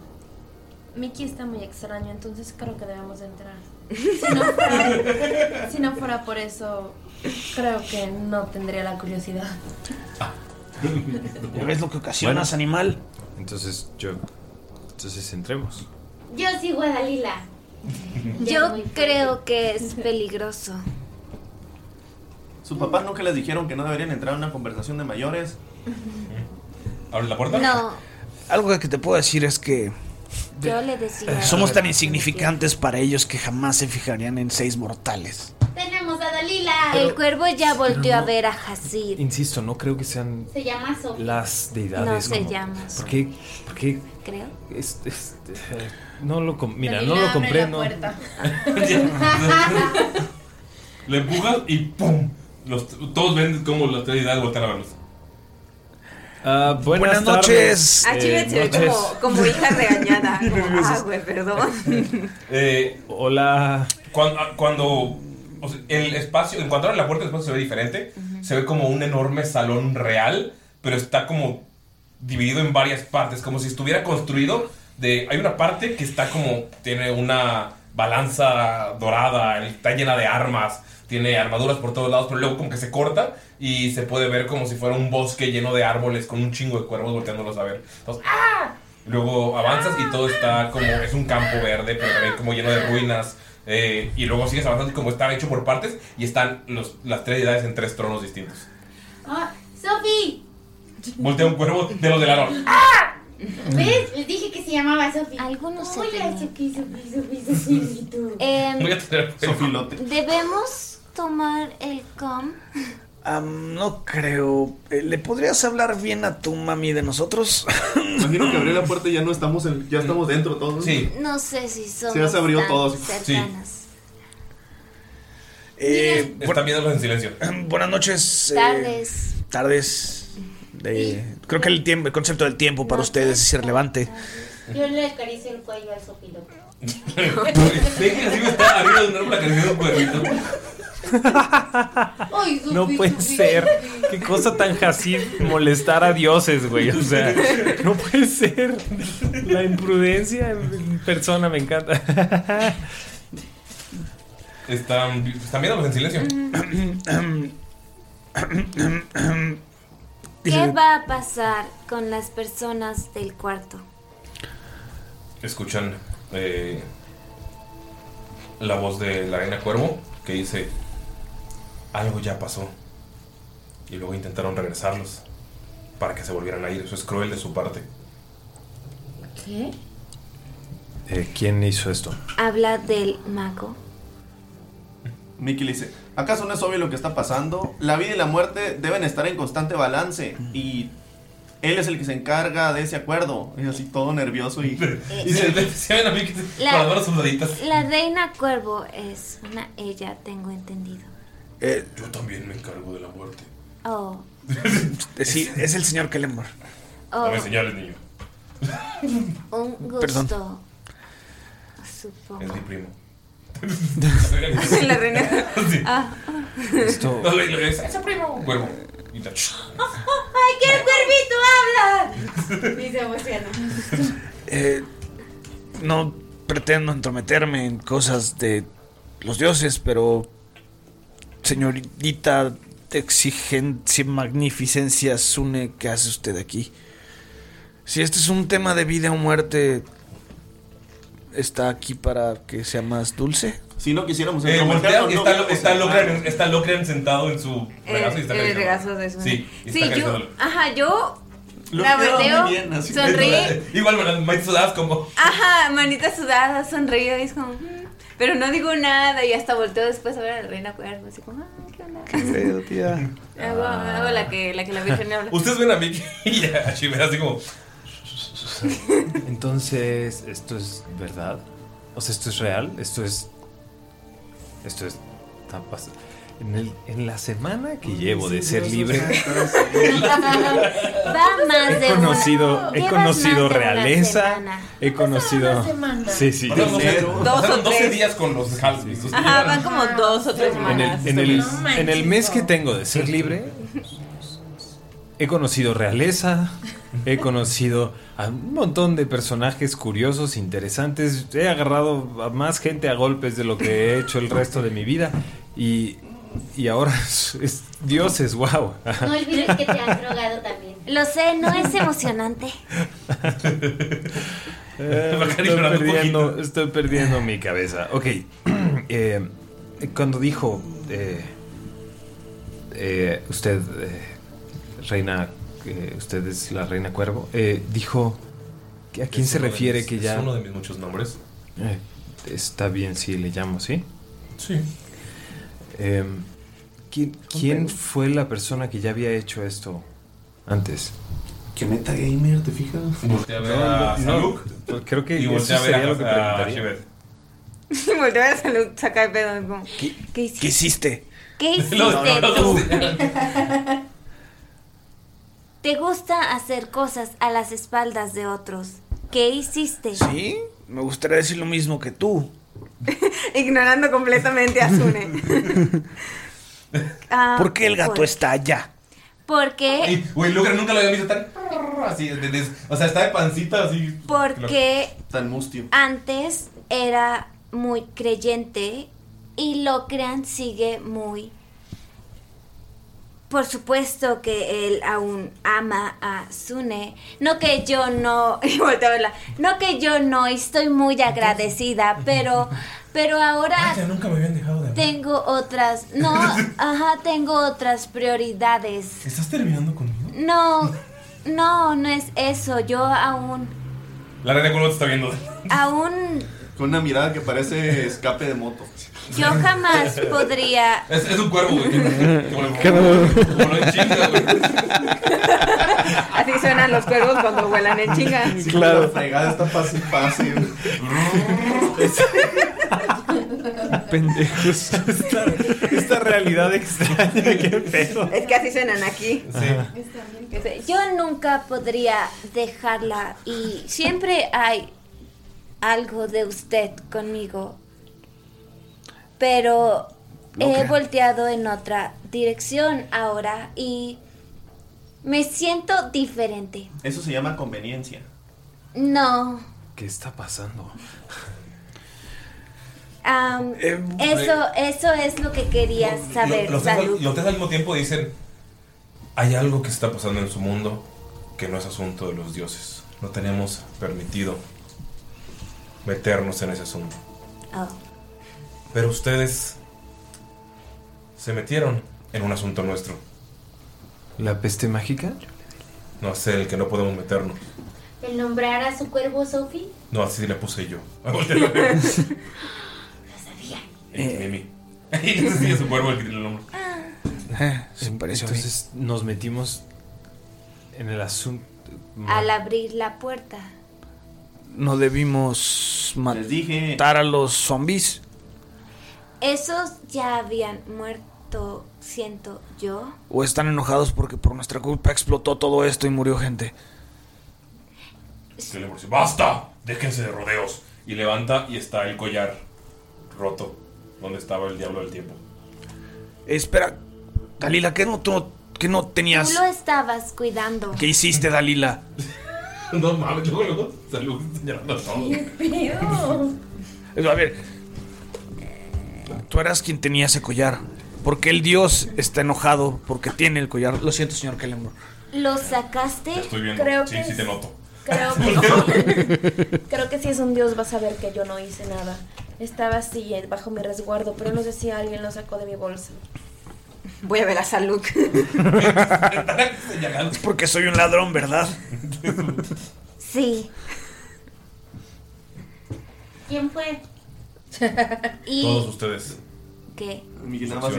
Speaker 9: Mickey está muy extraño, entonces creo que debemos de entrar. Si no fuera, si no fuera por eso, creo que no tendría la curiosidad.
Speaker 15: ¿Ya ves lo que ocasionas,
Speaker 4: Bueno.
Speaker 15: animal?
Speaker 4: Entonces yo. Entonces entremos.
Speaker 10: Yo sigo a Dalila. Yo creo que es peligroso.
Speaker 8: ¿Sus papás nunca les dijeron que no deberían entrar a una conversación de mayores?
Speaker 3: ¿Abre la puerta?
Speaker 10: No,
Speaker 15: Algo que te puedo decir es que
Speaker 10: yo le decía.
Speaker 6: Eh,
Speaker 15: somos tan insignificantes para ellos que jamás se fijarían en seis mortales.
Speaker 10: Tenemos a Dalila. El cuervo ya volvió a ver a Hasid.
Speaker 4: Insisto, no creo que sean
Speaker 10: Se llama Sophie.
Speaker 4: las
Speaker 10: No
Speaker 4: deidades.
Speaker 10: se
Speaker 4: como-
Speaker 10: llama
Speaker 4: ¿Por qué? ¿Por qué?
Speaker 10: Creo.
Speaker 4: Es- es- eh, no lo com- mira,
Speaker 9: Dalila,
Speaker 4: no lo
Speaker 9: abre
Speaker 4: compré,
Speaker 9: la
Speaker 4: no.
Speaker 9: puerta.
Speaker 3: Le empujas y ¡pum! Los, todos ven cómo la deidad voltean a verlos.
Speaker 4: Ah,
Speaker 3: Buenas
Speaker 4: tardes.
Speaker 3: noches.
Speaker 5: Ah, Chile
Speaker 3: Eh,
Speaker 5: se ve
Speaker 3: noches.
Speaker 5: como, como hija regañada. Como, ah,
Speaker 3: Nerviosos.
Speaker 5: güey, perdón.
Speaker 4: Hola.
Speaker 3: Eh, ah, Cuando, o sea, el espacio, en cuanto abren la puerta, el espacio se ve diferente. Se ve como un enorme salón real, pero está como dividido en varias partes, como si estuviera construido de... Hay una parte que está como, tiene una balanza dorada, está llena de armas, tiene armaduras por todos lados, pero luego como que se corta y se puede ver como si fuera un bosque lleno de árboles con un chingo de cuervos volteándolos a ver. Entonces, ¡ah! Luego avanzas y todo está como, es un campo verde, pero también como lleno de ruinas. eh, y luego sigues avanzando y como está hecho por partes y están los- las tres edades en tres tronos distintos.
Speaker 12: Ah, Sophie.
Speaker 3: Voltea un cuervo de los del árbol.
Speaker 17: Ah.
Speaker 12: ¿Ves? Les dije que se llamaba Sophie. Algunos se Hola, Sophie, Sophie, Sophie, Sophie, y tú.
Speaker 10: Em,
Speaker 3: Voy a tener-
Speaker 10: Debemos tomar el com?
Speaker 6: Am, no creo. Eh, ¿Le podrías hablar bien a tu mami de nosotros?
Speaker 8: Imagino que abrí la puerta y ya no estamos en- ya estamos dentro todos. ¿no?
Speaker 6: Sí.
Speaker 10: No sé si somos
Speaker 8: ya se abrió
Speaker 10: tan
Speaker 8: todo, sí.
Speaker 10: cercanas.
Speaker 6: Eh,
Speaker 3: Están viéndolos en silencio.
Speaker 6: Buenas noches. eh,
Speaker 10: Tardes.
Speaker 6: tardes. Eh, creo que el, tiempo, el concepto del tiempo para ustedes es irrelevante.
Speaker 17: Yo le acaricio el cuello al sopilo.
Speaker 3: Sé que así me está arriba de un árbol acariciando un perrito.
Speaker 4: No puede ser. Qué cosa tan jacir molestar a dioses, güey. O sea, no puede ser. La imprudencia en persona me encanta.
Speaker 3: Están, están viéndolos en silencio.
Speaker 10: ¿Qué va a pasar con las personas del cuarto?
Speaker 3: Escuchan eh, la voz de la arena cuervo que dice, algo ya pasó. Y luego intentaron regresarlos para que se volvieran a ir. Eso es cruel de su parte.
Speaker 10: ¿Qué?
Speaker 4: Eh, ¿Quién hizo esto?
Speaker 10: Habla del mago.
Speaker 8: Mickey le dice, ¿acaso no es obvio lo que está pasando? La vida y la muerte deben estar en constante balance y él es el que se encarga de ese acuerdo. Y así todo nervioso y... y se,
Speaker 3: ven a Mickey
Speaker 10: La- con las manos
Speaker 3: sudaditas.
Speaker 10: La reina cuervo es una ella, tengo entendido.
Speaker 3: Yo también me encargo de la muerte.
Speaker 10: Oh,
Speaker 6: Sí, es el señor Kellenborg.
Speaker 10: oh,
Speaker 3: señales, niño.
Speaker 10: un gusto.
Speaker 6: Perdón.
Speaker 3: Es mi primo.
Speaker 5: La reina.
Speaker 3: Sí.
Speaker 5: Ah.
Speaker 3: Esto- No, le- le- es- es el primo. Cuervo. Y la-
Speaker 17: ¡Ay, qué cuervito habla! Y se emociona.
Speaker 6: Eh, no pretendo entrometerme en cosas de los dioses, pero señorita de exigencia y magnificencia Sune, ¿qué hace usted aquí? Si este es un tema de vida o muerte, ¿está aquí para que sea más dulce?
Speaker 8: Si no quisiéramos
Speaker 3: Eh, voltea y está, lo- está Locran, está Locran sentado en su
Speaker 5: Eh,
Speaker 3: regazo y está
Speaker 5: el
Speaker 3: acariciándolo.
Speaker 5: regazo de su
Speaker 3: Sí, y está
Speaker 5: Sí, yo.
Speaker 3: acariciándolo.
Speaker 5: Ajá, yo.
Speaker 3: Lo queda
Speaker 5: la
Speaker 3: muy
Speaker 5: volteo.
Speaker 3: bien, así.
Speaker 5: Sonríe.
Speaker 3: Igual me las manitas sudadas como.
Speaker 5: Ajá, manita sudada, sonríe. Y es como. "Mm", Pero no digo nada. Y hasta volteo después a ver a la reina cuervo. Así como. "Ah, ¿qué onda?". Hago, hago la, que, la que la virgen habla.
Speaker 3: Ah. Ustedes ven a Mickey y a Shivera así como.
Speaker 4: Entonces, ¿esto es verdad? O sea, ¿esto es real? ¿Esto es...? ¿Esto es...? está pas- En, el- en la semana que llevo de ser libre,
Speaker 10: Va más de
Speaker 4: he conocido,
Speaker 10: una.
Speaker 4: he
Speaker 10: Llevas
Speaker 4: conocido
Speaker 10: más de una
Speaker 4: realeza,
Speaker 10: semana.
Speaker 4: he conocido...
Speaker 10: semana?
Speaker 4: Sí, sí.
Speaker 3: Pasaron
Speaker 4: sí.
Speaker 3: doce- pasaron 12 días con los Halsby.
Speaker 5: Ajá, van como dos o tres
Speaker 4: En
Speaker 5: semanas.
Speaker 4: el, en, el,
Speaker 5: No
Speaker 4: en el
Speaker 5: manches.
Speaker 4: mes que tengo de ser libre, he conocido realeza, he conocido a un montón de personajes curiosos, interesantes, he agarrado a más gente a golpes de lo que he hecho el resto de mi vida y, y ahora es, es dioses, wow.
Speaker 10: No olvides que te has drogado también. Lo sé, no es emocionante.
Speaker 4: Eh,
Speaker 3: Bacari
Speaker 4: estoy,
Speaker 3: llorando un
Speaker 4: perdiendo, estoy perdiendo mi cabeza. Ok. eh, cuando dijo eh, eh, usted, eh, reina, eh, usted es la reina cuervo, eh, dijo, que ¿a quién
Speaker 3: Es
Speaker 4: se
Speaker 3: uno de
Speaker 4: refiere
Speaker 3: mis-
Speaker 4: que
Speaker 3: es
Speaker 4: ya...
Speaker 3: uno de mis muchos nombres.
Speaker 4: Eh, está bien si le llamo, ¿sí?
Speaker 3: Sí.
Speaker 4: Em, ¿Quién, quién fue la persona que ya había hecho esto antes?
Speaker 8: ¿Qué meta gamer, te fijas?
Speaker 3: Voltea a ver a
Speaker 4: No, no,
Speaker 3: Saluk.
Speaker 4: pues creo que
Speaker 3: Y
Speaker 4: eso
Speaker 3: voltea a ver
Speaker 4: sería
Speaker 3: a-
Speaker 4: lo que
Speaker 3: a
Speaker 4: preguntaría.
Speaker 3: Shiver.
Speaker 5: Y volteo a ver a salud, saca de pedo. Como, ¿Qué,
Speaker 6: ¿Qué hiciste?
Speaker 10: ¿Qué
Speaker 6: No, no,
Speaker 10: hiciste
Speaker 6: no,
Speaker 10: tú?
Speaker 6: tú.
Speaker 10: Te gusta hacer cosas a las espaldas de otros. ¿Qué hiciste?
Speaker 6: Sí, me gustaría decir lo mismo que tú.
Speaker 5: Ignorando completamente a Sune.
Speaker 10: Ah,
Speaker 6: ¿Por qué el gato
Speaker 10: por-
Speaker 6: está allá?
Speaker 10: Porque,
Speaker 3: Y, güey, Locran nunca lo había visto tan. Así, de- de- o sea, está de pancita así.
Speaker 10: porque
Speaker 8: Tan mustio.
Speaker 10: antes era muy creyente y Locran sigue muy... Por supuesto que él aún ama a Sune. No que yo no... y volteo a verla. No que yo no, y estoy muy agradecida, pero... Pero ahora
Speaker 3: Ah, nunca me habían dejado de
Speaker 10: tengo otras... No, ajá, tengo otras prioridades.
Speaker 3: ¿Estás terminando con.?
Speaker 10: No, no, no es eso. Yo aún,
Speaker 3: La reina cuervo te está viendo.
Speaker 10: aún
Speaker 8: Con una mirada que parece escape de moto.
Speaker 10: Yo jamás podría.
Speaker 3: Es, es un cuervo, güey.
Speaker 5: Así suenan los cuervos cuando vuelan en chinga.
Speaker 8: claro. La fregada está fácil, fácil.
Speaker 3: pues.
Speaker 4: Pendejos. Esta, esta realidad extraña, qué pedo.
Speaker 5: Es que así suenan aquí.
Speaker 10: Yo nunca podría dejarla y siempre hay algo de usted conmigo. Pero he
Speaker 6: Ok.
Speaker 10: volteado en otra dirección ahora y me siento diferente.
Speaker 8: Eso se llama conveniencia.
Speaker 10: No.
Speaker 4: ¿Qué está pasando?
Speaker 10: am,
Speaker 3: Eh,
Speaker 10: eso, eso es lo que quería saber,
Speaker 3: Los tres,
Speaker 10: Salud.
Speaker 3: al- los tres al mismo tiempo dicen: Hay algo que está pasando en su mundo que no es asunto de los dioses. No tenemos permitido meternos en ese asunto.
Speaker 10: Oh.
Speaker 3: Pero ustedes se metieron en un asunto nuestro.
Speaker 4: ¿La peste mágica?
Speaker 3: No sé, el que no podemos meternos.
Speaker 17: ¿El nombrar a su cuervo Sophie?
Speaker 3: No, así le puse yo. Eh, Mimi. sí, es un cuervo el que tiene el hombro.
Speaker 4: Eh, Ah. Entonces nos metimos en el asunto.
Speaker 10: Al abrir la puerta.
Speaker 6: No debimos matar a los zombies.
Speaker 10: Esos ya habían muerto, siento yo.
Speaker 6: O están enojados porque por nuestra culpa explotó todo esto y murió gente.
Speaker 3: Que le dice, ¡Basta! Déjense de rodeos. Y levanta y está el collar roto. Donde estaba el diablo del tiempo.
Speaker 6: Espera, Dalila, ¿qué no, tú- qué no
Speaker 10: Tú
Speaker 6: tenías?
Speaker 10: lo estabas cuidando.
Speaker 6: ¿Qué hiciste, Dalila?
Speaker 3: no mames, luego, luego, salud, llorando todo.
Speaker 6: A ver, tú eras quien tenía ese collar. Porque el dios está enojado porque tiene el collar. Lo siento, señor Kellenbrook.
Speaker 10: ¿Lo sacaste?
Speaker 6: estoy viendo.
Speaker 9: Creo
Speaker 6: Sí,
Speaker 9: que
Speaker 6: sí te
Speaker 9: es-
Speaker 6: noto.
Speaker 9: Creo que, creo que si es un dios va a saber que yo no hice nada. Estaba así eh, bajo mi resguardo, pero no sé si alguien lo sacó de mi bolsa.
Speaker 5: Voy a ver a Salud.
Speaker 6: Es porque soy un ladrón, ¿verdad?
Speaker 10: Sí.
Speaker 17: ¿Quién fue?
Speaker 10: y
Speaker 3: Todos ustedes.
Speaker 10: ¿Qué?
Speaker 8: Miguel nada más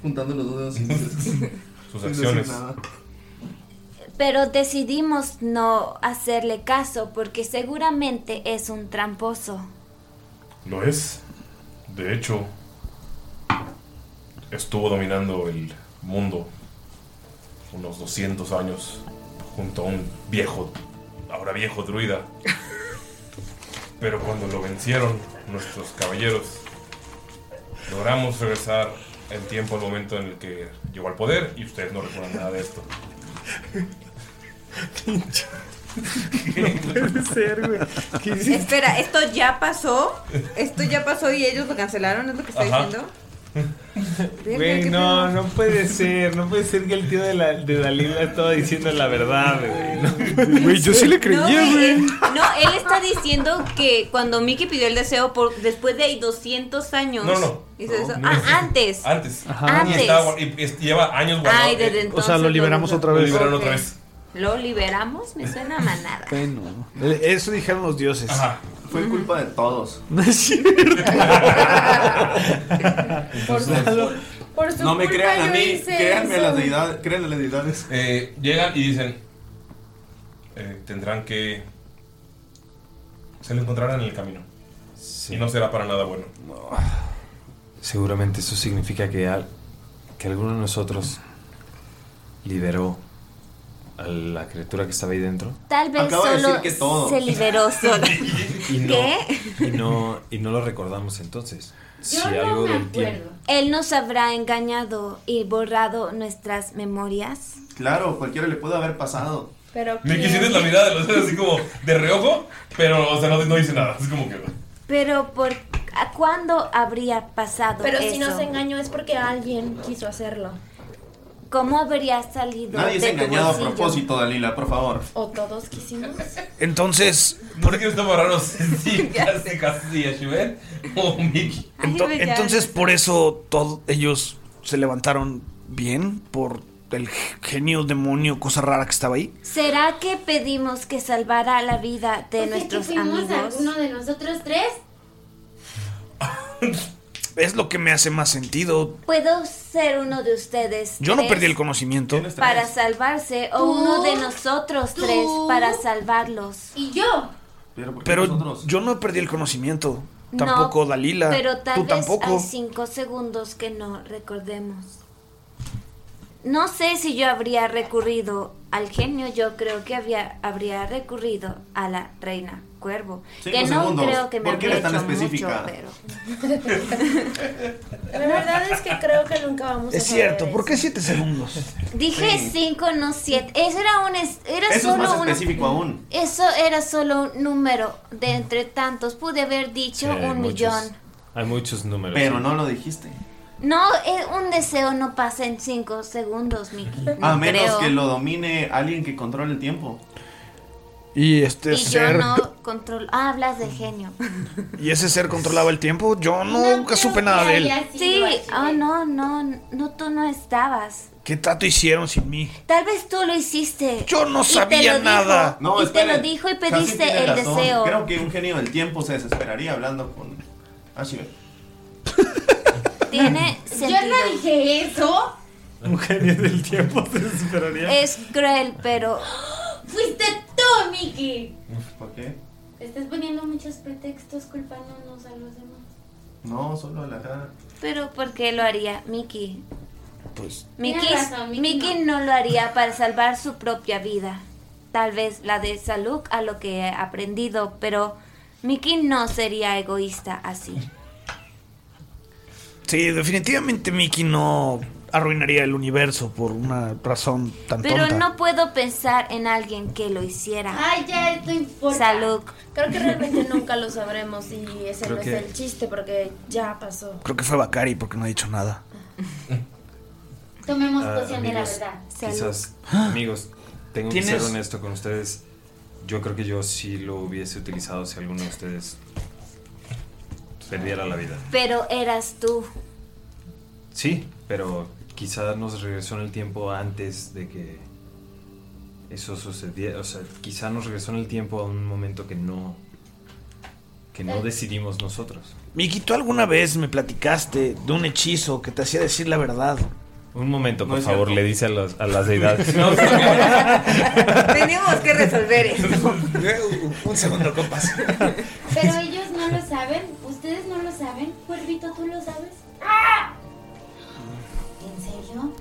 Speaker 8: juntando los dedos.
Speaker 3: Sus
Speaker 8: Sin decir
Speaker 3: acciones.
Speaker 8: nada.
Speaker 10: Pero decidimos no hacerle caso porque seguramente es un tramposo.
Speaker 3: Lo es. De hecho, estuvo dominando el mundo unos 200 años junto a un viejo, ahora viejo druida. Pero cuando lo vencieron nuestros caballeros, logramos regresar el tiempo al momento en el que llegó al poder y ustedes no recuerdan nada de esto.
Speaker 4: Puede ser, güey. ¿Qué hiciste?
Speaker 5: Espera, ¿esto ya pasó? ¿Esto ya pasó y ellos lo cancelaron? ¿Es lo que está
Speaker 4: Ajá.
Speaker 5: diciendo?
Speaker 4: Güey, no, no puede ser. No puede ser que el tío de, la, de Dalila estaba diciendo la verdad, güey. No.
Speaker 6: Güey, yo sí le creía,
Speaker 5: No, güey, él- no, él está diciendo que cuando Mickey pidió el deseo por después de ahí 200 años.
Speaker 3: No, no,
Speaker 5: hizo eso.
Speaker 3: no
Speaker 5: Ah,
Speaker 3: es-
Speaker 5: antes.
Speaker 3: Antes.
Speaker 5: Ajá.
Speaker 3: Y, estaba guar- y- y lleva años guardado.
Speaker 5: Ay, desde
Speaker 3: Eh,
Speaker 5: entonces. lo-
Speaker 3: Lo liberaron otra
Speaker 5: Ok.
Speaker 3: vez.
Speaker 5: ¿Lo liberamos? Me suena a manada.
Speaker 23: Bueno, eso dijeron los dioses.
Speaker 8: Fue culpa de todos.
Speaker 23: No es cierto.
Speaker 9: Por su
Speaker 8: No me
Speaker 9: culpa
Speaker 8: crean a
Speaker 9: yo
Speaker 8: mí,
Speaker 9: hice
Speaker 8: créanme a
Speaker 9: eso.
Speaker 8: las deidades. Créanle a las deidades.
Speaker 3: Eh, llegan y dicen: eh, Tendrán que. Se lo encontrarán en el camino. Y no será para nada bueno.
Speaker 4: Seguramente eso significa que, al- que alguno de nosotros liberó a la criatura que estaba ahí dentro
Speaker 10: Tal vez
Speaker 4: Acaba de
Speaker 10: solo
Speaker 4: decir que todos.
Speaker 10: se liberó solo.
Speaker 4: y no,
Speaker 10: ¿Qué?
Speaker 4: Y no, y no lo recordamos entonces.
Speaker 10: Yo no me
Speaker 4: tiempo.
Speaker 10: Él nos habrá engañado y borrado nuestras memorias.
Speaker 8: Claro, cualquiera le puede haber pasado.
Speaker 9: Pero
Speaker 3: Me quisiste la mirada de los dedos así como de reojo, pero o sea, no, no dice nada. Es como que.
Speaker 10: Pero por ¿a cuándo habría pasado
Speaker 9: Pero
Speaker 10: eso?
Speaker 9: si nos engañó es porque alguien quiso hacerlo.
Speaker 10: ¿Cómo habría salido
Speaker 8: Nadie
Speaker 10: de
Speaker 8: se ha
Speaker 10: tu
Speaker 8: engañado a
Speaker 10: bolsillo?
Speaker 8: propósito, Dalila, por favor.
Speaker 9: O todos quisimos.
Speaker 6: Entonces.
Speaker 3: ¿Por qué estamos raros? Sí, casi, casi, Ashibel o Mickey.
Speaker 6: Ento-
Speaker 3: Ay, ya.
Speaker 6: entonces, por eso todos ellos se levantaron bien por el genio, demonio, cosa rara que estaba ahí.
Speaker 10: ¿Será
Speaker 9: Pues
Speaker 10: que pedimos que salvara la vida de nuestros
Speaker 17: ¿Fuimos
Speaker 10: amigos?
Speaker 17: alguno de nosotros tres?
Speaker 6: Es lo que me hace más sentido.
Speaker 10: Puedo ser uno de ustedes.
Speaker 6: Yo no
Speaker 10: tres
Speaker 6: perdí el conocimiento.
Speaker 10: Para salvarse, o uno de nosotros
Speaker 24: tú.
Speaker 10: tres para salvarlos.
Speaker 24: ¿Y yo?
Speaker 6: Pero yo no perdí el conocimiento. Tampoco Dalila.
Speaker 10: Pero tal
Speaker 6: Tú
Speaker 10: vez
Speaker 6: tampoco.
Speaker 10: hay cinco segundos que no recordemos. No sé si yo habría recurrido al genio, yo creo que había, habría recurrido a la reina cuervo.
Speaker 8: Cinco
Speaker 10: que no
Speaker 8: segundos.
Speaker 10: creo que me
Speaker 8: ¿Por qué
Speaker 10: habría
Speaker 8: eres tan
Speaker 10: hecho
Speaker 8: específica?
Speaker 10: mucho, pero-
Speaker 9: La verdad es que creo que nunca vamos a
Speaker 6: Es cierto, ¿por qué siete segundos?
Speaker 10: Dije
Speaker 6: Sí.
Speaker 10: cinco, no siete. Eso era un es- era
Speaker 8: Eso es
Speaker 10: solo
Speaker 8: más
Speaker 10: un-
Speaker 8: específico aún.
Speaker 10: Eso era solo un número de entre tantos. Pude haber
Speaker 4: Sí,
Speaker 10: dicho
Speaker 4: hay
Speaker 10: un
Speaker 4: muchos.
Speaker 10: millón.
Speaker 4: Hay muchos números.
Speaker 8: Pero no lo dijiste.
Speaker 10: No, eh, un deseo no pasa en cinco segundos, Miki. No
Speaker 8: A menos
Speaker 10: creo.
Speaker 8: que lo domine alguien que controle el tiempo.
Speaker 6: Y este
Speaker 10: Y yo no controlo. Ah, hablas del genio.
Speaker 6: ¿Y ese ser controlaba el tiempo? Yo nunca supe nada de él.
Speaker 10: Sí, ah, no, no, no, tú no estabas.
Speaker 6: ¿Qué trato hicieron sin mí?
Speaker 10: Tal vez tú lo hiciste.
Speaker 6: Yo no
Speaker 10: Y te
Speaker 6: sabía
Speaker 10: lo
Speaker 6: nada.
Speaker 10: dijo, y te lo dijo y
Speaker 8: Casi
Speaker 10: pediste
Speaker 8: tiene
Speaker 10: el
Speaker 8: razón.
Speaker 10: deseo.
Speaker 8: Creo que un genio del tiempo se desesperaría hablando con Ah, Ashibe.
Speaker 10: Tiene sentido.
Speaker 24: Yo no dije eso.
Speaker 4: Un genio del tiempo se desesperaría.
Speaker 10: Es cruel, pero.
Speaker 24: Fuiste tú, Miki.
Speaker 8: ¿Por qué?
Speaker 17: Estás poniendo muchos pretextos culpándonos a los demás.
Speaker 8: No, solo a la cara.
Speaker 10: Pero ¿por qué lo haría Mickey?
Speaker 6: Pues.
Speaker 10: Mickey,
Speaker 17: Tienes razón, Mickey
Speaker 10: Mickey no. lo haría para salvar su propia vida. Tal vez la de Saluk a lo que he aprendido, pero Mickey no sería egoísta así.
Speaker 6: Sí, definitivamente Mickey no arruinaría el universo por una razón tan
Speaker 10: Pero
Speaker 6: tonta.
Speaker 10: no puedo pensar en alguien que lo hiciera.
Speaker 9: Ay, ya, esto importa.
Speaker 10: Saluk.
Speaker 9: Creo que realmente nunca lo sabremos y ese
Speaker 6: Creo
Speaker 9: no
Speaker 6: que-
Speaker 9: es el chiste porque ya pasó.
Speaker 6: Creo que fue Bakari porque no ha dicho nada.
Speaker 9: Tomemos
Speaker 4: Ah, amigos, Quizás,
Speaker 10: ¡Ah!
Speaker 4: amigos, tengo que ser
Speaker 6: ¿Tienes-
Speaker 4: honesto con ustedes. Yo creo que yo sí lo hubiese utilizado si alguno de ustedes perdiera la vida.
Speaker 10: Pero eras tú.
Speaker 4: Sí, pero quizás nos regresó en el tiempo antes de que eso sucediera. O sea, quizá nos regresó en el tiempo a un momento que no que no decidimos nosotros.
Speaker 6: Mickey, tú alguna vez me platicaste de un hechizo que te hacía decir la verdad.
Speaker 4: Un momento,
Speaker 6: No
Speaker 4: por
Speaker 6: es
Speaker 4: favor,
Speaker 6: cierto.
Speaker 4: le dice a, los- a las deidades.
Speaker 5: Tenemos que resolver esto.
Speaker 6: Eh, un segundo, compas.
Speaker 17: Pero ellos no lo saben, ustedes no lo saben. Cuervito, ¿tú lo sabes? ¡Ah! ¿En serio?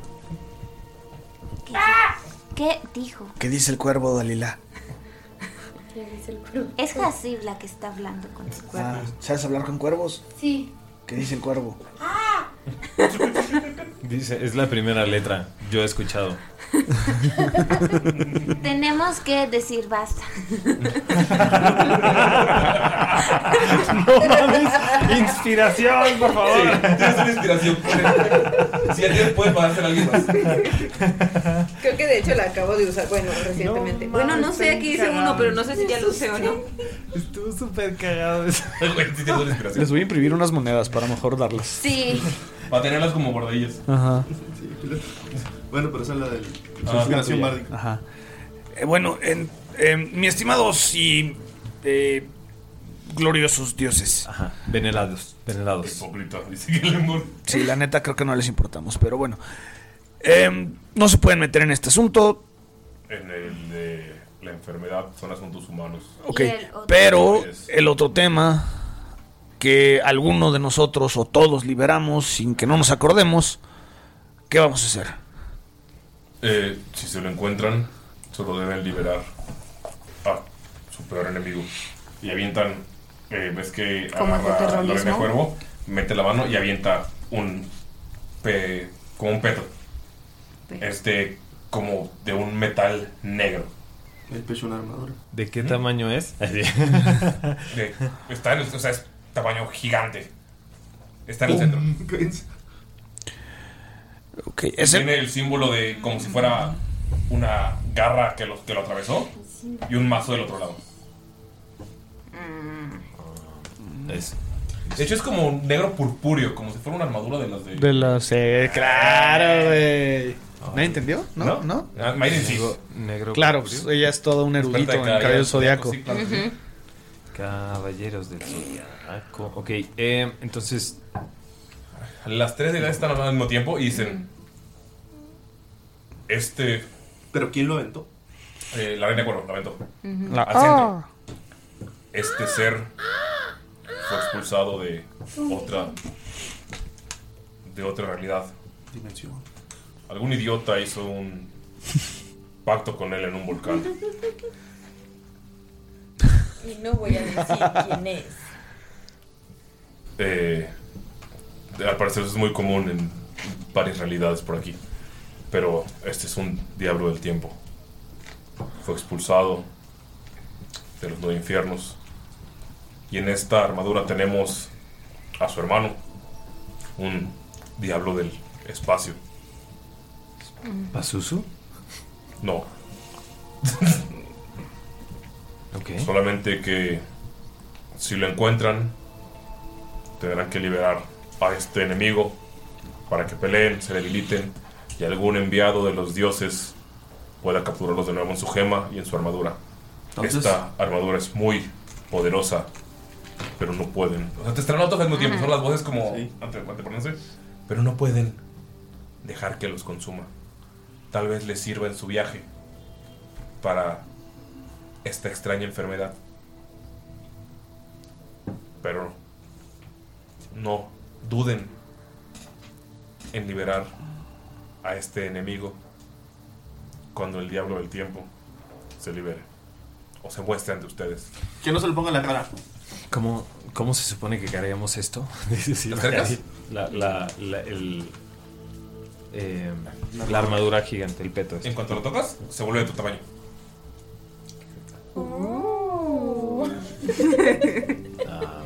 Speaker 10: ¿Qué,
Speaker 9: ¡Ah!
Speaker 10: qué dijo?
Speaker 6: ¿Qué dice el cuervo, Dalila?
Speaker 10: Es Hasib la que está hablando con su cuerpo.
Speaker 6: Ah, ¿Sabes hablar con cuervos?
Speaker 10: Sí.
Speaker 6: ¿Qué dice el cuervo?
Speaker 4: Dice, es la primera letra yo he escuchado.
Speaker 10: Tenemos que decir basta.
Speaker 4: No mames, inspiración, por favor.
Speaker 3: tienes una inspiración. Si ya tienes, puedes pagarse a alguien más.
Speaker 5: Creo que de hecho la acabo de usar, bueno, recientemente. bueno, no sé, aquí hice uno, pero no sé si ya lo usé o no.
Speaker 4: Estuvo súper cagado eso.
Speaker 25: Les voy a imprimir unas monedas para mejor darlas.
Speaker 10: Sí.
Speaker 3: Para tenerlas como bordillas.
Speaker 25: Ajá.
Speaker 8: Bueno, pero esa es la del.
Speaker 25: Ah,
Speaker 8: la inspiración
Speaker 25: tuya.
Speaker 8: bárdica.
Speaker 25: Ajá.
Speaker 6: Eh, bueno, en- em, mi estimado y eh, gloriosos dioses.
Speaker 4: Ajá. Venerados. Venerados.
Speaker 3: dice que le mor-
Speaker 6: Sí, la neta creo que no les importamos, pero bueno. Em, no se pueden meter en este asunto,
Speaker 3: En el de la enfermedad son asuntos humanos.
Speaker 6: ok. Pero el otro tema que alguno de nosotros o todos liberamos sin que no nos acordemos, ¿qué vamos a hacer?
Speaker 3: Eh, si se lo encuentran, solo deben liberar a su peor enemigo. Y avientan, eh, ves que
Speaker 26: Como
Speaker 3: agarra
Speaker 26: el de
Speaker 3: la
Speaker 26: terrorismo.
Speaker 3: arena de cuervo, mete la mano y avienta un pe- como un peto. Este, como de un metal negro.
Speaker 8: El pecho una armadura.
Speaker 4: ¿De qué tamaño es?
Speaker 3: De- está en el- o sea, es tamaño gigante. Está
Speaker 8: Oh,
Speaker 3: en el centro. Tiene el símbolo de como si fuera una garra que lo, que lo atravesó y un mazo del otro lado.
Speaker 4: Es.
Speaker 3: De hecho, es como negro purpúreo, como si fuera una armadura de las de.
Speaker 25: De las. eh, claro, güey. ¿Nadie entendió? ¿No?
Speaker 3: ¿No?
Speaker 25: ¿No?
Speaker 3: Ah, Mayrin sí. Negro-
Speaker 4: negro
Speaker 25: Claro,
Speaker 4: purpúreo.
Speaker 25: pues, ella es toda un erudito
Speaker 3: Experta en
Speaker 25: en
Speaker 3: claridad
Speaker 25: cabello
Speaker 3: zodiaco,
Speaker 25: zodiaco.
Speaker 3: sí, claro.
Speaker 4: Ujú. Caballeros del Zodiaco. Ok, eh, entonces.
Speaker 3: Las tres de la están hablando al mismo tiempo y dicen. Este. Eh,
Speaker 8: ¿Pero quién lo aventó?
Speaker 3: la reina cuervo, lo aventó.
Speaker 8: Ujú.
Speaker 3: Al centro. Este ser fue expulsado de otra. de otra realidad.
Speaker 8: Dimensión.
Speaker 3: Algún idiota hizo un pacto con él en un volcán.
Speaker 27: Y no voy a decir quién es.
Speaker 3: Eh, al parecer eso es muy común en varias realidades por aquí. Pero este es un diablo del tiempo. Fue expulsado de los nueve infiernos. Y en esta armadura tenemos a su hermano, un diablo del espacio.
Speaker 5: Mm.
Speaker 4: ¿Pasusu?
Speaker 3: No.
Speaker 4: Ok.
Speaker 3: Solamente que si lo encuentran, tendrán que liberar a este enemigo para que peleen, se debiliten y algún enviado de los dioses pueda capturarlos de nuevo en su gema y en su armadura.
Speaker 4: Entonces-
Speaker 3: Esta armadura es muy poderosa, pero no pueden. O sea, te estarán todos al mismo tiempo, son las voces como ante- anteponerse, pero no pueden dejar que los consuma. Tal vez les sirva en su viaje para esta extraña enfermedad. Pero no duden en liberar a este enemigo cuando el diablo del tiempo se libere o se muestre ante ustedes.
Speaker 8: Que no se lo ponga en la cara.
Speaker 4: ¿Cómo, cómo se supone que cargamos esto? Es decir,
Speaker 3: ¿Te acercas?
Speaker 4: La, la, la- el, eh, la armadura gigante, el peto.
Speaker 3: eh,
Speaker 4: este.
Speaker 3: En cuanto lo tocas, se vuelve de tu tamaño.
Speaker 4: Oh.
Speaker 9: Ah.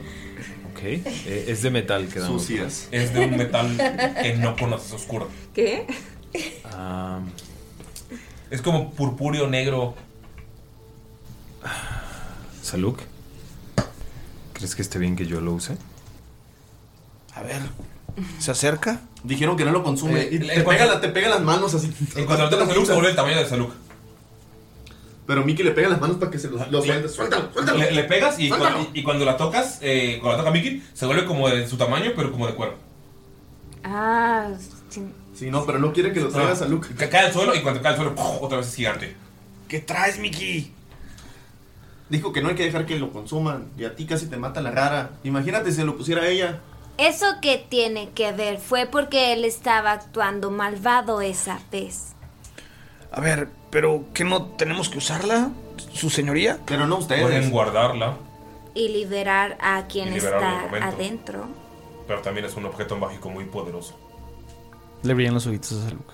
Speaker 4: Ok. eh, es de metal, quedamos.
Speaker 3: Sucias. Es de un metal que no conoces oscuro.
Speaker 5: ¿Qué?
Speaker 4: Ah,
Speaker 3: Es como purpúreo negro.
Speaker 4: Saluk, ¿crees que esté bien que yo lo use?
Speaker 15: A ver. ¿Se acerca?
Speaker 8: Dijeron que no lo consume.
Speaker 3: Eh,
Speaker 8: y
Speaker 3: en
Speaker 8: te,
Speaker 3: cuanto-
Speaker 8: pega la- te pega las manos así.
Speaker 3: En cuanto lo tocas a Luke, se vuelve el tamaño de Saluk.
Speaker 8: Pero Mickey le pega las manos para que se los, los suelte. Suéltalo, suéltalo.
Speaker 3: Le, le pegas y,
Speaker 8: Suéltalo.
Speaker 3: cuando, y cuando la tocas, eh, cuando la toca Mickey, se vuelve como de su tamaño, pero como de cuerpo.
Speaker 5: Ah, chin-
Speaker 8: Sí, no, pero no quiere que lo traigas a Luke.
Speaker 3: Ah, Cae al suelo y cuando cae al suelo, ¡puf! otra vez es gigante.
Speaker 8: ¿Qué traes, Mickey? Dijo que no hay que dejar que lo consuman. Y a ti casi te mata la rara. Imagínate si se lo pusiera a ella.
Speaker 10: Eso que tiene que ver fue porque él estaba actuando malvado esa vez.
Speaker 15: A ver, pero ¿qué no tenemos que usarla? ¿Su señoría?
Speaker 8: Pero no ustedes.
Speaker 3: Pueden guardarla,
Speaker 10: Y liberar a quien
Speaker 3: Y liberarlo en el
Speaker 10: está
Speaker 3: momento.
Speaker 10: adentro.
Speaker 3: pero también es un objeto mágico muy poderoso.
Speaker 15: Le brillan los ojitos a Luke.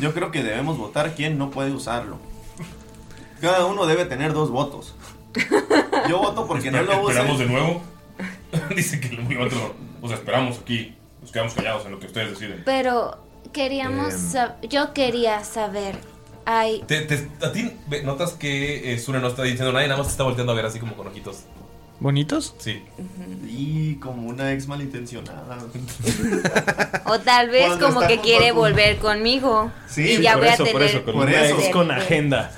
Speaker 8: Yo creo que debemos votar quién no puede usarlo. Cada uno debe tener dos votos. Yo voto porque no lo use.
Speaker 3: Esperamos de nuevo. Dice que el otro. O sea, esperamos aquí. Nos quedamos callados en lo que ustedes deciden.
Speaker 10: Pero queríamos.
Speaker 3: Em.
Speaker 10: sab- Yo quería saber. Hay.
Speaker 3: Te- te- a ti ve- notas que eh, Sune no está diciendo nada y nada más te está volteando a ver así como con ojitos.
Speaker 15: ¿Bonitos?
Speaker 3: Sí.
Speaker 8: Y como una ex malintencionada.
Speaker 10: O tal vez
Speaker 8: Cuando
Speaker 10: como
Speaker 8: está
Speaker 10: que
Speaker 8: junto
Speaker 10: quiere
Speaker 8: al punto.
Speaker 10: volver conmigo.
Speaker 8: Sí,
Speaker 10: y ya
Speaker 8: por
Speaker 10: voy
Speaker 8: eso,
Speaker 10: a
Speaker 8: por
Speaker 10: tener.
Speaker 8: eso, con Por una eso. ex con
Speaker 4: agenda.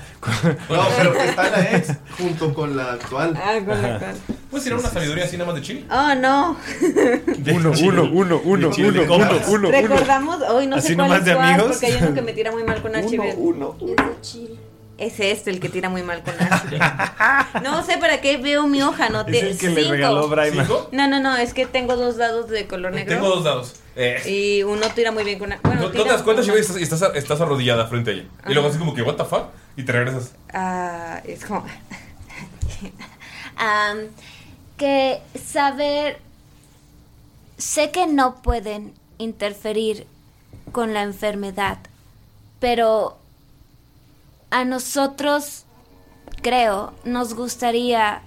Speaker 8: No, pero que está la ex junto con la actual.
Speaker 5: Ah, con la actual.
Speaker 3: ¿Puedes tirar Pues una sabiduría así nada más de chile?
Speaker 5: Oh, no.
Speaker 4: Uno, uno, uno, uno, uno, uno, uno,
Speaker 5: Recordamos, hoy no
Speaker 4: Así
Speaker 5: sé cuál
Speaker 4: nomás
Speaker 5: es
Speaker 4: de
Speaker 5: cuál,
Speaker 4: amigos.
Speaker 5: porque hay uno que me tira muy mal con Archibald.
Speaker 4: uno,
Speaker 5: Es este el que tira muy mal con Archibald. no sé para qué veo mi hoja, no te.
Speaker 4: Es el que le
Speaker 5: Cinco.
Speaker 4: regaló Braima.
Speaker 5: No, no, no, es que tengo dos dados de color negro.
Speaker 3: Tengo dos dados. Eh,
Speaker 5: Y uno tira muy bien con. Bueno,
Speaker 3: no, no te
Speaker 5: tira-
Speaker 3: das cuenta, Shiva, y estás, y estás, estás arrodillada frente a ella. Y luego así como que, ¿What the fuck? Y te regresas.
Speaker 5: Ah, es como.
Speaker 10: Am, que saber. Sé que no pueden interferir con la enfermedad, pero a nosotros, creo, nos gustaría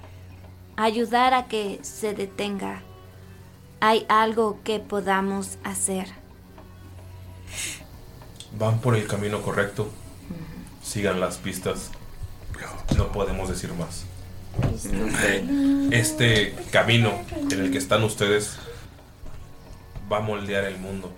Speaker 10: ayudar a que se detenga. Hay algo que podamos hacer.
Speaker 3: Van por el camino correcto. Sigan las pistas. No podemos decir más. Eh, Este camino en el que están ustedes va a moldear el mundo.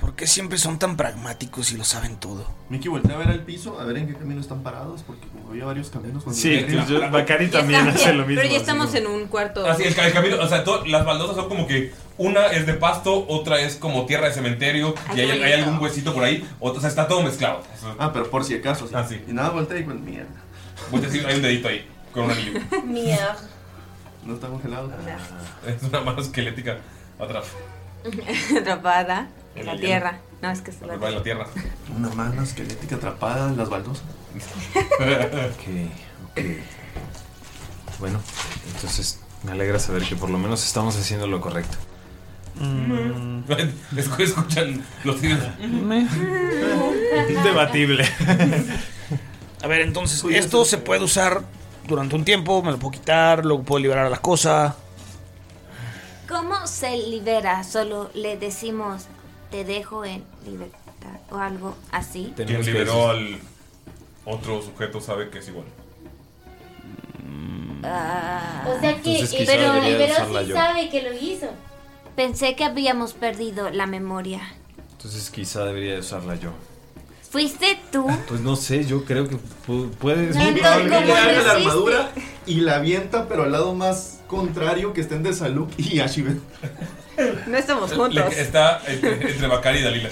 Speaker 15: ¿Por qué siempre son tan pragmáticos y lo saben todo?
Speaker 8: Mickey voltea a ver al piso, a ver en qué camino están parados, porque como había varios caminos. cuando
Speaker 4: Sí,
Speaker 8: llegué,
Speaker 4: yo- Bacari
Speaker 8: Ya
Speaker 4: también
Speaker 8: está.
Speaker 4: hace lo mismo.
Speaker 5: Pero ya estamos en un cuarto.
Speaker 3: Así, el, ca- el camino, o sea, to- las baldosas son como que una es de pasto, otra es como tierra de cementerio, y
Speaker 5: Ah,
Speaker 8: Ay,
Speaker 3: hay,
Speaker 8: qué
Speaker 3: hay
Speaker 8: bonito.
Speaker 3: algún huesito por ahí, otra- o sea, está todo mezclado.
Speaker 8: Ah, pero por si acaso, sí. Y nada, Ah, voltea y con mierda.
Speaker 3: Voy a decir, hay un dedito ahí, con un anillo.
Speaker 27: Mía.
Speaker 8: No está congelado.
Speaker 3: Es una mano esquelética atrás,
Speaker 5: Atrapada en la
Speaker 8: El-
Speaker 5: tierra. No, es que se la
Speaker 3: atrás de la tierra.
Speaker 8: Una mano esquelética atrapada en las baldosas.
Speaker 4: ok, ok. Bueno, entonces me alegra saber que por lo menos estamos haciendo lo correcto.
Speaker 3: Escu- Mm. Escuchan los tiros.
Speaker 4: Debatible.
Speaker 15: A ver, entonces,
Speaker 8: Pues
Speaker 15: esto se puede usar durante un tiempo, me lo puedo quitar, luego puedo liberar a la cosa.
Speaker 10: ¿Cómo se libera? Solo le decimos, te dejo en libertad o algo así.
Speaker 3: Quien liberó al otro sujeto sabe que es igual.
Speaker 10: Ah. o sea
Speaker 3: que Entonces
Speaker 10: que,
Speaker 3: quizá pero debería liberó
Speaker 10: pero
Speaker 3: usarla
Speaker 10: sí
Speaker 3: sí yo.
Speaker 10: sabe
Speaker 3: sabe
Speaker 10: que lo hizo. Pensé que habíamos perdido la memoria.
Speaker 4: Entonces quizá debería de usarla yo.
Speaker 10: ¿Fuiste tú?
Speaker 4: Pues no sé, yo creo que pu- puede... es
Speaker 8: Mickey
Speaker 4: muy probable que-
Speaker 8: le abre la armadura y la avienta, pero al lado más contrario que estén de Saluk y Ashibet.
Speaker 5: No estamos
Speaker 3: Le-
Speaker 5: juntos.
Speaker 3: está entre, entre Bacari y Dalila.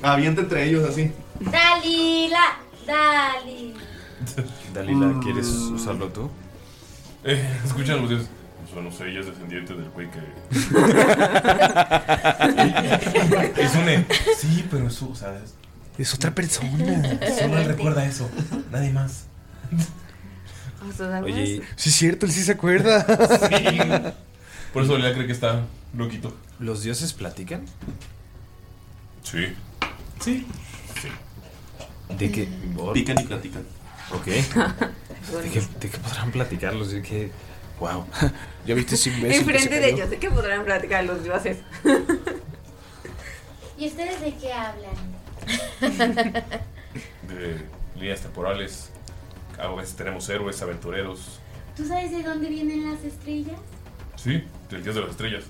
Speaker 8: Avienta Ah, entre ellos así.
Speaker 10: Dalila, Dalila.
Speaker 4: Dalila, ¿quieres usarlo tú?
Speaker 3: Eh, escuchan los dioses. O sea, no sé, ella es descendiente del güey que. es un. e- Sí, pero es, o sea, es-
Speaker 15: Es otra persona.
Speaker 3: solo él recuerda eso. Nadie más.
Speaker 15: Oye, sí es cierto, él sí se acuerda.
Speaker 3: Por eso Dalila cree que está loquito.
Speaker 4: ¿Los dioses platican?
Speaker 3: Sí.
Speaker 4: Sí. ¿De qué?
Speaker 8: Pican y platican.
Speaker 4: Ok. ¿De qué, de qué podrán platicarlos? ¿De qué? Wow.
Speaker 15: ¿Ya viste ese
Speaker 5: Enfrente de ellos, ¿de qué podrán platicar los dioses?
Speaker 17: ¿Y ustedes de qué hablan?
Speaker 3: De líneas temporales. A veces tenemos héroes, aventureros.
Speaker 17: ¿Tú sabes de dónde vienen las estrellas?
Speaker 3: Sí, del dios de las estrellas.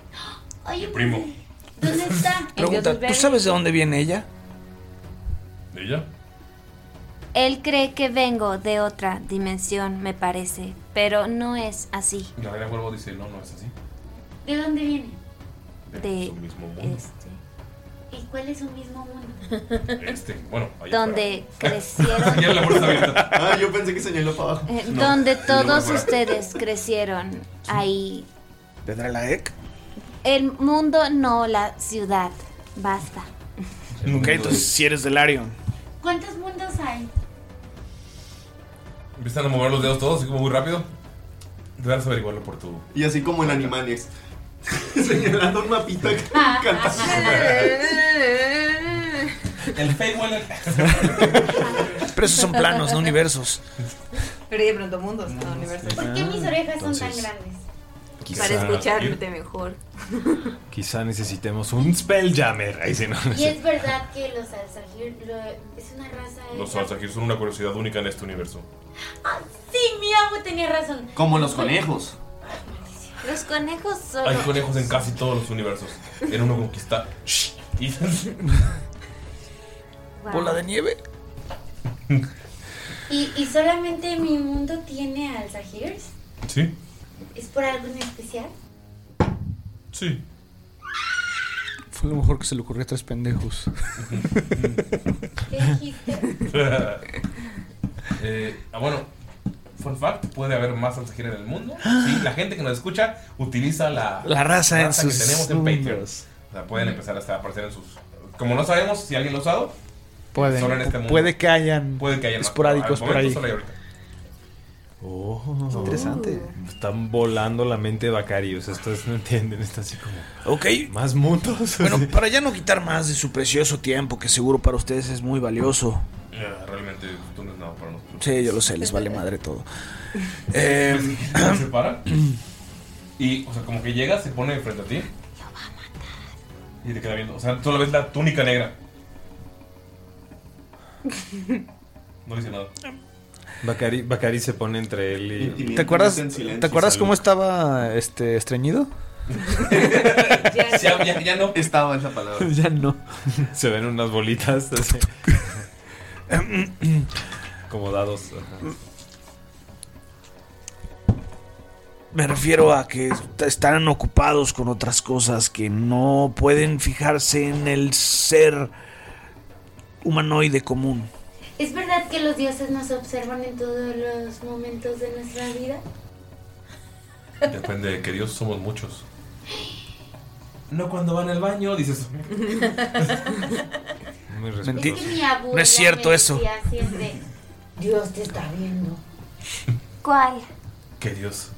Speaker 17: Oye,
Speaker 3: El primo.
Speaker 17: ¿dónde está?
Speaker 15: Pregunta, ¿tú sabes de dónde viene ella?
Speaker 3: ¿De ella?
Speaker 10: Él cree que vengo de otra dimensión, me parece, pero no es así.
Speaker 3: Y la gran cuervo dice: No, no es así.
Speaker 17: ¿De dónde viene?
Speaker 3: De,
Speaker 10: De este.
Speaker 3: su mismo mundo.
Speaker 17: ¿Y cuál es su mismo mundo?
Speaker 3: Este, bueno, ahí
Speaker 10: Donde
Speaker 3: está.
Speaker 10: crecieron,
Speaker 3: Ya la puerta está abierta.
Speaker 8: Ah, yo pensé que señaló para abajo.
Speaker 10: eh,
Speaker 8: No.
Speaker 10: donde
Speaker 8: Sí,
Speaker 10: todos
Speaker 8: no, no.
Speaker 10: ustedes crecieron. Ahí.
Speaker 15: ¿Tendrá la E EC?
Speaker 10: El mundo, no la ciudad. Basta.
Speaker 15: Ok, entonces si eres del Arion.
Speaker 17: ¿Cuántos mundos hay?
Speaker 3: Empiezan a mover los dedos todos, así como muy rápido. Deberás averiguarlo por tu.
Speaker 8: Y así como en Animaniacs. Señalando un mapita
Speaker 5: Ah,
Speaker 3: El Feywild.
Speaker 15: Pero esos son planos, no universos.
Speaker 5: Pero de pronto mundos, no universos.
Speaker 17: ¿Por qué mis orejas son tan
Speaker 4: Entonces,
Speaker 17: grandes?
Speaker 4: quizá-
Speaker 5: Para escucharte mejor.
Speaker 4: Quizá necesitemos un Spelljammer. Ahí sí, no.
Speaker 17: Y es verdad que los alzajir lo- es una raza.
Speaker 3: Los
Speaker 17: hecha-
Speaker 3: Alzahir son una curiosidad única en este universo.
Speaker 17: Ah, sí, mi amo tenía razón.
Speaker 8: Como los conejos.
Speaker 10: Los conejos solo.
Speaker 3: Hay conejos en casi todos los universos. En uno conquista. Shh. Y-
Speaker 10: Wow.
Speaker 15: ¿Bola de nieve?
Speaker 17: ¿Y, y solamente mi mundo tiene alzajirs?
Speaker 3: Sí.
Speaker 17: ¿Es por algo en especial?
Speaker 3: Sí.
Speaker 15: Fue lo mejor que se le ocurrió a tres pendejos.
Speaker 17: ¿Qué dijiste?
Speaker 3: Eh, ah, bueno, fun fact: puede haber más Alzahir en el mundo.
Speaker 6: Ah.
Speaker 3: Sí, la gente que nos escucha utiliza la,
Speaker 15: La raza en
Speaker 3: que
Speaker 15: sus
Speaker 3: tenemos en Patreon.
Speaker 15: números.
Speaker 3: O sea, pueden empezar hasta a aparecer en sus. Como no sabemos si alguien lo ha usado,
Speaker 6: Pueden,
Speaker 3: solo en este mundo.
Speaker 6: puede que hayan,
Speaker 3: Puede que haya más,
Speaker 6: esporádicos
Speaker 3: pero
Speaker 6: por
Speaker 3: al
Speaker 6: ahí.
Speaker 3: momento solo hay ahorita.
Speaker 4: Oh.
Speaker 6: Interesante.
Speaker 4: Están volando la mente de Bacarios. Estos no entienden. Está así como.
Speaker 15: Ok.
Speaker 4: Más mundos.
Speaker 15: Bueno, para ya no quitar más de su precioso tiempo, que seguro para ustedes es muy valioso.
Speaker 3: Ya, eh, realmente, tú no es nada para nosotros.
Speaker 15: Sí, yo lo sé, les vale madre todo. Eh,
Speaker 3: Pues, se para. Y, o sea, como que llega, se pone frente a ti. Y te queda viendo. O sea, solo ves la túnica negra. No dice nada.
Speaker 4: Bacari, Bacari se pone entre él y.
Speaker 15: ¿Te acuerdas, ¿te acuerdas cómo estaba este estreñido?
Speaker 4: ah,
Speaker 3: Ya, ya- ya no.
Speaker 8: Estaba esa palabra.
Speaker 4: ya no. Se ven unas bolitas así. como dados. ajá.
Speaker 15: Me refiero a que est- están ocupados con otras cosas que no pueden fijarse en el ser humanoide común.
Speaker 17: ¿Es verdad que los dioses nos observan en todos los momentos de nuestra vida?
Speaker 3: Depende de que Dios somos muchos. No cuando van al baño, dices.
Speaker 4: Muy
Speaker 15: Mentira.
Speaker 17: Es que mi abuela
Speaker 15: No es cierto
Speaker 17: me
Speaker 15: eso.
Speaker 17: decía siempre, Dios te está viendo. ¿Cuál?
Speaker 3: Que Dios.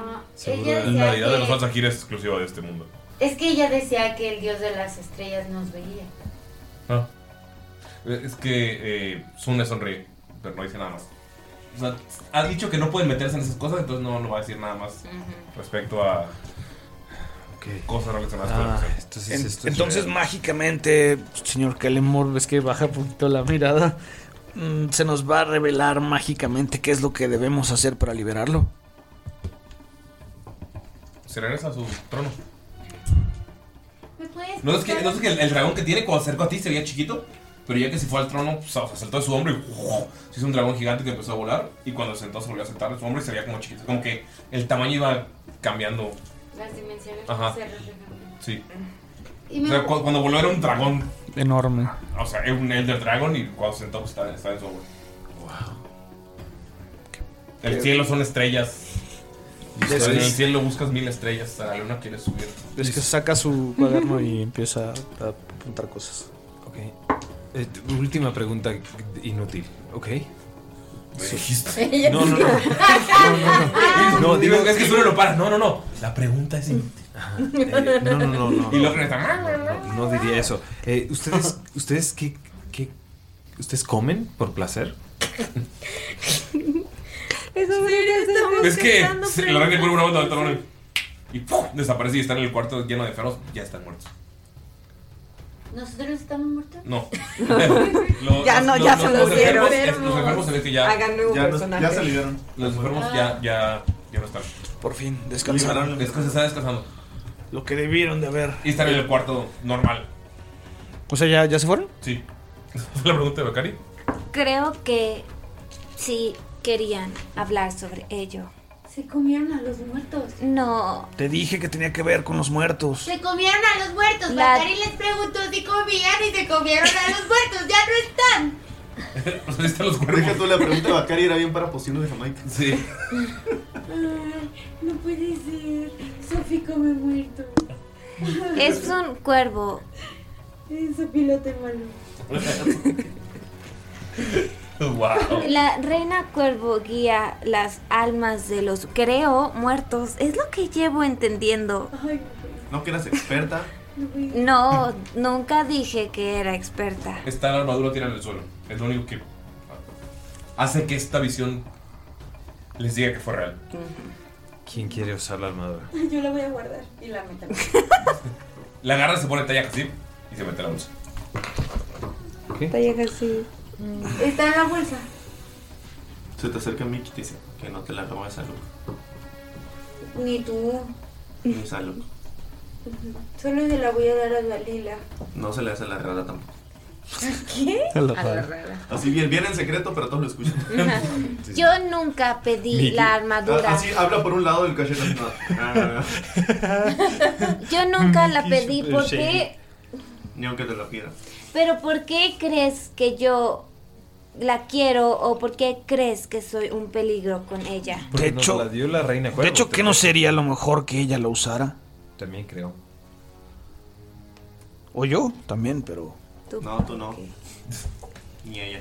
Speaker 17: Ah, ella
Speaker 3: la
Speaker 17: decía
Speaker 3: deidad de los
Speaker 17: que-
Speaker 3: fans es exclusiva de este mundo.
Speaker 17: eh, Es que ella decía que el dios de las estrellas nos veía.
Speaker 3: Es que eh, Sune sonríe, pero no dice nada más. O sea, ha dicho que no pueden meterse en esas cosas, entonces no, no va a decir nada más respecto a cosas relacionadas con la
Speaker 15: Ah,
Speaker 3: religión.
Speaker 15: en- entonces, mágicamente, señor Kalemor, ves que baja un poquito la mirada. mm, Se nos va a revelar mágicamente qué es lo que debemos hacer para liberarlo.
Speaker 3: se regresa a su trono.
Speaker 17: ¿Me puedes
Speaker 3: No es que,
Speaker 17: contar?
Speaker 3: no es que el, el dragón que tiene cuando se acercó a ti se veía chiquito, pero ya que se fue al trono, pues, o sea, saltó de su hombro y ¡guau! se hizo un dragón gigante que empezó a volar. Y cuando se sentó, se volvió a sentar de su hombro y se veía como chiquito. Como que el tamaño iba cambiando.
Speaker 17: Las dimensiones
Speaker 3: Ajá.
Speaker 17: se reflejan.
Speaker 3: Sí.
Speaker 17: Y
Speaker 3: O
Speaker 17: me-
Speaker 3: sea, cu- cuando voló era un dragón
Speaker 15: Enorme.
Speaker 3: O sea, es un Elder Dragon y cuando se sentó pues, está, está en su hombro. El cielo son estrellas. Y
Speaker 15: Es que-
Speaker 3: en el cielo buscas mil estrellas. A la luna quieres subir.
Speaker 6: Es que saca su cuaderno y empieza a apuntar cosas.
Speaker 4: Eh, t- última pregunta inútil, ¿ok?
Speaker 3: Ella-
Speaker 4: No, no, no. No, no, no.
Speaker 3: No,
Speaker 4: No,
Speaker 3: digo,
Speaker 4: digo-
Speaker 3: es que solo lo para. No, no, no. La pregunta es inútil.
Speaker 4: Eh, no, no, no, no.
Speaker 3: Y Lockhart está,
Speaker 4: "Ah, No, no diría eso. Eh, ¿Ustedes, ustedes qué, qué- ustedes comen por placer?
Speaker 5: Eso estamos
Speaker 3: Es que
Speaker 5: pensando,
Speaker 3: se-
Speaker 5: pero-
Speaker 3: la reina cuelga una vuelta al trono y- y ¡pum! desaparece y está en el cuarto lleno de ferros. Ya están muertos.
Speaker 17: ¿Nosotros estamos muertos?
Speaker 3: No.
Speaker 17: Ya no, ya se
Speaker 3: los
Speaker 17: murieron.
Speaker 3: enfermos, es- Los enfermos se ve que ya.
Speaker 5: Hagan nuevo
Speaker 3: ya no-
Speaker 5: personaje.
Speaker 3: ya salieron. Los enfermos ya, ya, ya no están.
Speaker 15: Por fin, descansaron.
Speaker 3: Descansa, están descansando.
Speaker 15: Lo que debieron de haber.
Speaker 3: Y están en el cuarto normal.
Speaker 6: O sea, ¿ya, ya se fueron?
Speaker 3: Sí. La pregunta de Bakari.
Speaker 10: Creo que sí querían hablar sobre ello.
Speaker 17: Se comieron a los muertos.
Speaker 10: No.
Speaker 15: Te dije que tenía que ver con los muertos.
Speaker 17: Se comieron a los muertos.
Speaker 10: La-
Speaker 17: Bacari les preguntó si comían y se comieron a los muertos. Ya no están.
Speaker 8: Deja tú la pregunta de Bacari, era bien para pocino de Jamaica.
Speaker 3: Sí.
Speaker 17: Ay, no puede ser. Sofi come muerto.
Speaker 10: Es un cuervo.
Speaker 17: Es un piloto malo.
Speaker 3: Wow.
Speaker 10: La reina cuervo guía las almas de los, creo, muertos. Es lo que llevo entendiendo.
Speaker 8: No que eras experta.
Speaker 10: No, nunca dije que era experta.
Speaker 3: Está la armadura tirada en el suelo. Es lo único que hace que esta visión les diga que fue real.
Speaker 4: ¿Quién quiere usar la armadura?
Speaker 27: Yo la voy a guardar y la meto.
Speaker 3: La agarra, se pone tallaca así y se mete a la bolsa.
Speaker 17: Está en la bolsa.
Speaker 8: Se te acerca Mickey y te dice que no te la roba esa loca.
Speaker 17: Ni tú.
Speaker 8: Ni esa loca.
Speaker 17: Solo se la voy a dar a Dalila.
Speaker 8: No se le hace la rara tampoco.
Speaker 17: ¿Qué?
Speaker 8: A la rara. Así bien, bien en secreto, pero todos lo escuchan.
Speaker 10: Yo nunca pedí la armadura.
Speaker 8: Ah, Así habla por un lado del cachete. No. Ah,
Speaker 10: Yo nunca la pedí.
Speaker 8: Mickey
Speaker 10: ¿Por
Speaker 8: Super
Speaker 10: qué?
Speaker 8: ni aunque te la pida.
Speaker 10: Pero ¿por qué crees que yo la quiero o por qué crees que soy un peligro con ella?
Speaker 15: De hecho,
Speaker 4: la dio la reina
Speaker 15: de hecho, ¿qué no sería lo mejor que ella lo usara?
Speaker 4: También creo.
Speaker 15: O yo también, pero
Speaker 8: No, tú no. Ni ella.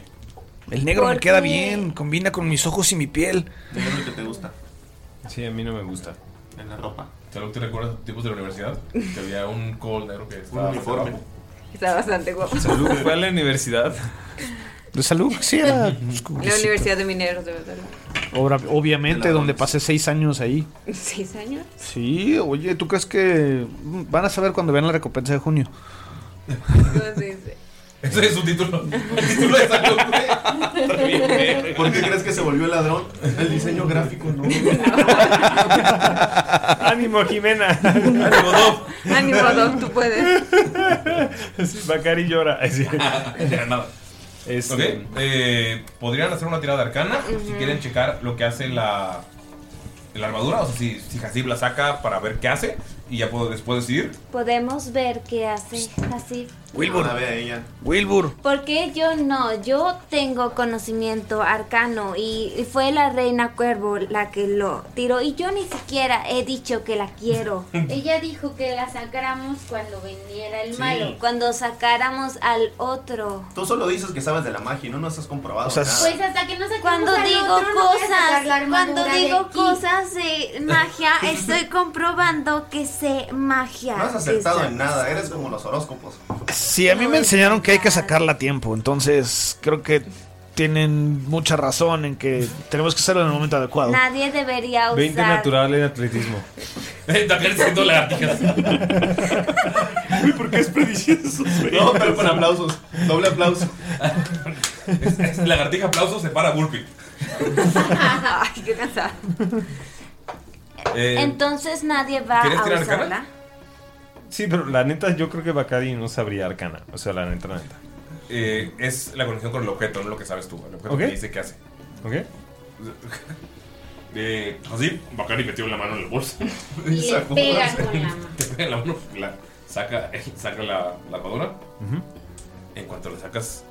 Speaker 15: el negro me
Speaker 8: ¿Por
Speaker 15: queda
Speaker 8: qué?
Speaker 15: bien, combina con mis ojos y mi piel.
Speaker 8: Negro que te gusta.
Speaker 4: Sí, a mí no me gusta.
Speaker 8: En la ropa.
Speaker 3: ¿Te lo te recuerdas a tus tipos de la universidad? Que había un col negro que estaba.
Speaker 8: uniforme.
Speaker 5: Está bastante guapo.
Speaker 4: Salud, fue a la universidad.
Speaker 6: De salud, sí, era.
Speaker 5: La Universidad de Mineros, de verdad.
Speaker 6: Obra- obviamente, donde pasé seis años ahí.
Speaker 5: ¿Seis años?
Speaker 6: Sí, oye, ¿tú crees que van a saber cuando vean la recompensa de junio?
Speaker 5: Entonces,
Speaker 3: Ese es su título. El título de salud, güey.
Speaker 8: ¿Por qué crees que se volvió el ladrón? El diseño gráfico, ¿no?
Speaker 4: Ánimo, Jimena.
Speaker 8: Ánimo, Dof.
Speaker 5: Ánimo, Doc, tú puedes.
Speaker 4: Sí, Bacari llora. Sí.
Speaker 3: nada. Ok,
Speaker 4: Este,
Speaker 3: eh, podrían hacer una tirada arcana si
Speaker 5: Ujú.
Speaker 3: quieren checar lo que hace la, la armadura. O sea, si, si Hasib la saca para ver qué hace y ya puedo después decidir.
Speaker 10: Podemos ver qué hace así.
Speaker 3: Wilbur.
Speaker 8: Ah, la ve a ella.
Speaker 3: Wilbur.
Speaker 10: ¿Por qué yo no? Yo tengo conocimiento arcano y y fue la reina cuervo la que lo tiró y yo ni siquiera he dicho que la quiero.
Speaker 17: Ella dijo que la sacáramos cuando viniera el
Speaker 10: El
Speaker 17: malo.
Speaker 10: malo, cuando sacáramos al otro.
Speaker 8: Tú solo dices que sabes de la magia y no nos has comprobado.
Speaker 6: O sea,
Speaker 8: nada.
Speaker 17: Pues hasta que no saquemos
Speaker 10: Cuando
Speaker 17: al
Speaker 10: digo
Speaker 17: otro, no voy a sacar
Speaker 10: cosas,
Speaker 17: la armadura
Speaker 10: cuando
Speaker 17: de
Speaker 10: digo
Speaker 17: aquí.
Speaker 10: cosas de magia, estoy comprobando que sé magia.
Speaker 8: no has acertado en nada, eres como los horóscopos.
Speaker 15: Sí, a mí me enseñaron que hay que sacarla a tiempo, entonces creo que tienen mucha razón en que tenemos que hacerlo en el momento adecuado.
Speaker 10: Nadie debería usar.
Speaker 15: natural en atletismo.
Speaker 3: También siendo lagartijas.
Speaker 8: Uy, ¿por qué es predicioso? No, pero con aplausos. Doble aplauso.
Speaker 3: Es- es lagartija aplauso se para Burpee.
Speaker 5: Ay, qué cansada.
Speaker 4: Eh,
Speaker 10: Entonces nadie va
Speaker 4: ¿Quieres
Speaker 10: a
Speaker 4: tirar
Speaker 10: usarla.
Speaker 4: sí, pero la neta, yo creo que Bacari no sabría arcana. O sea, la neta, la neta.
Speaker 3: Eh, es la conexión con el objeto, no lo que sabes tú. El objeto
Speaker 4: Ok.
Speaker 3: que dice qué hace.
Speaker 4: ¿Ok?
Speaker 3: Eh, así, Bacari metió la mano en el bolso.
Speaker 17: Y le
Speaker 3: sacó-
Speaker 17: pega con la mano.
Speaker 3: Te pega en la mano, la- saca, saca la, la armadura. En cuanto le sacas,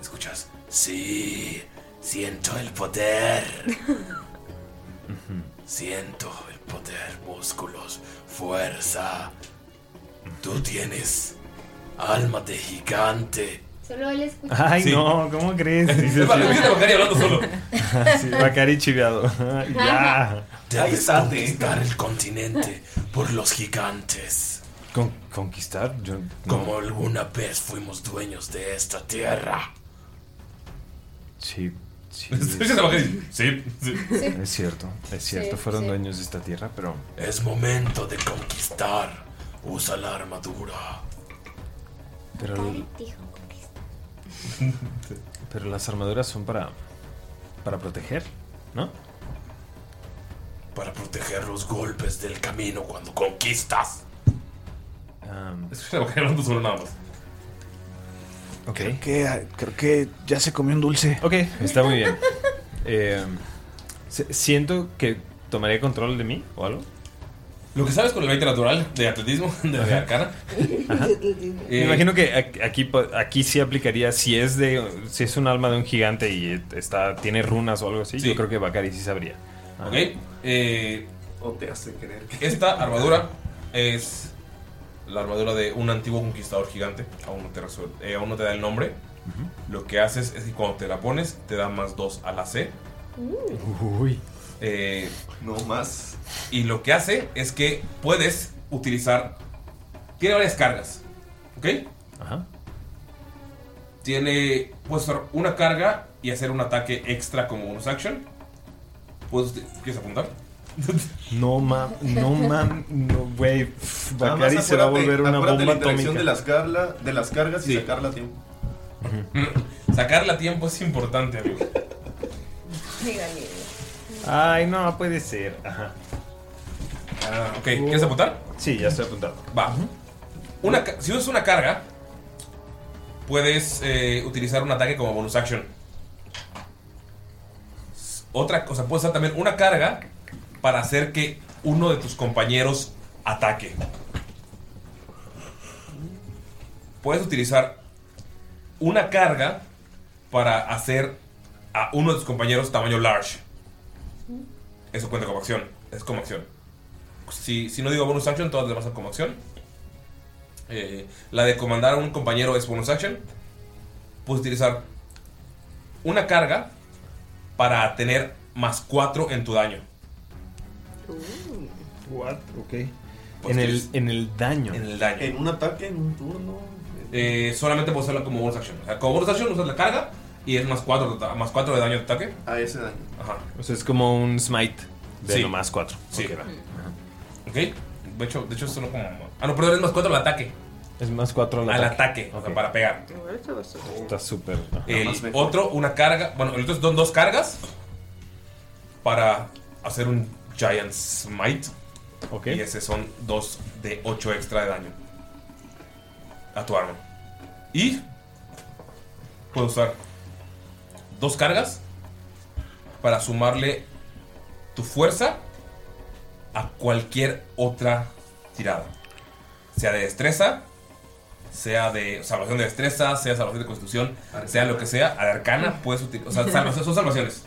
Speaker 3: escuchas. Sí, siento el poder. Siento el poder, músculos, fuerza. Tú tienes alma de gigante.
Speaker 17: Solo él escucha.
Speaker 4: Ay,
Speaker 3: Sí.
Speaker 4: no, ¿cómo crees?
Speaker 3: Es Bacari- es Bacari hablando solo.
Speaker 4: sí, Bacari chiveado. ya.
Speaker 28: Debes conquistar el continente por los gigantes.
Speaker 4: Con- conquistar. Yo, no.
Speaker 28: Como alguna vez fuimos dueños de esta tierra.
Speaker 4: Sí, sí.
Speaker 28: Sí, se lo que dice.
Speaker 3: Sí, sí.
Speaker 28: Sí.
Speaker 4: Es cierto, es
Speaker 28: Sí,
Speaker 4: cierto. Fueron
Speaker 28: sí.
Speaker 4: dueños de esta tierra, pero.
Speaker 28: Es momento de conquistar. Usa la armadura.
Speaker 4: Pero, pero las armaduras son para. para proteger, ¿no?
Speaker 28: Para proteger los golpes del camino cuando conquistas.
Speaker 3: Escucha Bacari hablando solo nada más.
Speaker 15: Creo, que, creo que ya se comió un dulce.
Speaker 4: Ok, está muy bien. Eh, se- siento que tomaría control de mí o algo.
Speaker 3: Lo que sabes con el 20 natural de atletismo, de Eh,
Speaker 4: Ajá.
Speaker 3: arcana.
Speaker 4: Ajá. Me imagino que ac- aquí, po- aquí sí aplicaría si es de si es un alma de un gigante y está tiene runas o algo así. Yo creo que Bakari sí sabría. Ah.
Speaker 3: Ok. eh,
Speaker 8: O te hace creer que.
Speaker 3: Esta armadura es la armadura de un antiguo conquistador gigante. Aún no te, resuel- eh, aún no te da el nombre. Lo que haces es que cuando te la pones, te da más 2 a la C. Uh.
Speaker 4: Uy.
Speaker 8: no más.
Speaker 3: Eh, Y lo que hace es que puedes utilizar. Tiene varias cargas. ¿Ok?
Speaker 4: Ajá.
Speaker 3: Tiene. Puedes usar una carga y hacer un ataque extra como bonus action. Puedes, ¿Quieres apuntar?
Speaker 4: No mam, no mam, no güey. pff,
Speaker 8: Nada más
Speaker 4: Bakari se va a
Speaker 8: acuérdate-
Speaker 4: volver una
Speaker 8: acuérdate
Speaker 4: bomba
Speaker 8: la interacción
Speaker 4: atómica.
Speaker 8: De las, carla- de las cargas y sacarla a tiempo.
Speaker 3: Sacarla a tiempo es importante, amigo.
Speaker 4: Ay, no, puede ser. Ajá.
Speaker 3: Ah, ok, ¿quieres apuntar?
Speaker 4: Sí, ya estoy apuntando.
Speaker 3: Va. Una ca- si usas una carga, puedes eh, utilizar un ataque como bonus action. S- Otra cosa, puedes usar también una carga para hacer que uno de tus compañeros ataque. Puedes utilizar una carga para hacer a uno de tus compañeros tamaño large. Eso cuenta como acción. Es como acción. Si, si no digo bonus action, todas las demás son como acción. Eh, la de comandar a un compañero es bonus action. Puedes utilizar una carga para tener más 4 en tu daño.
Speaker 8: Uh.
Speaker 4: What? Ok.
Speaker 3: Pues
Speaker 4: en, el,
Speaker 3: tienes-
Speaker 4: en el daño.
Speaker 3: En el daño.
Speaker 8: En un ataque, en un turno.
Speaker 3: Eh, solamente puedes usarla como bonus action. O sea, como bonus action usas la carga y es más 4, más 4 de daño de ataque.
Speaker 8: A ese daño.
Speaker 3: Ajá.
Speaker 4: O sea, es como un smite de
Speaker 3: Sí.
Speaker 4: nomás cuatro.
Speaker 3: Sí.
Speaker 8: Mm.
Speaker 4: Ok, va.
Speaker 3: Ok. De hecho, de hecho, solo como. Ah, no, perdón, es más 4 al ataque.
Speaker 4: Es más cuatro al
Speaker 3: Al
Speaker 4: ataque.
Speaker 3: ataque, o sea, para pegar.
Speaker 4: Está súper.
Speaker 3: El
Speaker 4: Nada más ve.
Speaker 3: otro, una carga. Bueno, el otro son dos cargas para hacer un Giant Smite.
Speaker 4: Ok.
Speaker 3: Y ese son dos de 8 extra de daño a tu arma. Y puedo usar dos cargas para sumarle tu fuerza a cualquier otra tirada. Sea de destreza, sea de salvación de destreza, sea salvación de constitución, sea lo que sea, a la arcana puedes utilizar. O sea, salvación- son salvaciones.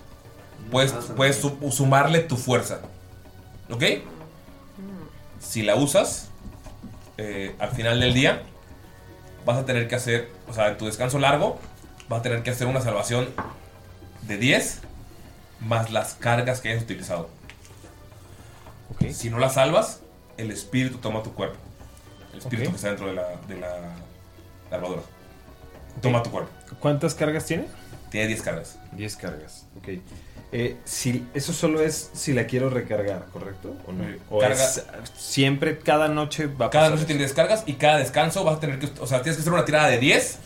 Speaker 3: Puedes, puedes su- sumarle tu fuerza. ¿Ok? Si la usas, eh, al final del día, vas a tener que hacer, o sea, en tu descanso largo, vas a tener que hacer una salvación de 10 más las cargas que hayas utilizado. Si no la salvas, el espíritu toma tu cuerpo. El espíritu
Speaker 4: Ok.
Speaker 3: que está dentro de la, de la, la armadura. Toma tu cuerpo.
Speaker 4: ¿Cuántas cargas tiene?
Speaker 3: Tiene 10 cargas.
Speaker 4: 10 cargas, ok. Eh, si, eso solo es si la quiero recargar, ¿correcto? ¿O no? ¿O
Speaker 3: Eh, Carga-
Speaker 4: es siempre, cada noche va a
Speaker 3: Cada
Speaker 4: pasar
Speaker 3: noche tiene descargas y cada descanso vas a tener que. O sea, tienes que hacer una tirada de 10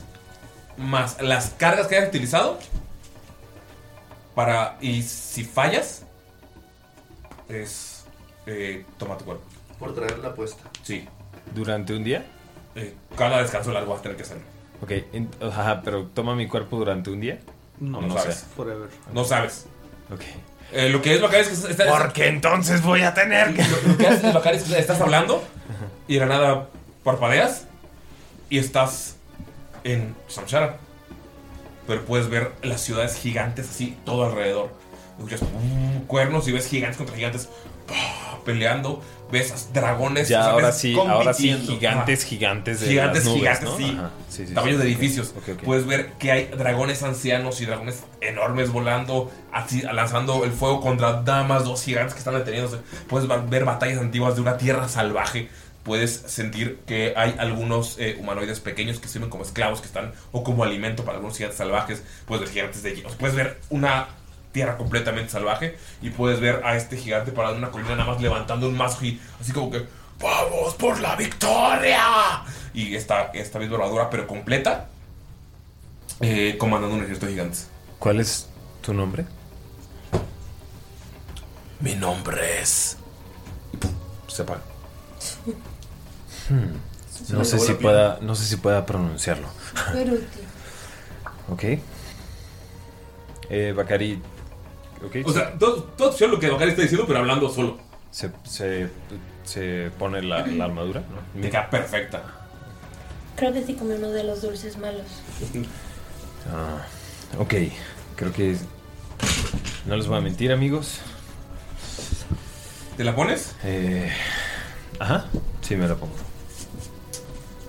Speaker 3: más las cargas que hayas utilizado. Para. Y si fallas, es. eh, toma tu cuerpo.
Speaker 29: Por traer la apuesta.
Speaker 3: Sí.
Speaker 4: ¿Durante un día?
Speaker 3: Eh, cada descanso largo vas a tener que hacerlo.
Speaker 4: Ok, en- ajá, pero ¿toma mi cuerpo durante un día?
Speaker 3: No,
Speaker 4: ¿O
Speaker 3: no sabes.
Speaker 4: sé?
Speaker 6: Forever.
Speaker 3: No sabes.
Speaker 4: Ok.
Speaker 3: Eh, lo que es Bacari es que estás.
Speaker 4: Porque entonces voy a tener
Speaker 3: que. Lo, lo que haces Bacari es que estás hablando y de la nada parpadeas y estás en Samshara. Pero puedes ver las ciudades gigantes así todo alrededor. Escuchas mm, cuernos y ves gigantes contra gigantes pa, peleando. Ves dragones.
Speaker 4: Ya,
Speaker 3: o sea,
Speaker 4: ahora
Speaker 3: ves
Speaker 4: sí, ahora sí,
Speaker 3: compitiendo.
Speaker 4: gigantes,
Speaker 3: Ajá.
Speaker 4: gigantes de
Speaker 3: Gigantes,
Speaker 4: las nubes,
Speaker 3: gigantes,
Speaker 4: ¿no?
Speaker 3: sí.
Speaker 4: Ajá. Sí, sí,
Speaker 3: Tamaños
Speaker 4: sí,
Speaker 3: de
Speaker 4: ok,
Speaker 3: edificios.
Speaker 4: ok, ok.
Speaker 3: Puedes ver que hay dragones ancianos y dragones enormes volando, así lanzando el fuego contra damas, dos gigantes que están deteniéndose. Puedes va- ver batallas antiguas de una tierra salvaje. Puedes sentir que hay algunos eh, humanoides pequeños que sirven como esclavos, que están o como alimento para algunos gigantes salvajes. Puedes ver gigantes de hielos. Puedes ver una tierra completamente salvaje y puedes ver a este gigante parado en una colina nada más levantando un mazo y así como que ¡Vamos por la victoria! Y esta, esta misma armadura, pero completa, eh, comandando un ejército de gigantes.
Speaker 4: ¿Cuál es tu nombre?
Speaker 3: Mi nombre es. Se apaga.
Speaker 4: Hmm,
Speaker 11: Se
Speaker 4: No
Speaker 11: me acabó
Speaker 4: sé si
Speaker 11: la pierna.
Speaker 4: pueda, no sé si pueda pronunciarlo.
Speaker 9: Pero
Speaker 4: Ok. Eh, Bacari. ok,
Speaker 3: O
Speaker 4: se-
Speaker 3: sea, todo, todo es lo que Bacari está diciendo, pero hablando solo.
Speaker 4: se, se, se pone la, la armadura.
Speaker 3: Me queda perfecta.
Speaker 9: Creo que sí comí uno de los dulces malos.
Speaker 4: Ah, ok, creo que no les voy a mentir, amigos.
Speaker 3: ¿Te la pones?
Speaker 4: Eh, ajá, sí me la pongo.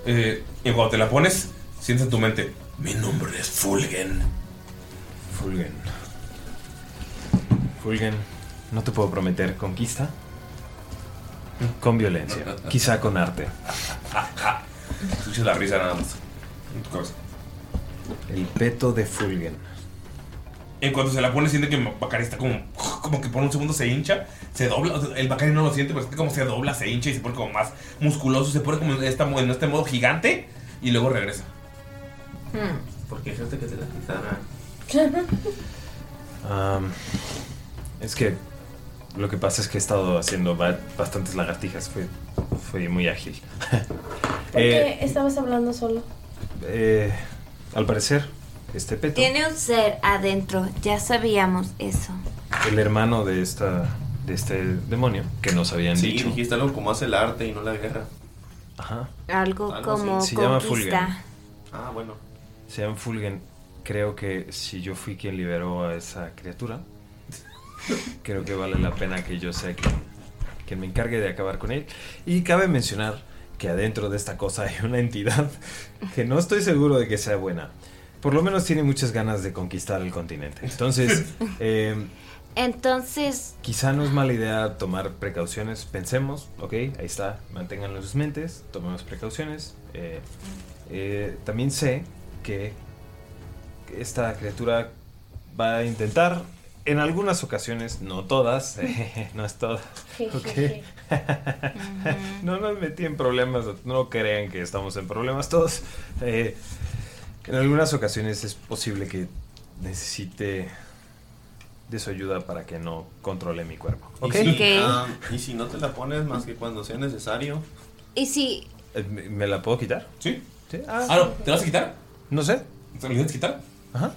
Speaker 3: Eh, y cuando te la pones, sientes en tu mente: Mi nombre es Fulgen.
Speaker 4: Fulgen. Fulgen, no te puedo prometer conquista. Con violencia, quizá con arte.
Speaker 3: Escuchas la risa nada más. En tu cabeza.
Speaker 4: El peto de Fulgen.
Speaker 3: En cuanto se la pone, siente que Bacari está como. Como que por un segundo se hincha, se dobla. o sea, el Bacari no lo siente, pero siente como se dobla, se hincha y se pone como más musculoso. Se pone como en, esta, en este modo gigante y luego regresa.
Speaker 8: Porque fíjate que te la quitaran.
Speaker 4: Am, es que lo que pasa es que he estado haciendo ba- bastantes lagartijas. Fue, fue muy ágil.
Speaker 9: ¿Por
Speaker 4: Eh,
Speaker 9: qué estabas hablando solo?
Speaker 4: eh, al parecer, este peto,
Speaker 10: Tiene un ser adentro, ya sabíamos eso.
Speaker 4: el hermano de esta de este demonio que nos habían
Speaker 8: Sí,
Speaker 4: dicho.
Speaker 8: dijiste algo como hace el arte y no la guerra.
Speaker 4: Ajá.
Speaker 10: Algo
Speaker 4: Algo así.
Speaker 10: como
Speaker 4: Se llama
Speaker 10: conquista.
Speaker 8: Ah, bueno.
Speaker 4: Se llama Fulgen. Creo que si yo fui quien liberó a esa criatura, creo que vale la pena que yo sea quien, quien me encargue de acabar con él. Y cabe mencionar que adentro de esta cosa hay una entidad que no estoy seguro de que sea buena. Por lo menos tiene muchas ganas de conquistar el continente. Entonces, eh,
Speaker 10: Entonces,
Speaker 4: Quizá no es mala idea tomar precauciones. Pensemos, ok, ahí está, manténganlo en sus mentes, tomemos precauciones. Eh, eh, también sé que esta criatura va a intentar en algunas ocasiones, no todas, no es todas. ok. no nos metí en problemas, no crean que estamos en problemas todos. Eh, en algunas ocasiones es posible que necesite de su ayuda para que no controle mi cuerpo.
Speaker 8: ¿Y
Speaker 4: ¿Ok?
Speaker 8: si-
Speaker 10: Ok.
Speaker 8: ah, y si no te la pones más que cuando sea necesario.
Speaker 10: Y si.
Speaker 4: Eh, ¿Me me la puedo quitar?
Speaker 3: Sí.
Speaker 4: Ah,
Speaker 3: Ah, no, ¿te la vas a quitar?
Speaker 4: No sé.
Speaker 3: ¿Te la tienes quitar?
Speaker 4: Ajá.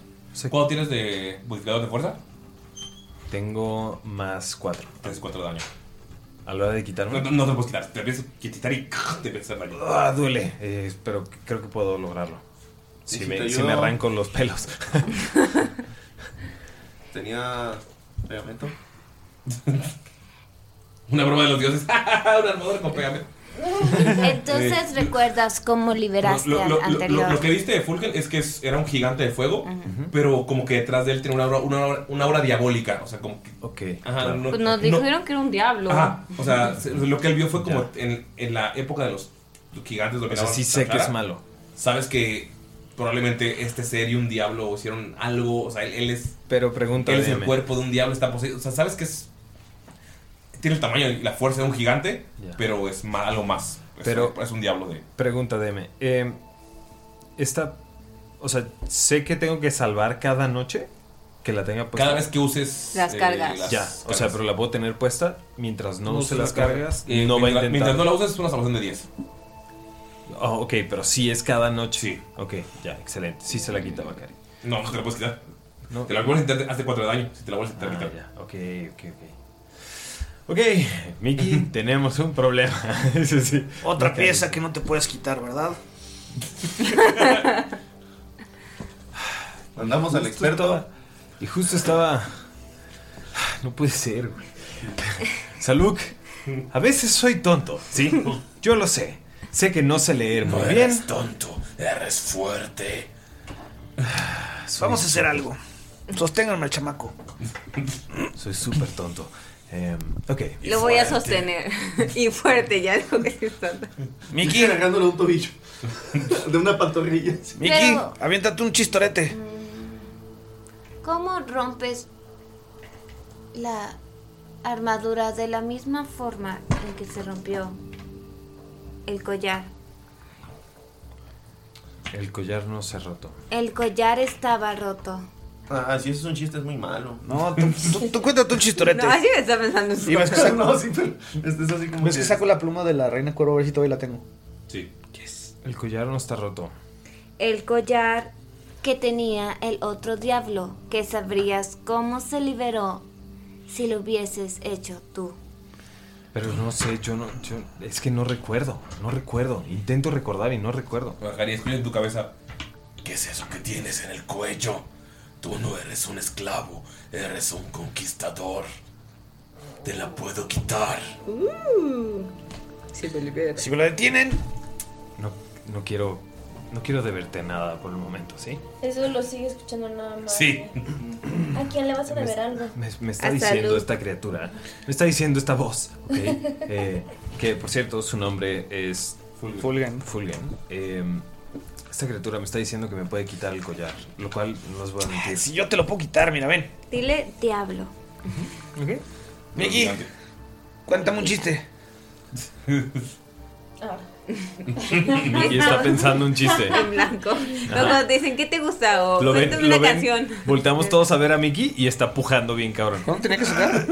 Speaker 3: ¿Cuánto tienes de modificador de fuerza?
Speaker 4: Tengo más 4.
Speaker 3: Tienes 4 daño.
Speaker 4: A la hora de quitarme.
Speaker 3: No, no, no te lo puedes quitar. Te ves que quitar y te ves el daño.
Speaker 4: Ah, duele. Eh, pero creo que puedo lograrlo. Si,
Speaker 8: si
Speaker 4: me,
Speaker 8: te
Speaker 4: si me
Speaker 8: ayudo?
Speaker 4: arranco los pelos.
Speaker 8: Tenía pegamento.
Speaker 3: Una broma de los dioses. Una armadura con pegamento.
Speaker 10: Entonces recuerdas cómo liberaste
Speaker 3: Lo, lo- lo-
Speaker 10: al
Speaker 3: lo-
Speaker 10: anterior.
Speaker 3: lo que viste de Fulgen es que es- era un gigante de fuego, pero como que detrás de él tenía una aura, una, aura- una aura diabólica. O sea, como que.
Speaker 4: Ok.
Speaker 3: Ajá, no-
Speaker 5: Pues
Speaker 3: no-
Speaker 5: nos dijeron que era un diablo.
Speaker 3: Ajá, o sea, se- lo que él vio fue como en, en la época de los gigantes
Speaker 4: O sea,
Speaker 3: dominados.
Speaker 4: sí sé que es malo.
Speaker 3: Sabes que probablemente este ser y un diablo hicieron algo, o sea, él, él es...
Speaker 4: Pero pregunta,
Speaker 3: Él es el
Speaker 4: dime.
Speaker 3: cuerpo de un diablo, está poseído, o sea, sabes que es... Tiene el tamaño y la fuerza de un gigante,
Speaker 4: Ya.
Speaker 3: pero es ma- algo más. Es,
Speaker 4: Pero-
Speaker 3: es un diablo de...
Speaker 4: Pregunta, Deme. Eh, esta. O sea, sé que tengo que salvar cada noche que la tenga puesta.
Speaker 3: Cada vez que uses, Las eh, cargas. las
Speaker 4: ya, o sea,
Speaker 3: cargas.
Speaker 4: pero la puedo tener puesta mientras no,
Speaker 3: No
Speaker 4: use
Speaker 3: uses
Speaker 4: las
Speaker 3: la carga.
Speaker 4: cargas.
Speaker 3: Eh,
Speaker 4: no va a
Speaker 3: mientras-
Speaker 4: intentar.
Speaker 3: mientras no la uses, es una salvación de 10.
Speaker 4: Oh, ok, pero sí es cada noche. Sí. Ok, ya, excelente. Sí se la quita Bacari.
Speaker 3: No, no te la puedes quitar.
Speaker 4: No.
Speaker 3: Te la vuelves a intentar, hace 4 de daño, si te la vuelves a intentar
Speaker 4: Ah,
Speaker 3: quitar.
Speaker 4: ya, ok, ok, ok. Ok, Miki, tenemos un problema. Sí, sí.
Speaker 15: Otra
Speaker 4: Bacari.
Speaker 15: pieza que no te puedes quitar, ¿verdad?
Speaker 8: Mandamos al
Speaker 4: Justo
Speaker 8: experto.
Speaker 4: estaba- y justo estaba. No puede ser, güey. Saluk, a veces soy tonto, ¿sí? Yo lo sé. Sé que no sé leer muy
Speaker 28: No
Speaker 4: bien.
Speaker 28: eres tonto, eres fuerte.
Speaker 15: Vamos a hacer algo. Sosténganme al chamaco.
Speaker 4: Soy súper tonto. Em, ok.
Speaker 5: Lo voy a sostener. y fuerte, ya dijo que sí está.
Speaker 15: Miki. Cargándole un tobillo. De una pantorrilla. Miki,
Speaker 10: Pero-
Speaker 15: aviéntate un chistorete.
Speaker 10: ¿Cómo rompes la armadura de la misma forma en que se rompió el collar?
Speaker 4: El collar no se ha roto.
Speaker 10: El collar estaba roto.
Speaker 8: Ah, si ese es un chiste, es muy malo.
Speaker 15: No, tú, tú, tú cuéntate un chistorete.
Speaker 5: No, así me está pensando en sus
Speaker 15: Y ves que
Speaker 5: cosas.
Speaker 15: saco,
Speaker 8: este
Speaker 15: ves Pues que saco la pluma de la reina cuervo, a ver si todavía la tengo.
Speaker 3: Sí.
Speaker 4: El collar no está roto.
Speaker 10: El collar que tenía el otro diablo, que sabrías cómo se liberó si lo hubieses hecho tú.
Speaker 4: Pero no sé, yo no. Yo, es que no recuerdo. No recuerdo. Intento recordar y no recuerdo.
Speaker 3: Bacari, escucha en tu cabeza.
Speaker 28: ¿Qué es eso que tienes en el cuello? Tú no eres un esclavo, eres un conquistador. Te la puedo quitar.
Speaker 5: Si lo libera.
Speaker 4: Si me lo detienen. No, no quiero. No quiero deberte nada por el momento, ¿sí?
Speaker 9: Eso lo sigue escuchando nada más.
Speaker 4: Sí.
Speaker 9: ¿A quién le vas a deber algo?
Speaker 4: Me, me
Speaker 15: Ah,
Speaker 4: está
Speaker 9: A
Speaker 4: diciendo
Speaker 9: salud.
Speaker 4: esta criatura. Me está diciendo esta voz. ¿ok? Eh, que por cierto, su nombre es. Fulgen. Fulgen. Eh, esta criatura me está diciendo que me puede quitar el collar. Lo cual no os voy a mentir.
Speaker 15: Si Ah, yo te lo puedo quitar, mira, ven.
Speaker 10: Dile diablo.
Speaker 15: Miki, cuéntame un chiste.
Speaker 4: Miki está pensando un chiste.
Speaker 5: En blanco. No,
Speaker 4: Ajá.
Speaker 5: cuando te dicen, ¿qué te gusta? O
Speaker 15: Oh,
Speaker 4: Lo ven,
Speaker 5: cuéntame
Speaker 4: lo
Speaker 5: una
Speaker 4: ven.
Speaker 5: canción.
Speaker 4: Volteamos todos a ver a Miki y está pujando bien, cabrón.
Speaker 15: ¿Cuándo tenía que sacar?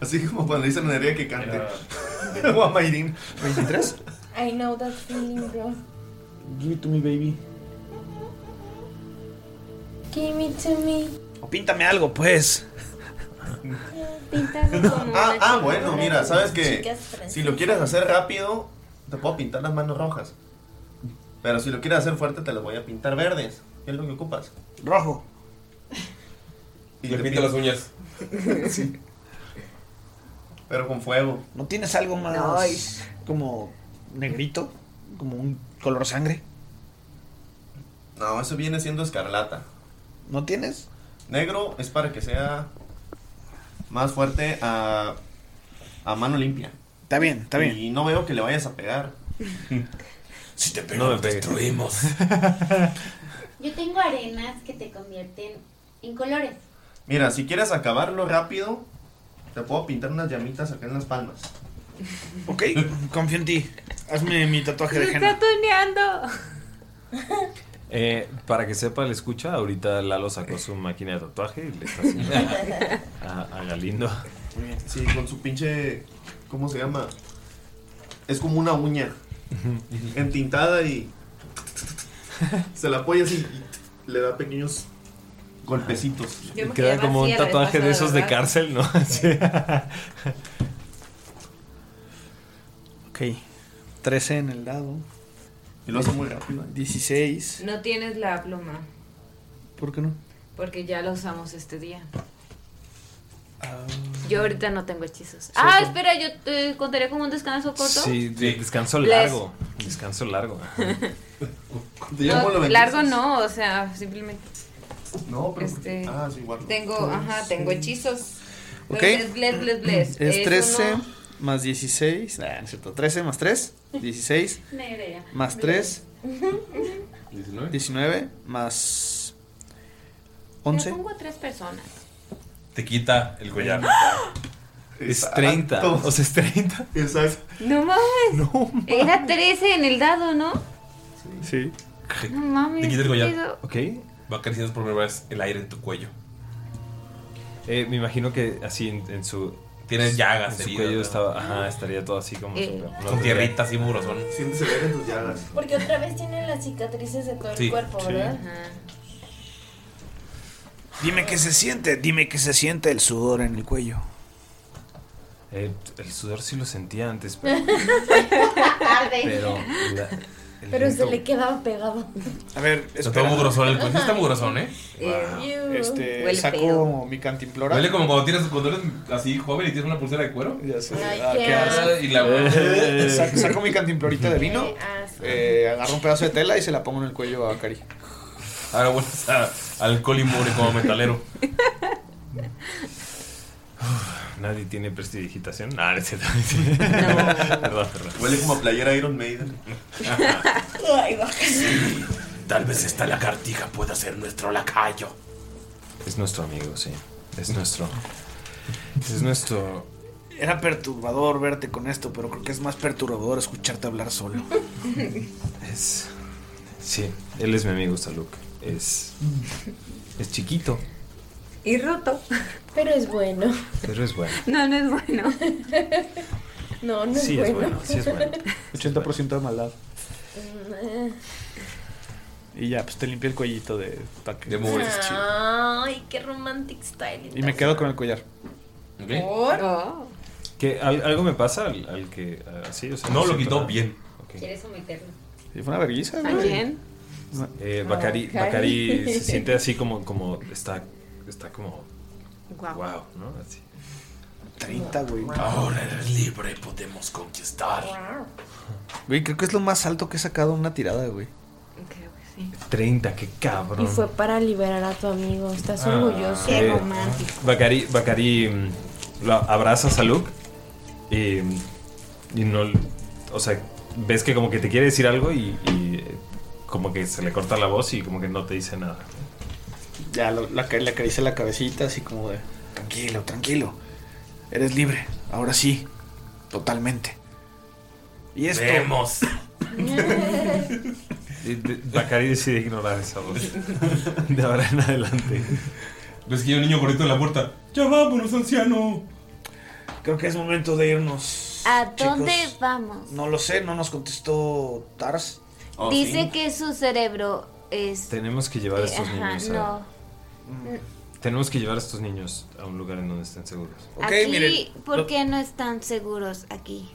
Speaker 8: Así como cuando dicen a Nerea que cante.
Speaker 3: Ah.
Speaker 8: o a Mayrin.
Speaker 15: ¿23?
Speaker 9: I know that feeling, bro.
Speaker 15: Give it to me, baby.
Speaker 9: Give it to me.
Speaker 15: O píntame algo, pues.
Speaker 5: Pintado como.
Speaker 8: Ah,
Speaker 5: una
Speaker 8: ah,
Speaker 5: chica
Speaker 8: bueno,
Speaker 5: blanca.
Speaker 8: mira, sabes que
Speaker 5: Chicas francesas.
Speaker 8: si lo quieres hacer rápido, te puedo pintar las manos rojas. Pero si lo quieres hacer fuerte, te las voy a pintar verdes. ¿Qué es lo que ocupas?
Speaker 15: Rojo.
Speaker 8: Y
Speaker 3: Le
Speaker 8: te
Speaker 3: pinta
Speaker 8: pin-
Speaker 3: las uñas.
Speaker 8: Sí. Pero con fuego.
Speaker 15: ¿No tienes algo más como negrito? Como un color sangre.
Speaker 8: No, eso viene siendo escarlata.
Speaker 15: ¿No tienes?
Speaker 8: Negro es para que sea más fuerte a, a mano limpia.
Speaker 15: Está bien, está bien.
Speaker 8: Y no veo que le vayas a pegar.
Speaker 28: Si te
Speaker 8: No
Speaker 28: pego,
Speaker 8: me
Speaker 28: lo
Speaker 8: pegues.
Speaker 28: destruimos.
Speaker 17: Yo tengo arenas que te convierten en colores.
Speaker 8: Mira, si quieres acabarlo rápido, te puedo pintar unas llamitas acá en las palmas.
Speaker 6: Ok, confío en ti. Hazme mi tatuaje
Speaker 5: ¡Se
Speaker 6: de
Speaker 5: está
Speaker 6: henna.
Speaker 5: tuneando!
Speaker 4: Eh, para que sepa, le escucha. Ahorita Lalo sacó su máquina de tatuaje y le está haciendo a, a Galindo.
Speaker 8: Sí, con su pinche. ¿Cómo se llama? Es como una uña entintada y. Se la apoya así y le da pequeños golpecitos.
Speaker 4: Y Queda como un tatuaje de esos de cárcel, ¿no? Sí.
Speaker 6: Ok, 13 en el lado.
Speaker 8: Y lo hace muy rápido.
Speaker 6: 16.
Speaker 29: No tienes la pluma,
Speaker 6: ¿Por qué no?
Speaker 29: porque ya la usamos este día.
Speaker 8: Ah.
Speaker 29: Yo ahorita no tengo hechizos. Ah, espera, yo te contaría como un descanso corto.
Speaker 4: Sí, de- descanso
Speaker 29: Les-
Speaker 4: largo. Descanso largo.
Speaker 29: No, largo no, o sea, simplemente
Speaker 8: No, pero.
Speaker 29: Este,
Speaker 8: Ah, sí, igual.
Speaker 29: tengo, ajá, tengo hechizos.
Speaker 6: Ok.
Speaker 29: Bless, bless, bless, bless.
Speaker 6: Es
Speaker 29: Eso
Speaker 6: 13
Speaker 29: no.
Speaker 6: más 16. Ah, no es cierto. 13 más 3, 16.
Speaker 29: Nerea.
Speaker 6: más 3, 19. Más 11.
Speaker 29: Me pongo a tres personas.
Speaker 3: Te quita el collar.
Speaker 4: Es 30. O sea, es 30.
Speaker 8: Exacto.
Speaker 29: No mames. Era 13 en el dado, ¿no?
Speaker 6: Sí.
Speaker 29: No mames.
Speaker 3: Te quita
Speaker 29: qué
Speaker 3: el collar.
Speaker 29: pedo.
Speaker 4: Ok.
Speaker 3: Va creciendo por primera vez el aire en tu cuello.
Speaker 4: Eh, me imagino que así en, en su.
Speaker 3: Tienes llagas,
Speaker 4: En su
Speaker 3: heridas,
Speaker 4: cuello
Speaker 3: ¿no?
Speaker 4: estaba. Ajá, estaría todo así como.
Speaker 9: Eh.
Speaker 4: súper-
Speaker 3: Con
Speaker 4: no tendría-
Speaker 3: tierritas y mugrosón.
Speaker 8: Sientes el aire en tus llagas.
Speaker 9: Porque otra vez tiene las cicatrices de todo
Speaker 3: Sí,
Speaker 9: el cuerpo,
Speaker 3: sí.
Speaker 9: ¿verdad?
Speaker 15: Dime qué se siente, dime qué se siente el sudor en el cuello.
Speaker 4: Eh, el sudor sí lo sentía antes, pero.
Speaker 9: Tarde.
Speaker 4: pero la- el
Speaker 9: Pero se
Speaker 4: viento-
Speaker 9: le quedaba pegado.
Speaker 6: A ver,
Speaker 3: Está todo mugrosón el cuello. Sí Está mugrosón, ¿eh?
Speaker 9: Ew.
Speaker 6: Este,
Speaker 9: Huele
Speaker 6: saco
Speaker 9: feo.
Speaker 6: mi cantimplora.
Speaker 3: Huele como cuando, tienes, cuando eres así joven y tienes una pulsera de cuero.
Speaker 6: Ya sé.
Speaker 9: Ay,
Speaker 6: Ah,
Speaker 9: qué
Speaker 6: qué asco.
Speaker 3: asco. Y la-
Speaker 6: Eh, saco, saco mi cantimplorita de vino,
Speaker 9: Qué asco.
Speaker 6: eh, agarro un pedazo de tela y se la pongo en el cuello a Cari.
Speaker 3: Ahora vuelves a alcohol y mugre como metalero.
Speaker 4: Nadie tiene prestidigitación. Nah, no es cierto. Perdón, perdón.
Speaker 8: Huele como a playera Iron Maiden.
Speaker 29: Ay,
Speaker 28: Sí, tal vez esta lagartija pueda ser nuestro lacayo.
Speaker 4: Es nuestro amigo, sí. Es nuestro. Es nuestro.
Speaker 15: Era perturbador verte con esto, pero creo que es más perturbador escucharte hablar solo.
Speaker 4: Es. Sí, él es mi amigo, Saluk. Es. Es chiquito,
Speaker 9: Y roto. Pero es bueno.
Speaker 4: pero es bueno.
Speaker 9: No, no es bueno. No, no
Speaker 4: Sí,
Speaker 9: es,
Speaker 4: es
Speaker 9: bueno.
Speaker 4: bueno, sí es bueno.
Speaker 6: 80% de maldad.
Speaker 9: Eh.
Speaker 6: Y ya, pues te limpia el cuellito de taque. De
Speaker 9: Ay, qué romantic style.
Speaker 6: Y me quedo con el collar.
Speaker 9: ¿Por?
Speaker 4: ¿Qué, al- ¿Algo me pasa al, al que. Así, o sea,
Speaker 3: No, lo
Speaker 4: siento
Speaker 3: quitó
Speaker 4: nada?
Speaker 3: bien.
Speaker 17: ¿Quieres someterlo?
Speaker 6: Sí, fue una vergüenza,
Speaker 17: ¿A quién?
Speaker 4: Eh, Bacari,
Speaker 17: Ah, Bacari.
Speaker 4: Bacari se siente así como. como está, está como. Wow. ¿no? Así.
Speaker 6: 30, güey.
Speaker 28: Ahora eres libre, podemos conquistar.
Speaker 6: Güey, creo que es lo más alto que he sacado en una tirada, güey.
Speaker 9: Creo que sí.
Speaker 4: 30, qué cabrón.
Speaker 9: Y fue para liberar a tu amigo. Estás
Speaker 4: Ah,
Speaker 9: orgulloso.
Speaker 4: eh, Bacari, Bacari mm, lo abraza a Saluk y, mm, y no. O sea, ves que como que te quiere decir algo y, y, eh, como que se le corta la voz y como que no te dice nada.
Speaker 6: Ya, lo- la, ca- le acaricié la cabecita, así como de.
Speaker 15: Tranquilo, tranquilo. Eres libre, ahora sí. Totalmente. Y esto.
Speaker 4: Vemos. Y de- Bacari decide ignorar esa voz. De ahora en adelante.
Speaker 3: Ves que hay un niño gordito en la puerta. Ya vámonos, anciano.
Speaker 15: Creo que es momento de irnos.
Speaker 10: ¿A dónde
Speaker 15: Chicos.
Speaker 10: vamos?
Speaker 15: No lo sé, no nos contestó Tars.
Speaker 6: Oh,
Speaker 10: Dice que su cerebro es...
Speaker 4: Tenemos que llevar a estos
Speaker 10: Ajá,
Speaker 4: niños ¿eh? a,
Speaker 10: no.
Speaker 4: Tenemos que llevar a estos niños a un lugar en donde estén seguros.
Speaker 10: aquí, ¿por qué no están seguros aquí?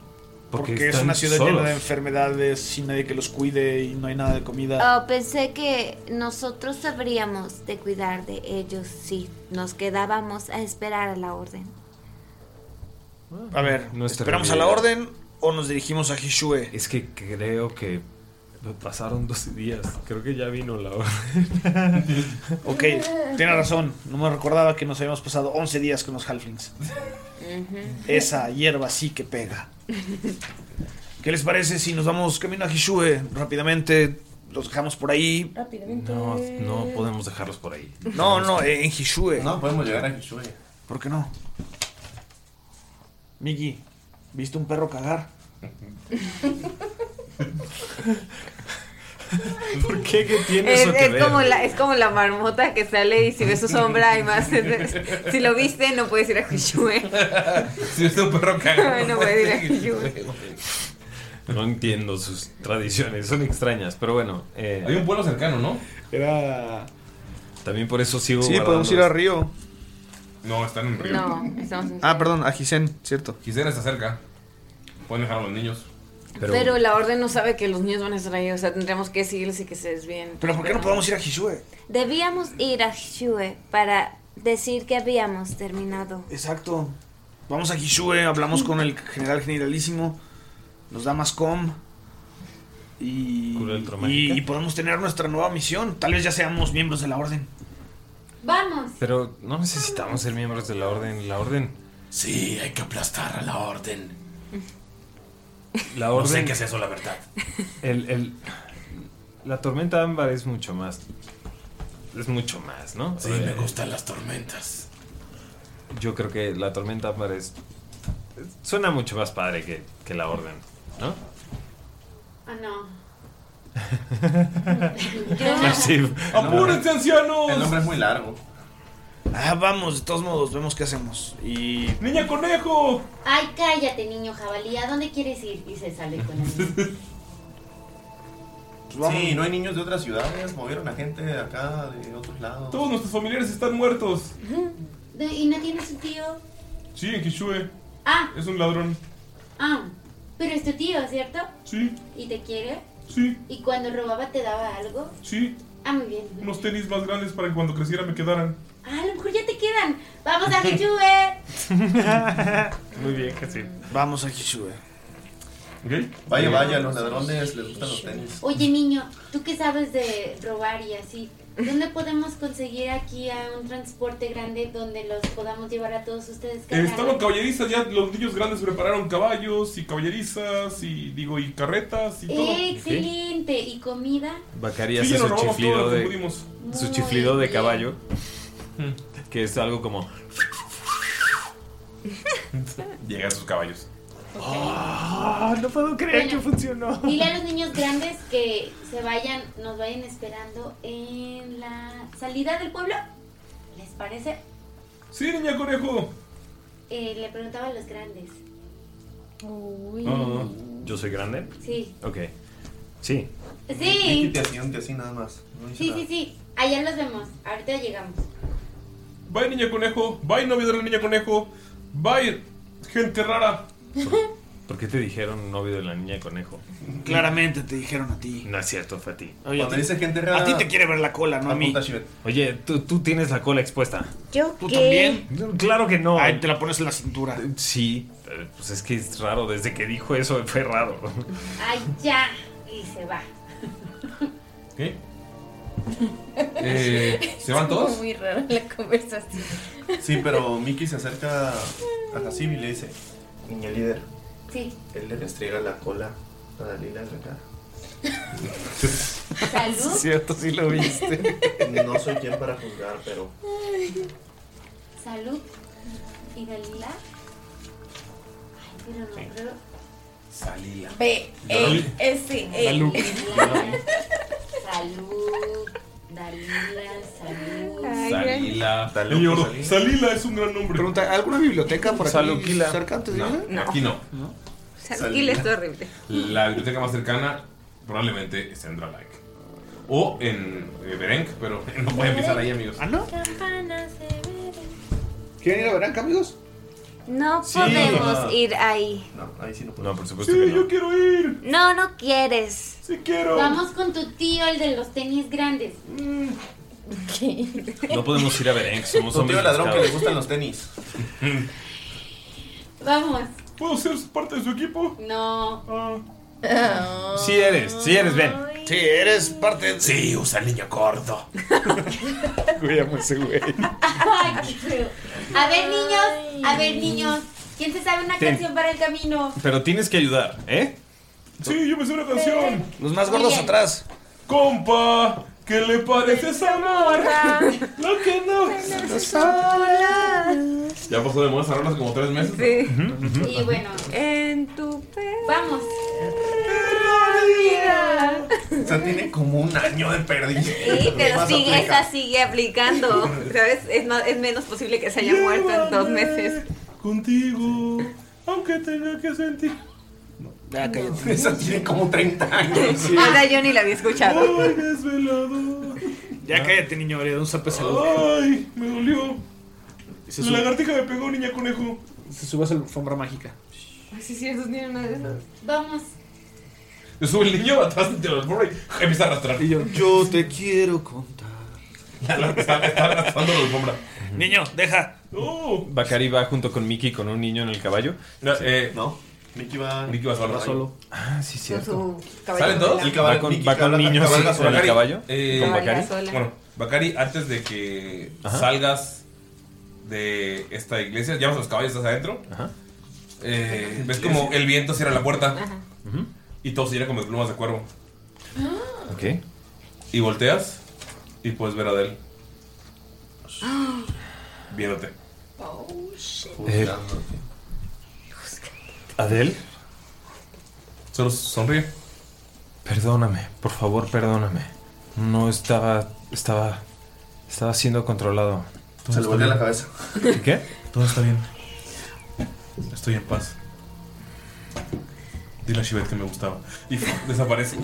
Speaker 4: Porque
Speaker 15: Porque, es
Speaker 4: están
Speaker 15: una ciudad
Speaker 4: solos.
Speaker 15: llena de enfermedades, sin nadie que los cuide y no hay nada de comida.
Speaker 10: Oh, pensé que nosotros sabríamos de cuidar de ellos si nos quedábamos a esperar a la orden.
Speaker 15: A ver,
Speaker 4: Nuestra
Speaker 15: ¿esperamos a la
Speaker 4: realidad.
Speaker 15: orden o nos dirigimos a Hishue?
Speaker 4: Es que creo que pasaron 12 días. Creo que ya vino la hora.
Speaker 10: Oh.
Speaker 15: Ok, tiene razón. No me recordaba que nos habíamos pasado 11 días con los Halflings. Esa hierba sí que pega. ¿Qué les parece si nos vamos camino a Hishue? Rápidamente los dejamos por ahí.
Speaker 4: Rápidamente. No, no podemos dejarlos por ahí.
Speaker 15: No, no, en Hishue.
Speaker 8: No, podemos llegar a Hishue.
Speaker 15: ¿Por qué no? Miki, ¿viste un perro cagar?
Speaker 4: ¿Por qué? ¿Qué tiene
Speaker 5: Es,
Speaker 4: eso que
Speaker 5: es
Speaker 4: ver?
Speaker 5: como la, es como la marmota que sale y si ves su sombra y más. si lo viste, no puedes ir a ¿eh? Juchue.
Speaker 3: Si usted un perro caga.
Speaker 5: no puedes ir a Juchue.
Speaker 4: No entiendo sus tradiciones, son extrañas, pero bueno. eh,
Speaker 3: Hay un pueblo cercano, ¿no?
Speaker 4: Era. También por eso sigo.
Speaker 3: Sí,
Speaker 4: guardando-
Speaker 3: podemos
Speaker 6: ir a Río.
Speaker 3: No, están en Río.
Speaker 5: No, estamos en-
Speaker 6: Ah, perdón, a Gisen, cierto.
Speaker 3: Gisen está cerca. Pueden dejar a los niños.
Speaker 5: Pero, la orden no sabe que los niños van a estar ahí, o sea, tendremos que seguirles y que se desvíen.
Speaker 15: ¿Pero por qué no podemos ir a Hishue?
Speaker 10: Debíamos ir a Shue para decir que habíamos terminado.
Speaker 15: Exacto. Vamos a Hishue, hablamos con el general generalísimo, nos da más com. Y, y, y podemos tener nuestra nueva misión. Tal vez ya seamos miembros de la orden.
Speaker 17: Vamos.
Speaker 4: Pero no necesitamos ser miembros de la orden. La orden.
Speaker 28: Sí, hay que aplastar a la orden.
Speaker 4: La
Speaker 28: No
Speaker 4: orden.
Speaker 28: sé qué es eso, la verdad.
Speaker 4: El, el- la tormenta ámbar es mucho más. Es mucho más, ¿no?
Speaker 28: Sí, me gustan las tormentas.
Speaker 4: Yo creo que la tormenta ámbar es. Suena mucho más padre que, que la orden, ¿no?
Speaker 12: Ah, no.
Speaker 4: Así.
Speaker 3: ¡Apúrense, ancianos!
Speaker 15: El nombre es muy largo. Ah, vamos, de todos modos, vemos qué hacemos. Y.
Speaker 3: ¡Niña conejo!
Speaker 17: Ay, cállate, niño jabalí. ¿A dónde quieres ir? Y se sale con él.
Speaker 8: Pues Sí, no hay niños de otras ciudades. Movieron a gente de acá, de otros lados.
Speaker 3: Todos nuestros familiares están muertos.
Speaker 17: ¿Y no tienes un tío?
Speaker 3: Sí, en Kishue.
Speaker 17: Ah,
Speaker 3: Es un ladrón.
Speaker 17: ah. Pero es tu tío, ¿cierto?
Speaker 3: Sí.
Speaker 17: ¿Y te quiere?
Speaker 3: Sí.
Speaker 17: ¿Y cuando robaba te daba algo?
Speaker 3: Sí.
Speaker 17: Ah, muy bien.
Speaker 3: Unos tenis más grandes para que cuando creciera me quedaran.
Speaker 17: Ah, a lo mejor ya te quedan. Vamos a Hechue.
Speaker 3: Eh,
Speaker 4: Muy bien, que sí.
Speaker 15: Vamos a Hishue.
Speaker 8: Vaya, vaya, los ladrones les gustan los tenis.
Speaker 17: Oye, niño, ¿tú qué sabes de robar y así? ¿Dónde podemos conseguir aquí a un transporte grande donde los podamos llevar a todos ustedes?
Speaker 3: Eh,
Speaker 17: cargados?
Speaker 3: Estaban caballerizas, ya los niños grandes prepararon caballos y caballerizas y digo y carretas y todo.
Speaker 17: Eh, Excelente. ¿Y comida?
Speaker 4: Bacaría
Speaker 3: Sí, ya
Speaker 4: hace
Speaker 3: nos
Speaker 4: su
Speaker 3: robamos todo
Speaker 4: chiflido
Speaker 3: lo que
Speaker 4: de.
Speaker 3: pudimos.
Speaker 4: Su
Speaker 17: Muy
Speaker 4: chiflido de caballo. Que es algo como.
Speaker 3: Llegan sus caballos.
Speaker 9: Ah,
Speaker 4: no puedo
Speaker 17: creer que
Speaker 4: funcionó.
Speaker 17: Dile a los niños grandes que se vayan, nos vayan esperando en la salida del pueblo. ¿Les parece?
Speaker 3: Sí, niña conejo.
Speaker 17: Eh, le preguntaba a los grandes. Uy.
Speaker 4: No, no, no. ¿Yo soy grande?
Speaker 17: Sí.
Speaker 4: Ok. Sí.
Speaker 17: Sí.
Speaker 8: te así, así nada más. No hice
Speaker 17: Sí,
Speaker 8: nada.
Speaker 17: sí, sí. Allá los vemos. Ahorita llegamos.
Speaker 3: Bye, niña conejo. Bye, novio de la niña conejo. Bye, gente rara.
Speaker 4: ¿Por qué te dijeron novio de la niña conejo?
Speaker 15: Claramente te dijeron a ti.
Speaker 4: No es cierto, fue a ti.
Speaker 15: Oye, Cuando a ti- dice gente rara, a ti te quiere ver la cola, no a mí. apunta, Shivet.
Speaker 4: Oye, tú, tú tienes la cola expuesta.
Speaker 10: Yo
Speaker 15: ¿Tú
Speaker 10: qué?
Speaker 15: también?
Speaker 4: Claro que no.
Speaker 15: Ay, te la pones en la cintura.
Speaker 4: Sí, eh, pues es que es raro. Desde que dijo eso fue raro.
Speaker 17: Ay, ya. Y se va.
Speaker 3: Eh, ¿Se van todos?
Speaker 9: Muy rara la conversación.
Speaker 8: Sí, pero Mickey se acerca a Hasib y le dice: Niña líder.
Speaker 17: Sí.
Speaker 8: Él le restriega la cola a Dalila en la cara.
Speaker 17: Salud.
Speaker 6: Cierto, sí lo viste.
Speaker 8: No soy quien para juzgar, pero.
Speaker 17: Salud. ¿Y Dalila? Ay, pero no creo.
Speaker 28: Salila.
Speaker 17: B,
Speaker 10: eh,
Speaker 28: Dalila.
Speaker 17: E, S, E.
Speaker 28: Dalú.
Speaker 17: Dalila. Salud. Dalila, salud.
Speaker 4: Ah,
Speaker 3: Salila.
Speaker 6: Taluco,
Speaker 3: Y lloro.
Speaker 6: Salila.
Speaker 4: pues,
Speaker 3: Salila es un gran nombre.
Speaker 6: Pregunta, ¿alguna biblioteca por aquí
Speaker 3: Saluquila.
Speaker 6: cerca antes de ir?
Speaker 3: No, aquí no.
Speaker 5: Aquí es horrible.
Speaker 3: La biblioteca más cercana probablemente es en Dralike. O en eh, Berenk, pero no pueden pisar ahí, amigos.
Speaker 6: ¿Ah, no?
Speaker 10: Campanas se beben.
Speaker 6: ¿Quieren ir a Veranca, amigos?
Speaker 10: No
Speaker 3: Sí.
Speaker 10: podemos ir ahí.
Speaker 8: No, ahí sí no
Speaker 4: No, por supuesto
Speaker 3: Sí,
Speaker 4: Pues que no.
Speaker 3: yo quiero ir.
Speaker 10: No, no quieres. Sí
Speaker 3: quiero. Mm.
Speaker 17: Vamos con tu tío, el de los tenis grandes.
Speaker 4: No podemos ir a Berenk, somos
Speaker 8: Tu tío
Speaker 4: hombres
Speaker 8: ladrón que
Speaker 4: buscados.
Speaker 8: le gustan los tenis.
Speaker 17: Vamos.
Speaker 3: ¿Puedo ser parte de su equipo? Ah.
Speaker 17: No.
Speaker 10: Ah.
Speaker 4: Sí eres, sí eres, ven.
Speaker 15: Sí, eres parte de...
Speaker 28: Sí, usa niño gordo.
Speaker 4: Cuidamos ese güey.
Speaker 17: Ay, qué feo. A ver, niños. A ver, niños. ¿Quién se sabe una
Speaker 4: Ten.
Speaker 17: canción para el camino?
Speaker 4: Pero tienes que ayudar, ¿eh?
Speaker 3: Sí, yo me sé una canción.
Speaker 15: Los más
Speaker 17: gordos Muy bien.
Speaker 15: atrás.
Speaker 3: Compa, ¿qué le parece
Speaker 5: Pues,
Speaker 3: esa morra? Lo que no. Ya pasó de moda esa rola hace como tres meses.
Speaker 5: Sí.
Speaker 3: Ujú, ujú.
Speaker 17: Y bueno,
Speaker 5: en tu
Speaker 17: Vamos.
Speaker 5: vida.
Speaker 8: O sea, tiene como un año de pérdida.
Speaker 5: Sí, pero
Speaker 8: Vas a
Speaker 5: sigue,
Speaker 8: aplicar.
Speaker 5: esa sigue aplicando. ¿Sabes? Es, no- es menos posible que se haya muerto en dos meses.
Speaker 3: Contigo, aunque tenga que sentir.
Speaker 4: Ah,
Speaker 6: Ya, cállate.
Speaker 8: Esa tiene como 30 años.
Speaker 5: Sí. Ahora yo ni la había escuchado.
Speaker 3: Ay, desvelado.
Speaker 6: Ya cállate, niño, le da un zapesaludo.
Speaker 3: Ay, me dolió.
Speaker 6: Se
Speaker 3: La
Speaker 6: sube.
Speaker 3: lagartija me pegó, niña conejo.
Speaker 6: Se sube a su alfombra mágica.
Speaker 5: Ay, sí, sí, esos tienen una de esas.
Speaker 17: Vamos.
Speaker 3: Se sube el niño atrás de los bordes y empieza a arrastrar.
Speaker 6: yo, te quiero contar.
Speaker 4: Niño, deja.
Speaker 3: Uh,
Speaker 4: Bakari va junto con Mickey con un niño en el caballo.
Speaker 3: No, eh, no.
Speaker 8: Mickey va,
Speaker 4: Mickey va solo.
Speaker 8: va solo.
Speaker 4: Ah, sí, cierto.
Speaker 3: ¿Salen todos?
Speaker 4: El caballo va con, va con niños
Speaker 3: Cabalga
Speaker 4: en
Speaker 3: sola.
Speaker 4: el caballo.
Speaker 3: Eh,
Speaker 4: con Bakari.
Speaker 3: Bueno, Bacari, antes de que
Speaker 4: Ajá.
Speaker 3: salgas de esta iglesia, llevas los caballos estás adentro. Eh, ves como el viento cierra la puerta
Speaker 5: Ajá.
Speaker 3: Ujú. y todo se llena como de plumas de cuervo.
Speaker 4: Ok.
Speaker 3: Y volteas y puedes ver a Adel viéndote.
Speaker 8: Oh,
Speaker 4: Eh, Adel.
Speaker 3: Solo sonríe.
Speaker 4: Perdóname, por favor, perdóname. No estaba. Estaba. Estaba siendo controlado.
Speaker 8: Se le voltea la cabeza.
Speaker 4: ¿Qué?
Speaker 3: Todo está bien. Estoy en paz. Dile a Shivet que me gustaba. Y desaparece.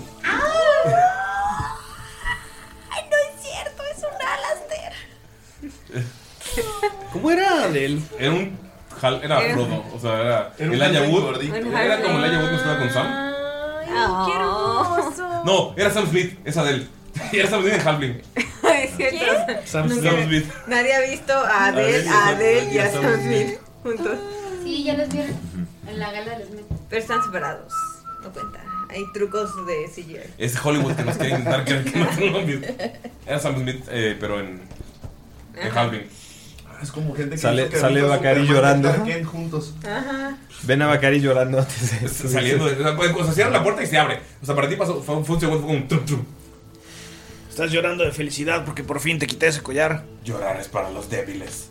Speaker 5: Ay, no es cierto, es un Alastair.
Speaker 3: ¿Cómo era Adel? Era un. jal- Era
Speaker 5: Era-
Speaker 3: Frodo. O sea, era.
Speaker 8: Era un
Speaker 3: el Ayawood.
Speaker 8: gordito.
Speaker 3: Era como el Ayawood que estaba con Sam.
Speaker 5: Ay, qué hermoso.
Speaker 3: No, era Sam Smith, es Adele. Era Sam Smith en Halfling.
Speaker 5: Es cierto.
Speaker 3: Sam
Speaker 5: Nunca-
Speaker 3: Smith.
Speaker 5: Nadie ha visto a Adele,
Speaker 3: Adele,
Speaker 5: a Adele y a
Speaker 3: Sam
Speaker 5: Sam
Speaker 3: Smith.
Speaker 5: Smith juntos.
Speaker 17: Sí, ya los vieron. En la gala les meto.
Speaker 5: Pero están separados. No cuenta. Hay trucos de CGI.
Speaker 3: Es Hollywood que nos quiere intentar creer que no son lo mismo. Era Sam Smith, eh, pero en, en Halfling.
Speaker 8: Es como gente que
Speaker 4: Sale-
Speaker 8: hizo que
Speaker 4: sale
Speaker 8: ahorita
Speaker 4: Bacari
Speaker 8: Superman
Speaker 4: llorando.
Speaker 8: y Clark Kent juntos.
Speaker 5: Ajá.
Speaker 4: Ven a Bakari llorando antes de
Speaker 3: Saliendo. de- O sea, cierran la puerta y se abre. O sea, para ti pasó, fue, un- fue un segundo, fue un trum trum.
Speaker 6: Estás llorando de felicidad porque por fin te quité ese collar.
Speaker 3: Llorar es para los débiles.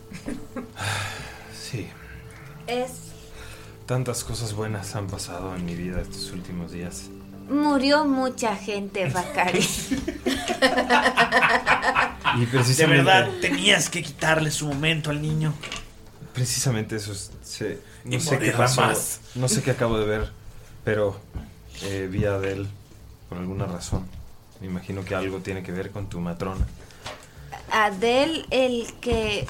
Speaker 4: Sí.
Speaker 10: Es.
Speaker 4: Tantas cosas buenas han pasado en mi vida estos últimos días.
Speaker 10: Murió mucha gente, Bacari.
Speaker 3: Ah,
Speaker 4: Y precisamente.
Speaker 6: De verdad, tenías que quitarle su momento al niño.
Speaker 4: Precisamente eso es- se- no
Speaker 6: Y
Speaker 4: sé qué
Speaker 6: morirá
Speaker 4: pasó,
Speaker 6: más.
Speaker 4: no sé qué acabo de ver, pero eh, vi a Adele por alguna razón. Me imagino que algo tiene que ver con tu matrona.
Speaker 10: Adel, el que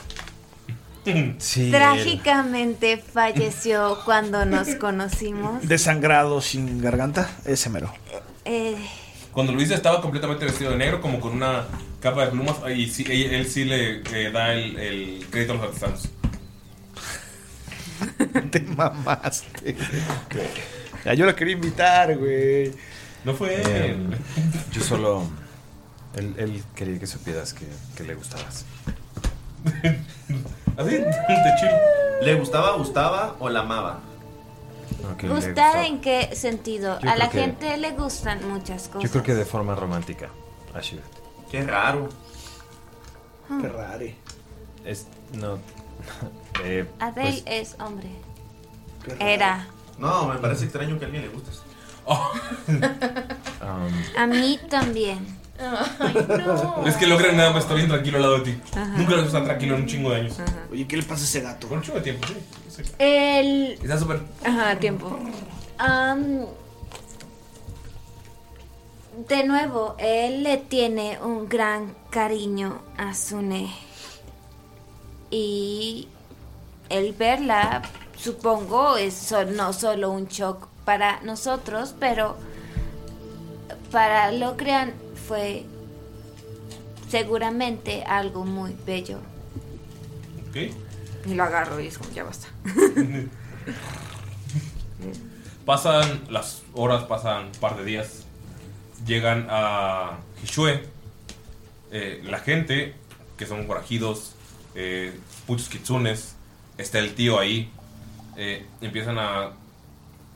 Speaker 4: Sí.
Speaker 10: trágicamente falleció cuando nos conocimos.
Speaker 6: Desangrado sin garganta, ese mero.
Speaker 10: Eh,
Speaker 3: Cuando lo hice estaba completamente vestido de negro, como con una capa de plumas. Y sí, él, él sí le eh, da el, el crédito a los artesanos.
Speaker 6: Te mamaste. Ya yo la quería invitar, güey.
Speaker 3: No fue
Speaker 4: Eh,
Speaker 3: él.
Speaker 4: yo solo. Él, él quería que supieras que, que le gustabas. ¿Ah,
Speaker 3: Así, de chill.
Speaker 8: ¿Le gustaba, gustaba o la amaba?
Speaker 4: Ok, le
Speaker 10: ¿Gustar en qué sentido?
Speaker 4: Yo
Speaker 10: a la
Speaker 4: creo que-
Speaker 10: gente le gustan muchas
Speaker 4: Yo
Speaker 10: cosas.
Speaker 4: creo que de forma romántica, a Shivet.
Speaker 8: Qué raro.
Speaker 10: Hmm.
Speaker 6: raro.
Speaker 4: Es. No. eh,
Speaker 10: Adel es hombre.
Speaker 8: Qué raro.
Speaker 10: Era.
Speaker 8: No, me parece extraño que a alguien le gustes.
Speaker 3: Oh.
Speaker 4: um,
Speaker 10: A mí también.
Speaker 3: Es que logran nada más estar bien tranquilo al lado de ti.
Speaker 10: Ajá.
Speaker 3: Nunca lo está tranquilo en un chingo de años.
Speaker 6: Oye, ¿qué le pasa a ese gato?
Speaker 3: Con un chingo de tiempo, sí. sí.
Speaker 10: El.
Speaker 3: Está súper.
Speaker 5: Ajá, tiempo.
Speaker 10: am, de nuevo, él le tiene un gran cariño a Sune. Y el verla, supongo, es so- no solo un shock para nosotros, pero para lo crean fue seguramente algo muy bello.
Speaker 5: Y lo agarro y es como, ya basta.
Speaker 3: Pasan las horas, pasan un par de días. Llegan a Hishue. Eh, la gente, que son corajidos, eh, muchos kitsunes. Está el tío ahí. Eh, empiezan a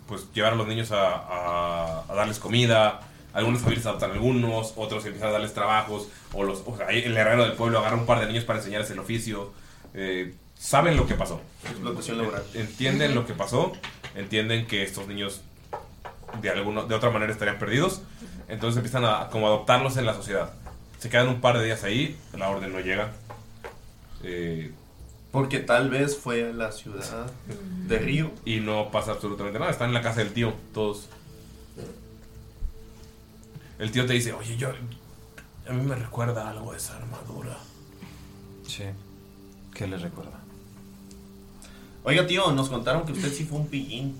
Speaker 3: pues llevar a los niños a, a- a darles comida, Algunas familias adoptan algunos, otros empiezan a darles trabajos, o, los, o sea, el herrero del pueblo agarra un par de niños para enseñarles el oficio. Eh, saben lo que pasó.
Speaker 8: Explotación laboral.
Speaker 3: Entienden lo que pasó, entienden que estos niños de, alguno, de otra manera estarían perdidos, entonces empiezan a como adoptarlos en la sociedad. Se quedan un par de días ahí, la orden no llega. Eh,
Speaker 8: Porque tal vez fue a la ciudad de Río.
Speaker 3: Y no pasa absolutamente nada. Están en la casa del tío, todos. El tío te dice, oye, yo... A mí me recuerda algo esa armadura.
Speaker 4: Sí. ¿Qué les recuerda?
Speaker 8: Oiga, tío, nos contaron que usted sí fue un pillín.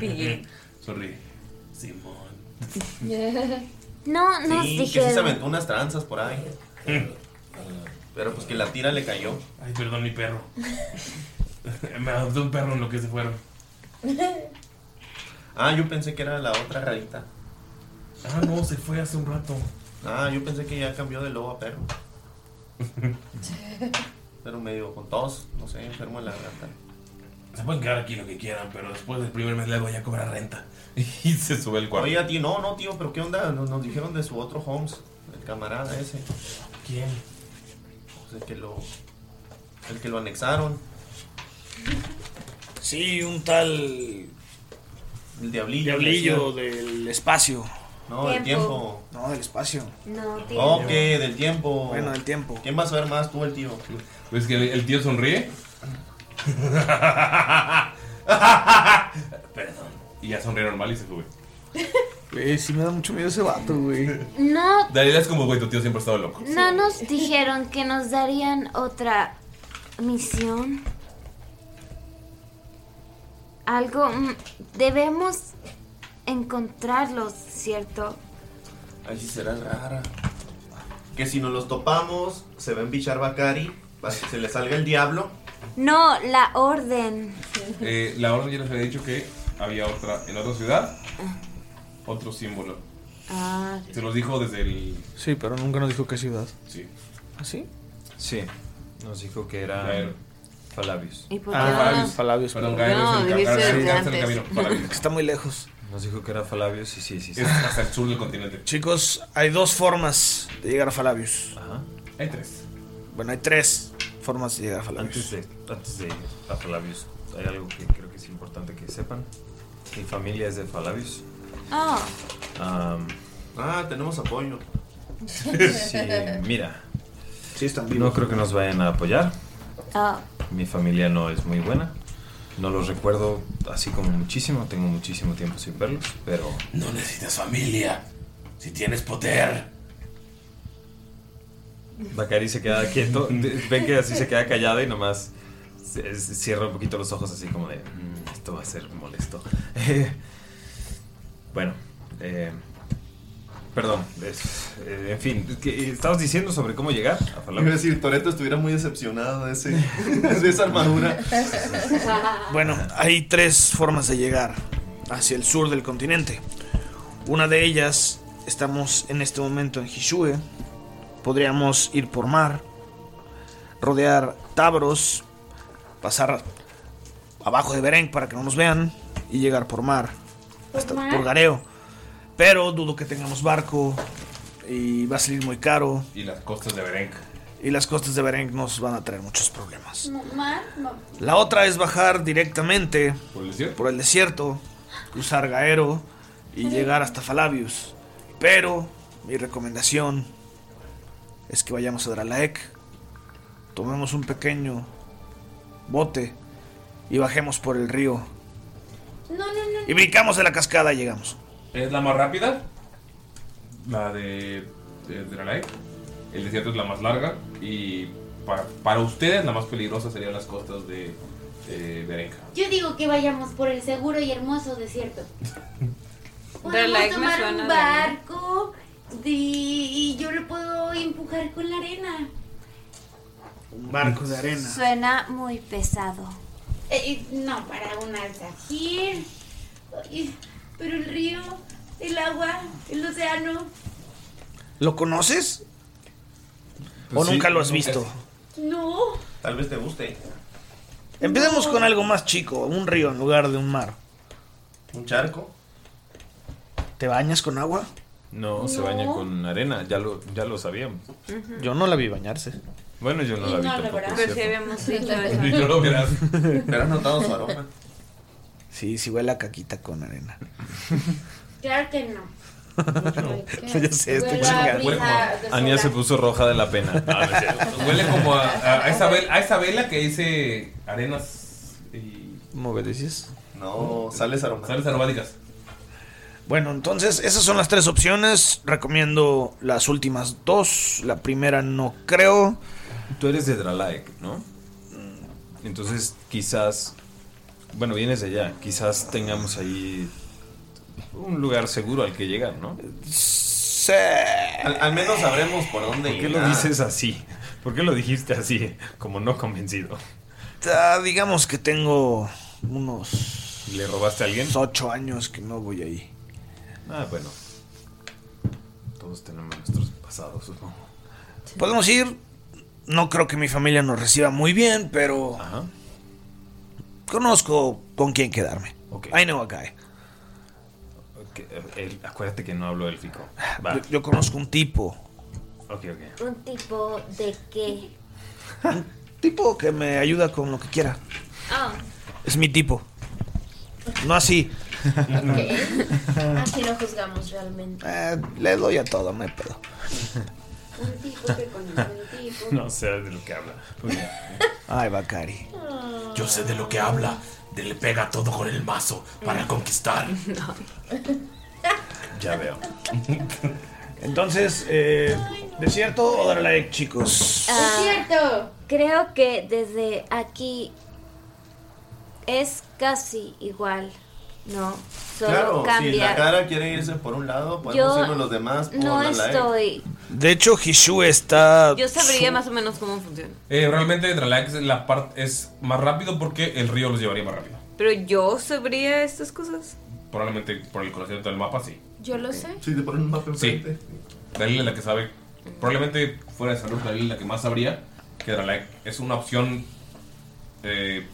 Speaker 5: Pillín.
Speaker 3: Sorry. Simón.
Speaker 10: No nos
Speaker 8: sí, que sí se
Speaker 10: dijeron.
Speaker 8: aventó unas tranzas por ahí. Eh, Pero pues que la tira le cayó.
Speaker 3: Mm. Ay, perdón, mi perro. Me adoptó un perro en lo que se fueron.
Speaker 8: Ah, yo pensé que era la otra rarita.
Speaker 3: Ah, no, se fue hace un rato.
Speaker 8: Ah, yo pensé que ya cambió de lobo a perro. Pero medio con tos, no sé, enfermo en la garganta.
Speaker 3: Se pueden quedar aquí lo que quieran, pero después del primer mes les voy a cobrar renta. Y se sube el cuarto.
Speaker 8: Oiga, tío, no, no, tío, pero ¿qué onda? Nos, nos dijeron de su otro Holmes, el camarada ese.
Speaker 3: ¿Quién?
Speaker 8: Pues el que lo. El que lo anexaron.
Speaker 6: Sí, un tal.
Speaker 8: El diablillo.
Speaker 6: Diablillo del espacio.
Speaker 8: No, del Tiempo.
Speaker 6: No, del espacio.
Speaker 10: No,
Speaker 8: Ok, del tiempo.
Speaker 6: Bueno, del tiempo.
Speaker 8: ¿Quién va a saber más? Tú, el tío.
Speaker 3: Pues que el, el tío sonríe. Perdón. Y ya sonríe normal y se sube.
Speaker 30: Güey, sí me da mucho miedo ese vato, güey.
Speaker 10: No,
Speaker 3: Dalila es como, güey, tu tío siempre ha estado loco.
Speaker 10: no nos dijeron que nos darían otra misión. Algo. mm, Debemos encontrarlos, ¿cierto?
Speaker 8: Ay, sí serás rara. Que si nos los topamos, se va a embichar Bacari, para que se le salga el diablo.
Speaker 10: No, la orden.
Speaker 3: Eh, la orden ya les había dicho que había otra en otra ciudad. Otro símbolo.
Speaker 10: Ah,
Speaker 3: Se los dijo desde el.
Speaker 30: Sí, pero nunca nos dijo qué ciudad.
Speaker 3: Sí.
Speaker 30: ¿Ah, sí?
Speaker 4: Sí, nos dijo que era Falabius.
Speaker 30: ¿Y por qué Ah, no? Falabius, Falabius,
Speaker 4: Perdón,
Speaker 30: perdón. No,
Speaker 4: Gael es el
Speaker 30: dijiste
Speaker 4: ca- Gael
Speaker 30: desde
Speaker 4: es el
Speaker 30: antes.
Speaker 4: camino, Falabius.
Speaker 6: Está muy lejos.
Speaker 4: Nos dijo que era Falabius y sí, sí. sí.
Speaker 3: Es hasta el sur del continente.
Speaker 6: Chicos, hay dos formas de llegar a Falabius.
Speaker 3: Hay tres.
Speaker 6: Bueno, hay tres formas de llegar a Falabius.
Speaker 4: Antes de, antes de ir a Falabius, hay algo que creo que es importante que sepan. Mi familia es de Falabius.
Speaker 10: Oh.
Speaker 8: ah, tenemos apoyo.
Speaker 4: Sí, mira.
Speaker 30: Sí, están
Speaker 4: No creo que nos vayan a apoyar.
Speaker 10: Oh.
Speaker 4: Mi familia no es muy buena. No los recuerdo así como muchísimo. Tengo muchísimo tiempo sin verlos, pero...
Speaker 31: No necesitas familia. Si tienes poder.
Speaker 4: Bacari se queda quieto. De- Ven que así se queda callada y nomás se- se- cierra un poquito los ojos así como de... "Mm, esto va a ser molesto. bueno. eh, perdón. es- eh, en fin. ¿qué estabas diciendo sobre cómo llegar a
Speaker 8: Iba a
Speaker 4: Falabius?
Speaker 8: decir, Toreto estuviera muy decepcionado de, ese, de esa armadura.
Speaker 6: Bueno, hay tres formas de llegar hacia el sur del continente. Una de ellas, estamos en este momento en Hishue. Podríamos ir por mar, rodear Tabros, pasar abajo de Beren para que no nos vean y llegar por mar, hasta
Speaker 30: mar?
Speaker 6: por Gareo. Pero dudo que tengamos barco y va a salir muy caro.
Speaker 3: Y las costas de Berenc.
Speaker 6: Y las costas de Beren nos van a traer muchos problemas.
Speaker 10: Mamá,
Speaker 6: La otra es bajar directamente
Speaker 3: por el desierto,
Speaker 6: cruzar Gaero y llegar hasta Falabius. Pero mi recomendación es que vayamos a Dralaek, tomemos un pequeño bote y bajemos por el río. Y brincamos de la cascada y llegamos.
Speaker 3: ¿Es la más rápida? La de, de Dralaek. El desierto es la más larga. Y para, para ustedes la más peligrosa serían las costas de, de Berenca.
Speaker 17: Yo digo que vayamos por el seguro y hermoso desierto.
Speaker 5: Pero
Speaker 17: Podemos
Speaker 5: like me
Speaker 17: tomar
Speaker 5: suena
Speaker 17: un
Speaker 5: de-
Speaker 17: barco de- y yo lo puedo empujar con la arena.
Speaker 6: Un barco de arena.
Speaker 10: Suena muy pesado.
Speaker 17: Eh, eh, no, para un alzajir. Ay, Pero el río, el agua, el océano.
Speaker 6: ¿Lo conoces? ¿O Pues nunca lo has visto?
Speaker 17: No.
Speaker 8: Tal vez te guste.
Speaker 6: Empecemos con algo más chico, un río en lugar de un mar.
Speaker 8: ¿Un charco?
Speaker 6: ¿Te bañas con agua?
Speaker 4: No, se baña con arena, ya lo, ya lo sabíamos.
Speaker 5: Ujú.
Speaker 6: Yo no la vi bañarse.
Speaker 4: Bueno, yo no la vi tampoco.
Speaker 5: Pero
Speaker 4: ¿cierto?
Speaker 5: sí habíamos visto
Speaker 4: Y no lo verás.
Speaker 6: Pero
Speaker 4: has notado su aroma.
Speaker 6: Sí, sí huele a caquita con arena.
Speaker 17: Claro que no.
Speaker 6: Pues ya sé, estoy
Speaker 17: Huele a
Speaker 6: chingando.
Speaker 17: brisa de sola.
Speaker 4: Ania se puso roja de la pena. Ah, No, no es cierto.
Speaker 3: Huele como a, a- a esa vela, a esa vela que dice arenas y.
Speaker 6: ¿Movedices?
Speaker 3: No, sales aromáticas. Sales aromáticas.
Speaker 6: Bueno, entonces esas son las tres opciones. Recomiendo las últimas dos. La primera no creo.
Speaker 4: Tú eres de Dralaek, ¿no? Mm. Entonces, quizás. Bueno, vienes de allá. Quizás tengamos ahí un lugar seguro al que llegar, ¿no?
Speaker 6: Al,
Speaker 4: al
Speaker 8: menos sabremos por dónde
Speaker 4: ¿Por Ah. qué
Speaker 8: llegar.
Speaker 4: lo dices así? ¿Por qué lo dijiste así? Como no convencido.
Speaker 6: Ah, digamos que tengo unos.
Speaker 4: ¿Le robaste a alguien?
Speaker 6: Ocho años que no voy ahí.
Speaker 4: Ah, bueno. Todos tenemos nuestros pasados, supongo.
Speaker 6: Podemos ir. No creo que mi familia nos reciba muy bien, pero. Conozco con quién quedarme. I know a guy.
Speaker 4: Que, eh, el- acuérdate que no hablo élfico. Va.
Speaker 6: Yo, yo conozco un tipo.
Speaker 4: Ok, ok.
Speaker 10: ¿Un tipo de qué?
Speaker 6: Tipo que me ayuda con lo que quiera.
Speaker 10: Ah,
Speaker 6: Es mi tipo. No así.
Speaker 9: Así no juzgamos realmente.
Speaker 6: Eh, le doy a todo, no hay pedo.
Speaker 9: Un tipo que conoce un tipo.
Speaker 4: No sé de lo que habla.
Speaker 6: Ay, Bacari.
Speaker 28: Yo sé de lo que habla. De le pega todo con el mazo para conquistar.
Speaker 4: Ya veo.
Speaker 6: Entonces, eh, ¿desierto o dar like, chicos?
Speaker 10: ah,
Speaker 17: cierto.
Speaker 10: Creo que desde aquí es casi igual, ¿no? Solo
Speaker 8: Claro, si
Speaker 10: cambia.
Speaker 8: la cara quiere irse por un lado, pues. podemos
Speaker 10: Yo
Speaker 8: irnos los demás por
Speaker 10: no
Speaker 8: la la-
Speaker 10: estoy.
Speaker 6: De hecho, Hishu está.
Speaker 5: Yo sabría más o menos cómo funciona.
Speaker 3: Eh, realmente Dralax es la parte es más rápido porque el río los llevaría más rápido.
Speaker 5: Pero yo sabría estas cosas.
Speaker 3: Probablemente por el conocimiento del mapa, sí.
Speaker 9: Yo lo sé.
Speaker 8: Si te ponen un mapa
Speaker 3: Sí.
Speaker 8: enfrente.
Speaker 3: Dalila es la que sabe. Probablemente fuera de salud, Dalila es la que más sabría que Dralaek es una opción eh,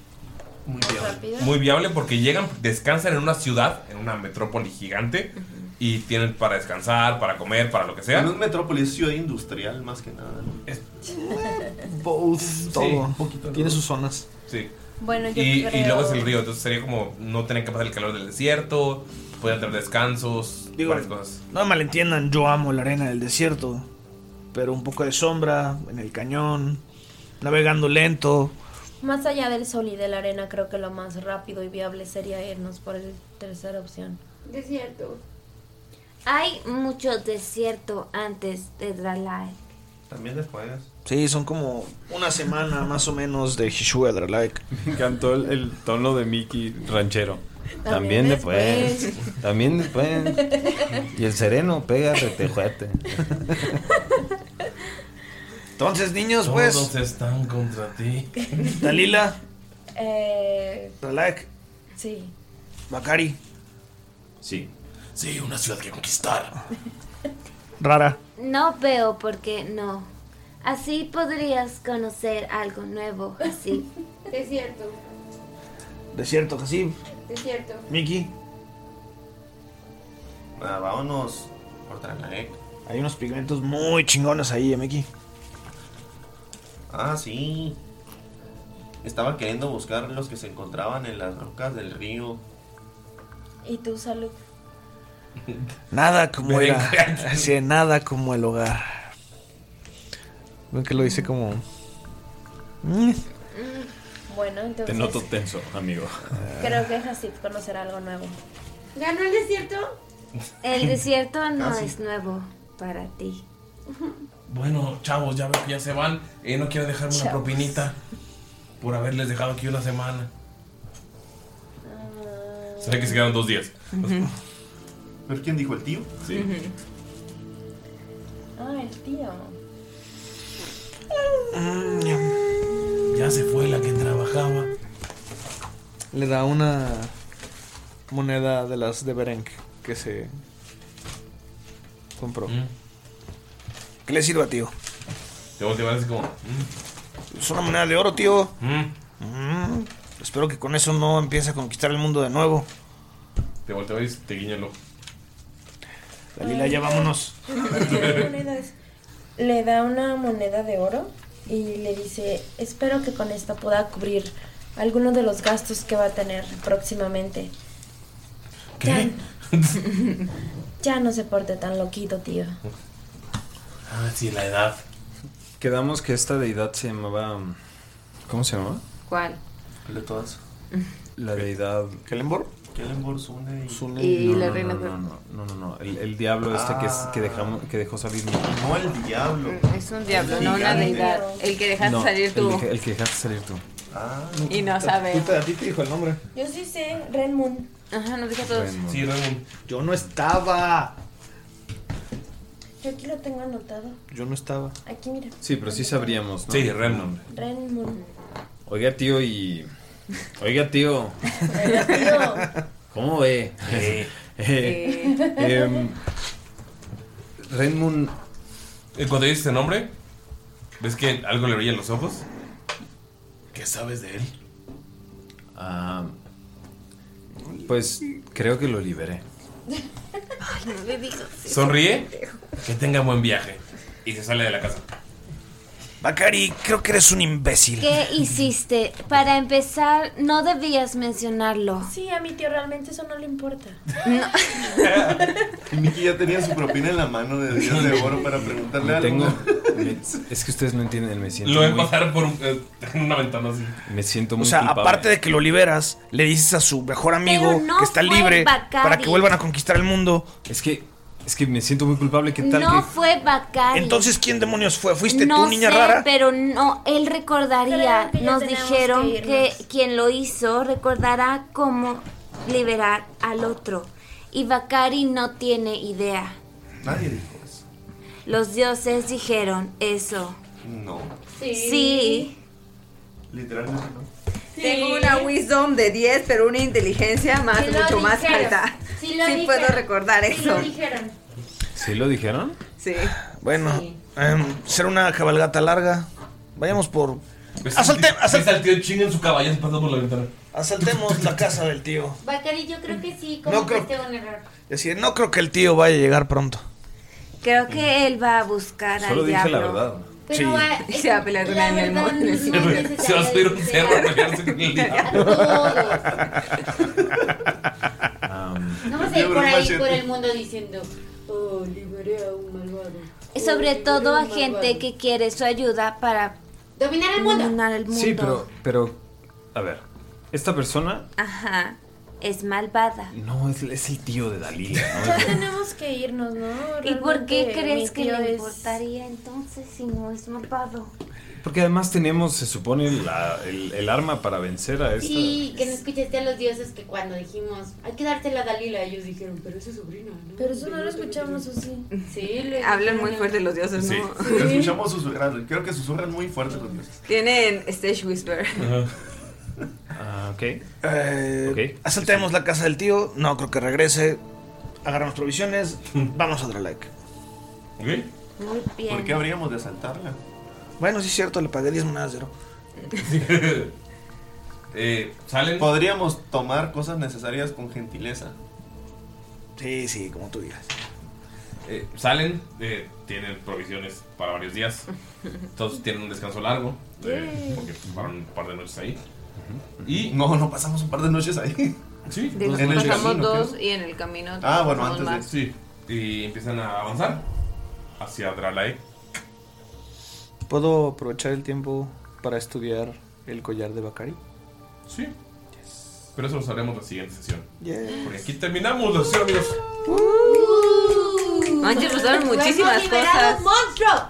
Speaker 3: muy,
Speaker 9: viable.
Speaker 3: muy viable porque llegan, descansan en una ciudad, en una metrópoli gigante y tienen para descansar, para comer, para lo que sea.
Speaker 8: En un metrópolis, ciudad industrial más que nada.
Speaker 6: Both, Pues, todo.
Speaker 3: un
Speaker 6: Tiene sus zonas.
Speaker 3: Sí.
Speaker 9: Bueno, yo
Speaker 3: Y, y
Speaker 9: creo-
Speaker 3: luego es el río, entonces sería como no tener que pasar el calor del desierto, pueden tener descansos, varias cosas.
Speaker 6: No me malentiendan, yo amo la arena del desierto. Pero un poco de sombra en el cañón, navegando lento.
Speaker 9: Más allá del sol y de la arena, creo que lo más rápido y viable sería irnos por el tercera opción.
Speaker 17: Desierto.
Speaker 10: Hay mucho desierto antes de Dralae.
Speaker 8: También después.
Speaker 6: Sí, son como una semana más o menos de Hishu a Dralaek.
Speaker 4: Me encantó el, el tono de Mickey ranchero. También
Speaker 9: También
Speaker 4: después.
Speaker 9: después.
Speaker 4: También después. Y el sereno, pégate, tejuete.
Speaker 6: Entonces, niños,
Speaker 3: Todos
Speaker 6: pues.
Speaker 3: están contra ti.
Speaker 6: Dalila,
Speaker 9: Eh,
Speaker 6: Dralaek,
Speaker 9: sí.
Speaker 6: Bakari.
Speaker 4: Sí.
Speaker 28: Sí, una ciudad que conquistar.
Speaker 6: Rara.
Speaker 10: No veo por qué no. Así podrías conocer algo nuevo, así.
Speaker 17: Desierto.
Speaker 6: Desierto, Hasib.
Speaker 17: Desierto.
Speaker 6: Miki.
Speaker 8: Ah, vámonos por Tranarek.
Speaker 6: Hay unos pigmentos muy chingones ahí, eh, Miki.
Speaker 8: Ah, sí. Estaba queriendo buscar los que se encontraban en las rocas del río.
Speaker 9: ¿Y tu salud?
Speaker 6: Nada como
Speaker 8: Ven,
Speaker 6: era.
Speaker 8: cállate.
Speaker 6: Así, nada como el hogar. Ven que lo dice como. "Mm".
Speaker 17: Mm.
Speaker 9: Bueno, entonces
Speaker 4: tenso, amigo.
Speaker 9: creo que Hasib conocerá algo nuevo.
Speaker 17: ¿Ganó el desierto?
Speaker 10: El desierto no
Speaker 3: Casi.
Speaker 10: es nuevo para ti.
Speaker 3: Bueno, chavos, ya veo que ya se van. Eh, no quiero dejarme una
Speaker 10: Chavos.
Speaker 3: propinita por haberles dejado aquí una semana. Será que se quedan dos días.
Speaker 8: ¿Pero quién dijo el tío?
Speaker 3: Sí.
Speaker 9: Ah, el tío.
Speaker 3: Ya se fue la que trabajaba.
Speaker 6: Le da una moneda de las de Berenk que se compró. ¿Qué le sirva, tío?
Speaker 3: Te voltean así como.
Speaker 6: Es una moneda de oro, tío. Mm. Espero que con eso no empiece a conquistar el mundo de nuevo.
Speaker 3: Te volteas y te guiñan el ojo.
Speaker 6: Dalila, ya vámonos.
Speaker 9: monedas. Le da una moneda de oro y le dice, espero que con esta pueda cubrir algunos de los gastos que va a tener próximamente.
Speaker 13: ¿Qué?
Speaker 9: Ya no se porte tan loquito, tío.
Speaker 4: Ah, sí, la edad. Quedamos que esta deidad se llamaba. ¿Cómo se llamaba?
Speaker 5: ¿Cuál?
Speaker 8: El de todas.
Speaker 4: La deidad.
Speaker 6: ¿Kellenbor?
Speaker 8: Kellenbor, Sune y...
Speaker 5: Y
Speaker 4: no,
Speaker 5: la
Speaker 4: no,
Speaker 5: reina
Speaker 4: No,
Speaker 5: Fer-
Speaker 4: no, no, no, no, no, El, el diablo este que, es- que, dejamos, que dejó salir. No,
Speaker 8: el diablo.
Speaker 5: Mm, Es un diablo, no una deidad. El que dejaste salir
Speaker 4: El,
Speaker 5: tú.
Speaker 4: deja- el que dejaste salir tú.
Speaker 15: Ah.
Speaker 5: Y no sabe.
Speaker 6: Tú te- A ti te dijo el nombre.
Speaker 9: Yo sí sé, Renmun.
Speaker 5: Ajá, nos dijo a todos.
Speaker 6: Sí, Yo no estaba.
Speaker 9: Yo aquí lo tengo anotado.
Speaker 4: Yo no estaba.
Speaker 9: Aquí, mira.
Speaker 4: Sí, pero sí sabríamos, ¿no?
Speaker 3: Sí, random.
Speaker 9: Renmun.
Speaker 11: Oiga, tío, y. Oiga, tío.
Speaker 4: ¿Cómo ve?
Speaker 11: Eh,
Speaker 4: em, Renmun.
Speaker 3: Eh, Cuando dices ese nombre, ¿ves que algo le brilla en los ojos?
Speaker 28: ¿Qué sabes de él?
Speaker 4: ah, pues creo que lo liberé.
Speaker 5: Ay, no le digas.
Speaker 3: Sonríe. Que tenga buen viaje. Y se sale de la casa.
Speaker 15: Bakari, creo que eres un imbécil.
Speaker 10: ¿Qué hiciste? Para empezar, no debías mencionarlo.
Speaker 9: Sí, a mi tío realmente eso no le importa.
Speaker 8: Y Miki ya tenía su propina en la mano de Dios de Oro para preguntarle
Speaker 4: Me
Speaker 8: algo.
Speaker 4: tengo. me- es que ustedes no entienden, me siento.
Speaker 3: Lo voy a
Speaker 4: muy-
Speaker 3: pasar por un- eh, una ventana así.
Speaker 4: Me siento
Speaker 15: O
Speaker 4: muy
Speaker 15: sea,
Speaker 4: culpable.
Speaker 15: aparte de que lo liberas, le dices a su mejor amigo
Speaker 10: Pero no
Speaker 15: que está
Speaker 10: fue
Speaker 15: libre
Speaker 10: Bacari.
Speaker 15: para que vuelvan a conquistar el mundo.
Speaker 4: Es que es que me siento muy culpable, ¿qué
Speaker 10: No fue Bacari.
Speaker 15: Entonces, ¿quién demonios fue? ¿Fuiste
Speaker 10: no
Speaker 15: tú, niña
Speaker 10: sé,
Speaker 15: rara?
Speaker 10: pero no, él recordaría.
Speaker 9: Creo que ya
Speaker 10: Nos
Speaker 9: tenemos
Speaker 10: dijeron
Speaker 9: que
Speaker 10: que, quien lo hizo recordará cómo liberar al otro. Y Bakari no tiene idea.
Speaker 8: Nadie dijo eso.
Speaker 10: Los dioses dijeron eso.
Speaker 8: No.
Speaker 10: Sí.
Speaker 8: Literalmente no.
Speaker 5: Tengo una wisdom de 10, pero una inteligencia más,
Speaker 17: Sí lo
Speaker 5: mucho más
Speaker 17: dijeron.
Speaker 5: alta.
Speaker 17: Sí lo
Speaker 5: puedo
Speaker 17: dijeron.
Speaker 5: recordar
Speaker 17: Sí
Speaker 5: eso.
Speaker 17: lo dijeron.
Speaker 4: ¿Sí lo dijeron?
Speaker 5: Sí.
Speaker 15: Bueno, em, será una cabalgata larga. Vayamos por. Asalte- asal-
Speaker 3: Ves al tío chinga en su caballo se pasa por la ventana.
Speaker 15: Asaltemos la casa del tío.
Speaker 17: Bacari, yo creo que sí
Speaker 15: No creo-
Speaker 17: cometiste un error.
Speaker 15: Decir, no creo que el tío vaya a llegar pronto.
Speaker 10: Creo que él va a buscar al diablo.
Speaker 15: Sí.
Speaker 10: Y se va a pelear con él en el monte.
Speaker 3: Se va a subir un cerro a pelearse con el diablo.
Speaker 17: No vas a ir por ahí por el mundo diciendo, oh, liberé a un malvado. Oh,
Speaker 10: Sobre
Speaker 17: liberé
Speaker 10: todo
Speaker 17: un
Speaker 10: a gente
Speaker 17: malvado".
Speaker 10: que quiere su ayuda para
Speaker 17: Dominar el mundo.
Speaker 10: dominar el mundo.
Speaker 4: Sí, pero pero a ver. Esta persona
Speaker 10: Ajá. Es malvada.
Speaker 4: no es, es el tío de Dalila, ¿no?
Speaker 9: Ya tenemos que irnos, ¿no?
Speaker 10: ¿Y por qué
Speaker 9: Realmente
Speaker 10: crees
Speaker 9: mi
Speaker 10: que
Speaker 9: tío
Speaker 10: le
Speaker 9: es-
Speaker 10: importaría entonces si no es malvado?
Speaker 4: Porque además tenemos, se supone, la- el, el arma para vencer a esta.
Speaker 17: Sí, que no escuchaste a los dioses que cuando dijimos, hay que dársela a Dalila, ellos dijeron, pero es su sobrina, ¿no?
Speaker 9: Pero eso no lo escuchamos, ¿o sí?
Speaker 17: Sí, le
Speaker 5: Hablan muy fuerte los dioses,
Speaker 8: Sí.
Speaker 5: ¿no?
Speaker 8: Escuchamos susurrar. Creo que susurran muy fuerte los dioses.
Speaker 5: Tienen Stage Whisper.
Speaker 4: Ah, ok.
Speaker 15: Eh, Asaltemos la casa del tío. No creo que regrese. Agarramos provisiones. Vamos a Dralek.
Speaker 10: Muy bien.
Speaker 8: ¿Por qué habríamos de asaltarla?
Speaker 15: Bueno, sí es cierto, le pagué 10 monedas de oro.
Speaker 3: Eh, ¿Salen?
Speaker 8: Podríamos tomar cosas necesarias con gentileza.
Speaker 15: Sí, sí, como tú digas.
Speaker 3: Eh, salen, eh, tienen provisiones para varios días. Todos tienen un descanso largo. eh,
Speaker 8: Yay.
Speaker 3: porque pasaron un par de noches ahí. Y
Speaker 8: no, no pasamos un par de noches ahí.
Speaker 3: Sí,
Speaker 5: De los pasamos dos y en el camino.
Speaker 3: Ah,
Speaker 5: pasamos más.
Speaker 3: Sí. Y empiezan a avanzar hacia Dralae.
Speaker 6: ¿Puedo aprovechar el tiempo para estudiar el collar de Bakari?
Speaker 3: Sí. Pero eso lo sabremos la siguiente sesión.
Speaker 6: Yes.
Speaker 3: Porque aquí terminamos la sesión, amigos.
Speaker 5: Manches, pasaron
Speaker 17: Lo Uh. hemos
Speaker 5: muchísimas
Speaker 17: liberado,
Speaker 5: cosas.
Speaker 17: monstruo!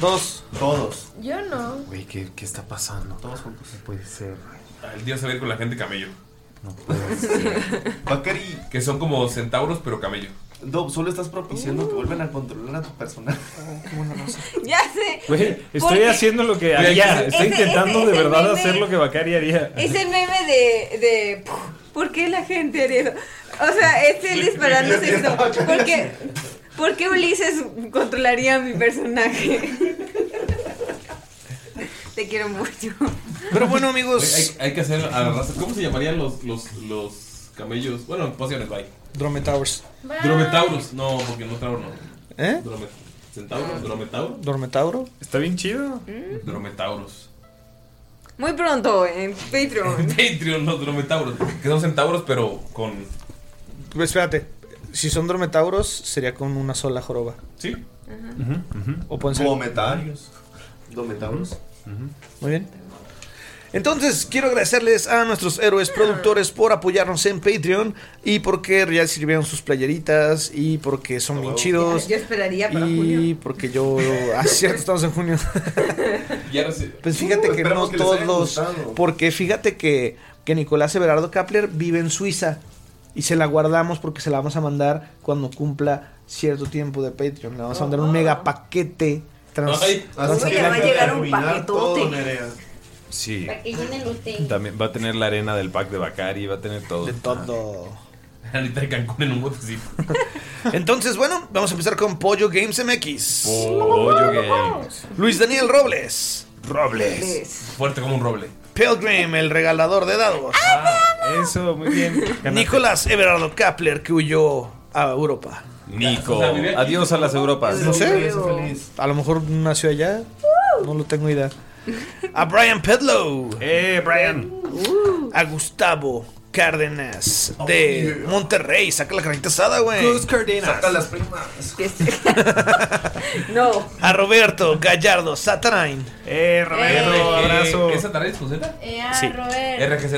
Speaker 6: Dos.
Speaker 8: Todos.
Speaker 9: Yo no.
Speaker 4: Güey, ¿qué, qué está pasando? Todos juntos. No puede ser.
Speaker 3: El día se va a ir con la gente camello.
Speaker 4: No
Speaker 3: puedo Que son como centauros, pero camello.
Speaker 8: No, solo estás propiciando que vuelvan a controlar a tu personaje.
Speaker 5: Ya sé.
Speaker 4: Güey, estoy
Speaker 5: Porque
Speaker 4: haciendo lo que
Speaker 3: Güey,
Speaker 4: haría.
Speaker 3: ese-
Speaker 4: Estoy
Speaker 5: ese-
Speaker 4: intentando
Speaker 5: ese
Speaker 4: de verdad
Speaker 5: meme-
Speaker 4: hacer lo que Bakari haría.
Speaker 5: Es el meme de, de. ¿Por qué la gente haría eso? O sea, es el disparándose eso. ¿Por qué, por qué Ulises controlaría a mi personaje? Te quiero mucho.
Speaker 15: Pero bueno, amigos.
Speaker 3: Hay, hay que hacer a la raza. ¿Cómo se llamarían los, los, los camellos. Bueno, pociones, bye.
Speaker 6: Drometauros. Bye.
Speaker 3: Drometauros. No, porque no Tauro no.
Speaker 6: ¿Eh?
Speaker 3: Drome- ¿Centauro? ¿Drometauro?
Speaker 6: ¿Dormetauro?
Speaker 4: Está bien chido.
Speaker 3: Drometauros.
Speaker 5: Muy pronto en Patreon.
Speaker 3: Patreon, los drometauros. Que son centauros, pero con.
Speaker 6: Pues espérate, si son drometauros, sería con una sola joroba.
Speaker 3: Sí.
Speaker 6: O pueden ser.
Speaker 8: Dometarios. Dometauros.
Speaker 6: Muy bien. Entonces, quiero agradecerles a nuestros héroes productores por apoyarnos en Patreon y porque ya sirvieron sus playeritas y porque son bien chidos.
Speaker 29: Yo esperaría para
Speaker 6: y
Speaker 29: junio.
Speaker 6: porque yo. Ah, cierto, estamos en junio.
Speaker 3: Ya no sé.
Speaker 6: Pues fíjate que no
Speaker 8: esperamos que les haya
Speaker 6: todos.
Speaker 8: gustado.
Speaker 6: Porque fíjate que, que Nicolás Everardo Kapler vive en Suiza. Y se la guardamos porque se la vamos a mandar cuando cumpla cierto tiempo de Patreon. Le vamos a mandar un mega paquete. Trans,
Speaker 3: Ay,
Speaker 6: transatlántico.
Speaker 3: uy, le va a llegar un
Speaker 8: Arruinar todo,
Speaker 3: paquetote.
Speaker 8: Nerea.
Speaker 4: Sí.
Speaker 17: Para que llenen el hotel.
Speaker 4: También va a tener la arena del pack de Bacari, va a tener todo. De
Speaker 6: todo.
Speaker 3: Ahorita de Cancún en un botecito.
Speaker 6: Entonces, bueno, vamos a empezar con Pollo Games MX.
Speaker 4: Pollo Games.
Speaker 6: Luis Daniel Robles.
Speaker 4: Robles.
Speaker 3: Fuerte como un roble.
Speaker 6: Pilgrim, el regalador de dados.
Speaker 4: Ah, eso, muy bien.
Speaker 6: Nicolás Everardo Kapler, que huyó a Europa.
Speaker 4: Nico. Adiós a las Europas.
Speaker 6: No sé. A lo mejor nació allá.
Speaker 4: Uh.
Speaker 6: No lo tengo idea. A Brian Pedlow. Uh.
Speaker 4: Eh, Brian.
Speaker 6: A Gustavo Cárdenas
Speaker 4: Oh,
Speaker 6: de Monterrey. Saca la carnita asada, güey.
Speaker 8: Gus Cárdenas. Saca las primas.
Speaker 6: no. A Roberto Gallardo Satarain.
Speaker 4: Eh,
Speaker 6: Roberto, abrazo.
Speaker 3: ¿Qué Satanás con Z?
Speaker 6: Sí.
Speaker 3: RGZ.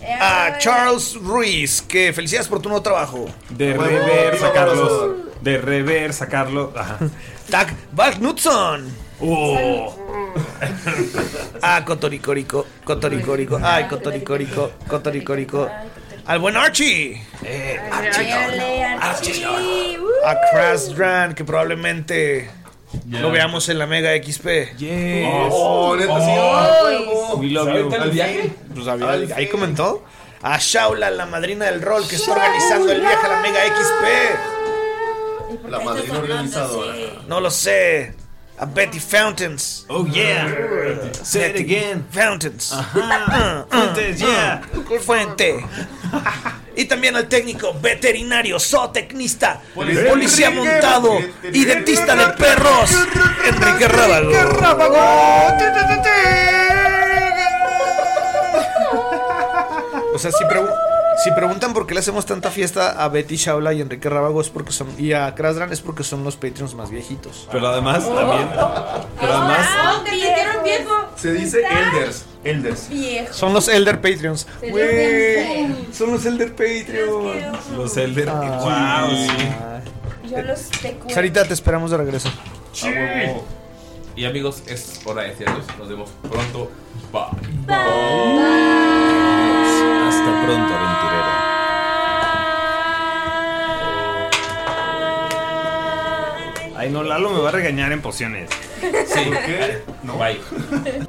Speaker 6: Eh, A Charles Ruiz, que felicidades por tu nuevo trabajo.
Speaker 4: De reversa, Carlos. De reversa, Carlos. Ajá.
Speaker 6: Tag Vagnutson.
Speaker 4: Oh.
Speaker 6: A Ah, Cotoricorico, Cotoricorico, ay, Cotoricorico, Cotoricorico. Al buen Archie.
Speaker 32: Ah,
Speaker 6: A Crasdran, que probablemente lo veamos en la Mega XP.
Speaker 4: Yes.
Speaker 8: Oh, neta, sí.
Speaker 4: We love ¿Sabe you. tal
Speaker 6: ¿Al
Speaker 4: viaje?
Speaker 6: viaje? Pues había-
Speaker 4: Al
Speaker 6: ahí comentó. A Shaula, la madrina del rol, que está organizando el viaje a la Mega XP.
Speaker 8: La madrina organizadora.
Speaker 6: No lo sé. A Betty Fountains.
Speaker 4: Oh, yeah. Say it again.
Speaker 6: Fountains. Uh,
Speaker 4: Ajá. Fuentes, yeah.
Speaker 6: Fuente. Y también al técnico veterinario, zootecnista,
Speaker 15: Policía.
Speaker 6: policía
Speaker 15: Enrique.
Speaker 6: montado y dentista de perros, Enrique Rábago. O sea, si, pregu- si preguntan por qué le hacemos tanta fiesta a Betty Shaula y Enrique Rábago es porque son y a Krasdran es porque son los Patreons más viejitos.
Speaker 4: Pero además, también. Pero además.
Speaker 27: Ah, que se hicieron viejo.
Speaker 6: Se dice
Speaker 8: Elders. Elders.
Speaker 27: Viejo.
Speaker 6: Son los Elder Patreons.
Speaker 27: Se
Speaker 6: Güey,
Speaker 27: dieron bien.
Speaker 6: son los Elder Patreons.
Speaker 4: Los Elder.
Speaker 6: Ah.
Speaker 4: wow, sí.
Speaker 27: Yo los te cuento.
Speaker 6: Sarita, te esperamos de regreso.
Speaker 8: Ah,
Speaker 3: A huevo. Y amigos, es hora de decirnos. Nos vemos pronto. Bye.
Speaker 4: Hasta pronto, aventurero. Ay, no, Lalo me va a regañar en pociones.
Speaker 3: Sí. ¿Por qué?
Speaker 4: No. Bye.